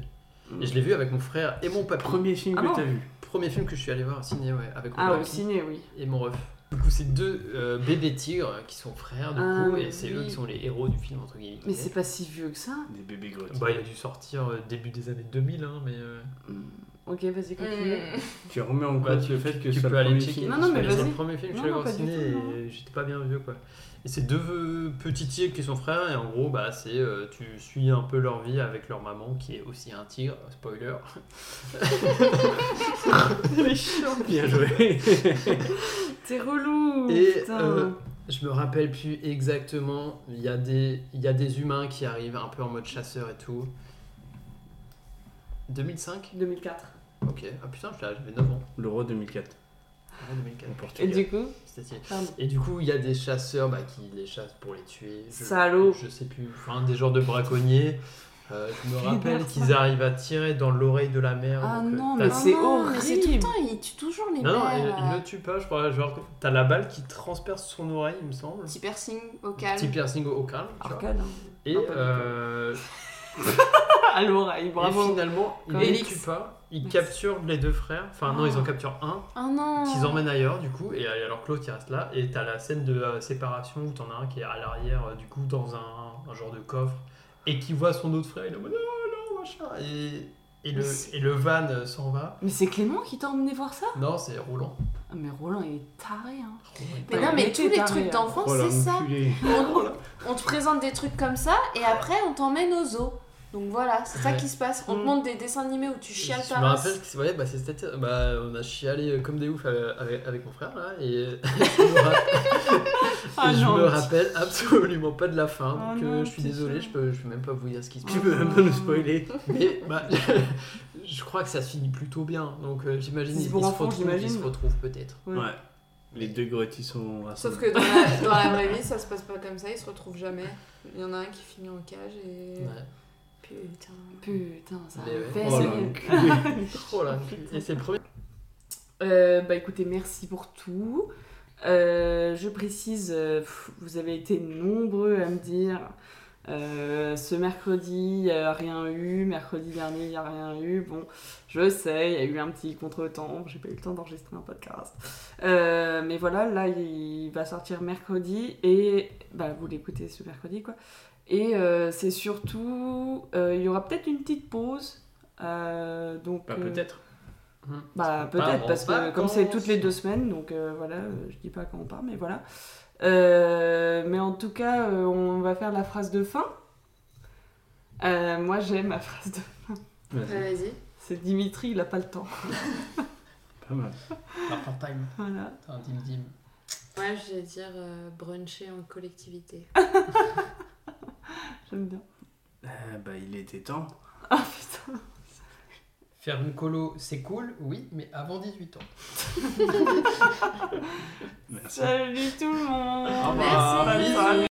Speaker 5: et,
Speaker 3: Mm.
Speaker 5: et je l'ai vu avec mon frère et mon papy.
Speaker 2: Premier film
Speaker 3: Ah
Speaker 2: que
Speaker 3: bon
Speaker 2: t'as vu.
Speaker 5: Premier film que je suis allé voir au ciné ouais, avec mon
Speaker 3: Ah,
Speaker 5: papy
Speaker 3: au ciné, oui.
Speaker 5: et mon ref. Du coup c'est deux euh, bébés tigres qui sont frères du
Speaker 3: Ah,
Speaker 5: coup
Speaker 3: mais
Speaker 5: et c'est
Speaker 3: oui.
Speaker 5: eux qui sont les héros du film entre guillemets.
Speaker 3: Mais c'est pas si vieux que ça.
Speaker 2: Des bébés grottis.
Speaker 5: Bah il a dû sortir euh, début des années 2000 hein mais... euh,
Speaker 3: Ok, vas-y, continue.
Speaker 4: Euh.
Speaker 2: Tu remets en
Speaker 5: Bah,
Speaker 2: cause
Speaker 5: tu-
Speaker 2: le fait que
Speaker 5: tu
Speaker 2: ça
Speaker 5: peux aller checker.
Speaker 3: Non, non, mais
Speaker 5: c'est
Speaker 3: vas-y.
Speaker 5: le premier film que je suis allé
Speaker 3: Non,
Speaker 5: voir au
Speaker 3: non, pas du
Speaker 5: ciné
Speaker 3: tout, non.
Speaker 5: et j'étais pas bien vieux quoi. Et c'est deux euh, petits tigres qui sont frères et en gros bah c'est euh, tu suis un peu leur vie avec leur maman qui est aussi un tigre, spoiler.
Speaker 2: Bien joué.
Speaker 3: T'es relou.
Speaker 5: Et,
Speaker 3: putain.
Speaker 5: euh, Je me rappelle plus exactement, il y a des il y a des humains qui arrivent un peu en mode chasseur et tout. 2005
Speaker 3: 2004.
Speaker 5: OK. Ah putain, je l'ai- j'avais 9 ans.
Speaker 2: L'Euro 2004
Speaker 5: Ah, 2004.
Speaker 2: au
Speaker 3: Et
Speaker 2: Portugal.
Speaker 3: du coup,
Speaker 5: C'était
Speaker 3: pardon.
Speaker 5: Et du coup, il y a des chasseurs bah, qui les chassent pour les tuer. Je,
Speaker 3: Salaud.
Speaker 5: Je sais plus. Enfin, des genres de braconniers. Euh, je me rappelle qu'ils arrivent à tirer dans l'oreille de la mère.
Speaker 3: hein. Ah
Speaker 5: donc, euh,
Speaker 3: non,
Speaker 5: t'as-
Speaker 3: mais c'est
Speaker 6: non, mais c'est tout le
Speaker 3: horrible.
Speaker 6: temps, il tue toujours les
Speaker 5: Non, non,
Speaker 6: mères.
Speaker 5: il, il
Speaker 6: euh,
Speaker 5: le tue pas, je crois. Genre, t'as la balle qui transperce son oreille, il me semble.
Speaker 6: Petit piercing au
Speaker 5: Petit
Speaker 6: calme.
Speaker 5: piercing au, au calme. tu vois.
Speaker 3: Arcade.
Speaker 5: Et,
Speaker 3: Non, pas du tout.
Speaker 5: euh,
Speaker 3: À l'oreille,
Speaker 5: et
Speaker 3: bravo.
Speaker 5: finalement, il
Speaker 3: Comme
Speaker 5: les
Speaker 6: Félix.
Speaker 5: tue pas. Il
Speaker 3: Merci.
Speaker 5: capture les deux frères. Enfin, non,
Speaker 6: Ah.
Speaker 5: ils en capturent un.
Speaker 6: Ah non
Speaker 5: qu'ils emmènent ailleurs du coup et alors que l'autre il reste là et t'as la scène de euh, séparation où t'en as un qui est à l'arrière euh, du coup dans un, un genre de coffre et qui voit son autre frère il est en mode oh non machin et, et, le,
Speaker 6: Mais c'est-
Speaker 5: et le van euh, s'en va
Speaker 3: Mais c'est Clément qui t'a emmené voir ça
Speaker 5: non c'est Roland
Speaker 3: Ah, Mais Roland, il est taré, hein.
Speaker 6: Mais
Speaker 3: Ouais,
Speaker 6: non, mais
Speaker 3: mais
Speaker 6: tous les
Speaker 3: t'es
Speaker 6: trucs
Speaker 3: taré,
Speaker 4: hein.
Speaker 6: d'enfance,
Speaker 2: Oh,
Speaker 6: c'est ça.
Speaker 2: l'enculé.
Speaker 6: On, on te présente des trucs comme ça et après on t'emmène aux zoo. Donc voilà, c'est ça
Speaker 5: Ouais.
Speaker 6: qui se passe. On te
Speaker 3: Mm.
Speaker 6: montre des dessins animés où tu chiales
Speaker 5: je
Speaker 6: ta
Speaker 5: me
Speaker 6: race.
Speaker 5: rappelle que c'est- ouais, bah, c'est cette- bah, on a chialé comme des oufs euh, avec, avec mon frère là et je me rappelle-
Speaker 3: Ah,
Speaker 5: je
Speaker 3: genre,
Speaker 5: me
Speaker 3: petit-
Speaker 5: rappelle absolument pas de la fin
Speaker 3: Oh
Speaker 5: donc euh,
Speaker 3: non,
Speaker 5: je suis
Speaker 3: petit
Speaker 5: désolé
Speaker 3: chat.
Speaker 5: je peux, je peux même pas vous dire ce qui se passe
Speaker 2: Tu peux même pas nous spoiler.
Speaker 5: Mais bah, je crois que ça se finit plutôt bien. Donc euh, j'imagine
Speaker 3: C'est
Speaker 5: ils,
Speaker 3: pour
Speaker 5: ils se
Speaker 3: enfants,
Speaker 5: retrouvent,
Speaker 3: j'imagine.
Speaker 5: ils se retrouvent peut-être.
Speaker 3: Ouais.
Speaker 2: Ouais. Les deux grottis sont
Speaker 4: Sauf
Speaker 2: rassemblés.
Speaker 4: que dans la, dans la vraie vie, ça se passe pas comme ça, ils se retrouvent jamais. Il y en a un qui finit en cage et.
Speaker 5: Ouais.
Speaker 4: Putain.
Speaker 3: Putain, ça
Speaker 5: Mais ouais.
Speaker 3: fait.
Speaker 2: Oh l'enculé.
Speaker 5: Oh là, et c'est le premier.
Speaker 3: Euh, bah écoutez, merci pour tout. Euh, je précise, euh, pff, vous avez été nombreux à me dire euh, ce mercredi, il n'y a rien eu, mercredi dernier, il n'y a rien eu. Bon, je sais, il y a eu un petit contretemps, j'ai pas eu le temps d'enregistrer un podcast. Euh, mais voilà, là, il va sortir mercredi et bah, vous l'écoutez ce mercredi, quoi. Et euh, c'est surtout, euh, il y aura peut-être une petite pause. euh, donc,
Speaker 2: Bah
Speaker 3: euh,
Speaker 2: peut-être.
Speaker 3: bah
Speaker 5: part
Speaker 3: peut-être,
Speaker 5: en
Speaker 3: parce que comme
Speaker 5: vacances.
Speaker 3: c'est toutes les deux semaines, donc euh, voilà, euh, je dis pas quand on part, mais voilà. Euh, mais en tout cas, euh, on va faire la phrase de fin. Euh, moi j'aime ma phrase de
Speaker 2: Vas-y,
Speaker 4: Ouais, Vas-y.
Speaker 3: C'est Dimitri, il a pas le temps.
Speaker 2: pas mal.
Speaker 5: Par time,
Speaker 3: Voilà.
Speaker 5: un dim dim.
Speaker 4: Moi, je vais dire euh, bruncher en collectivité.
Speaker 3: J'aime bien.
Speaker 2: Euh, bah il était temps.
Speaker 3: Ah putain.
Speaker 5: Faire une colo, c'est cool, oui, mais avant 18 ans.
Speaker 2: Merci.
Speaker 3: Salut tout le monde.
Speaker 5: Au revoir.
Speaker 4: Merci.
Speaker 3: Ah, Bonne soirée.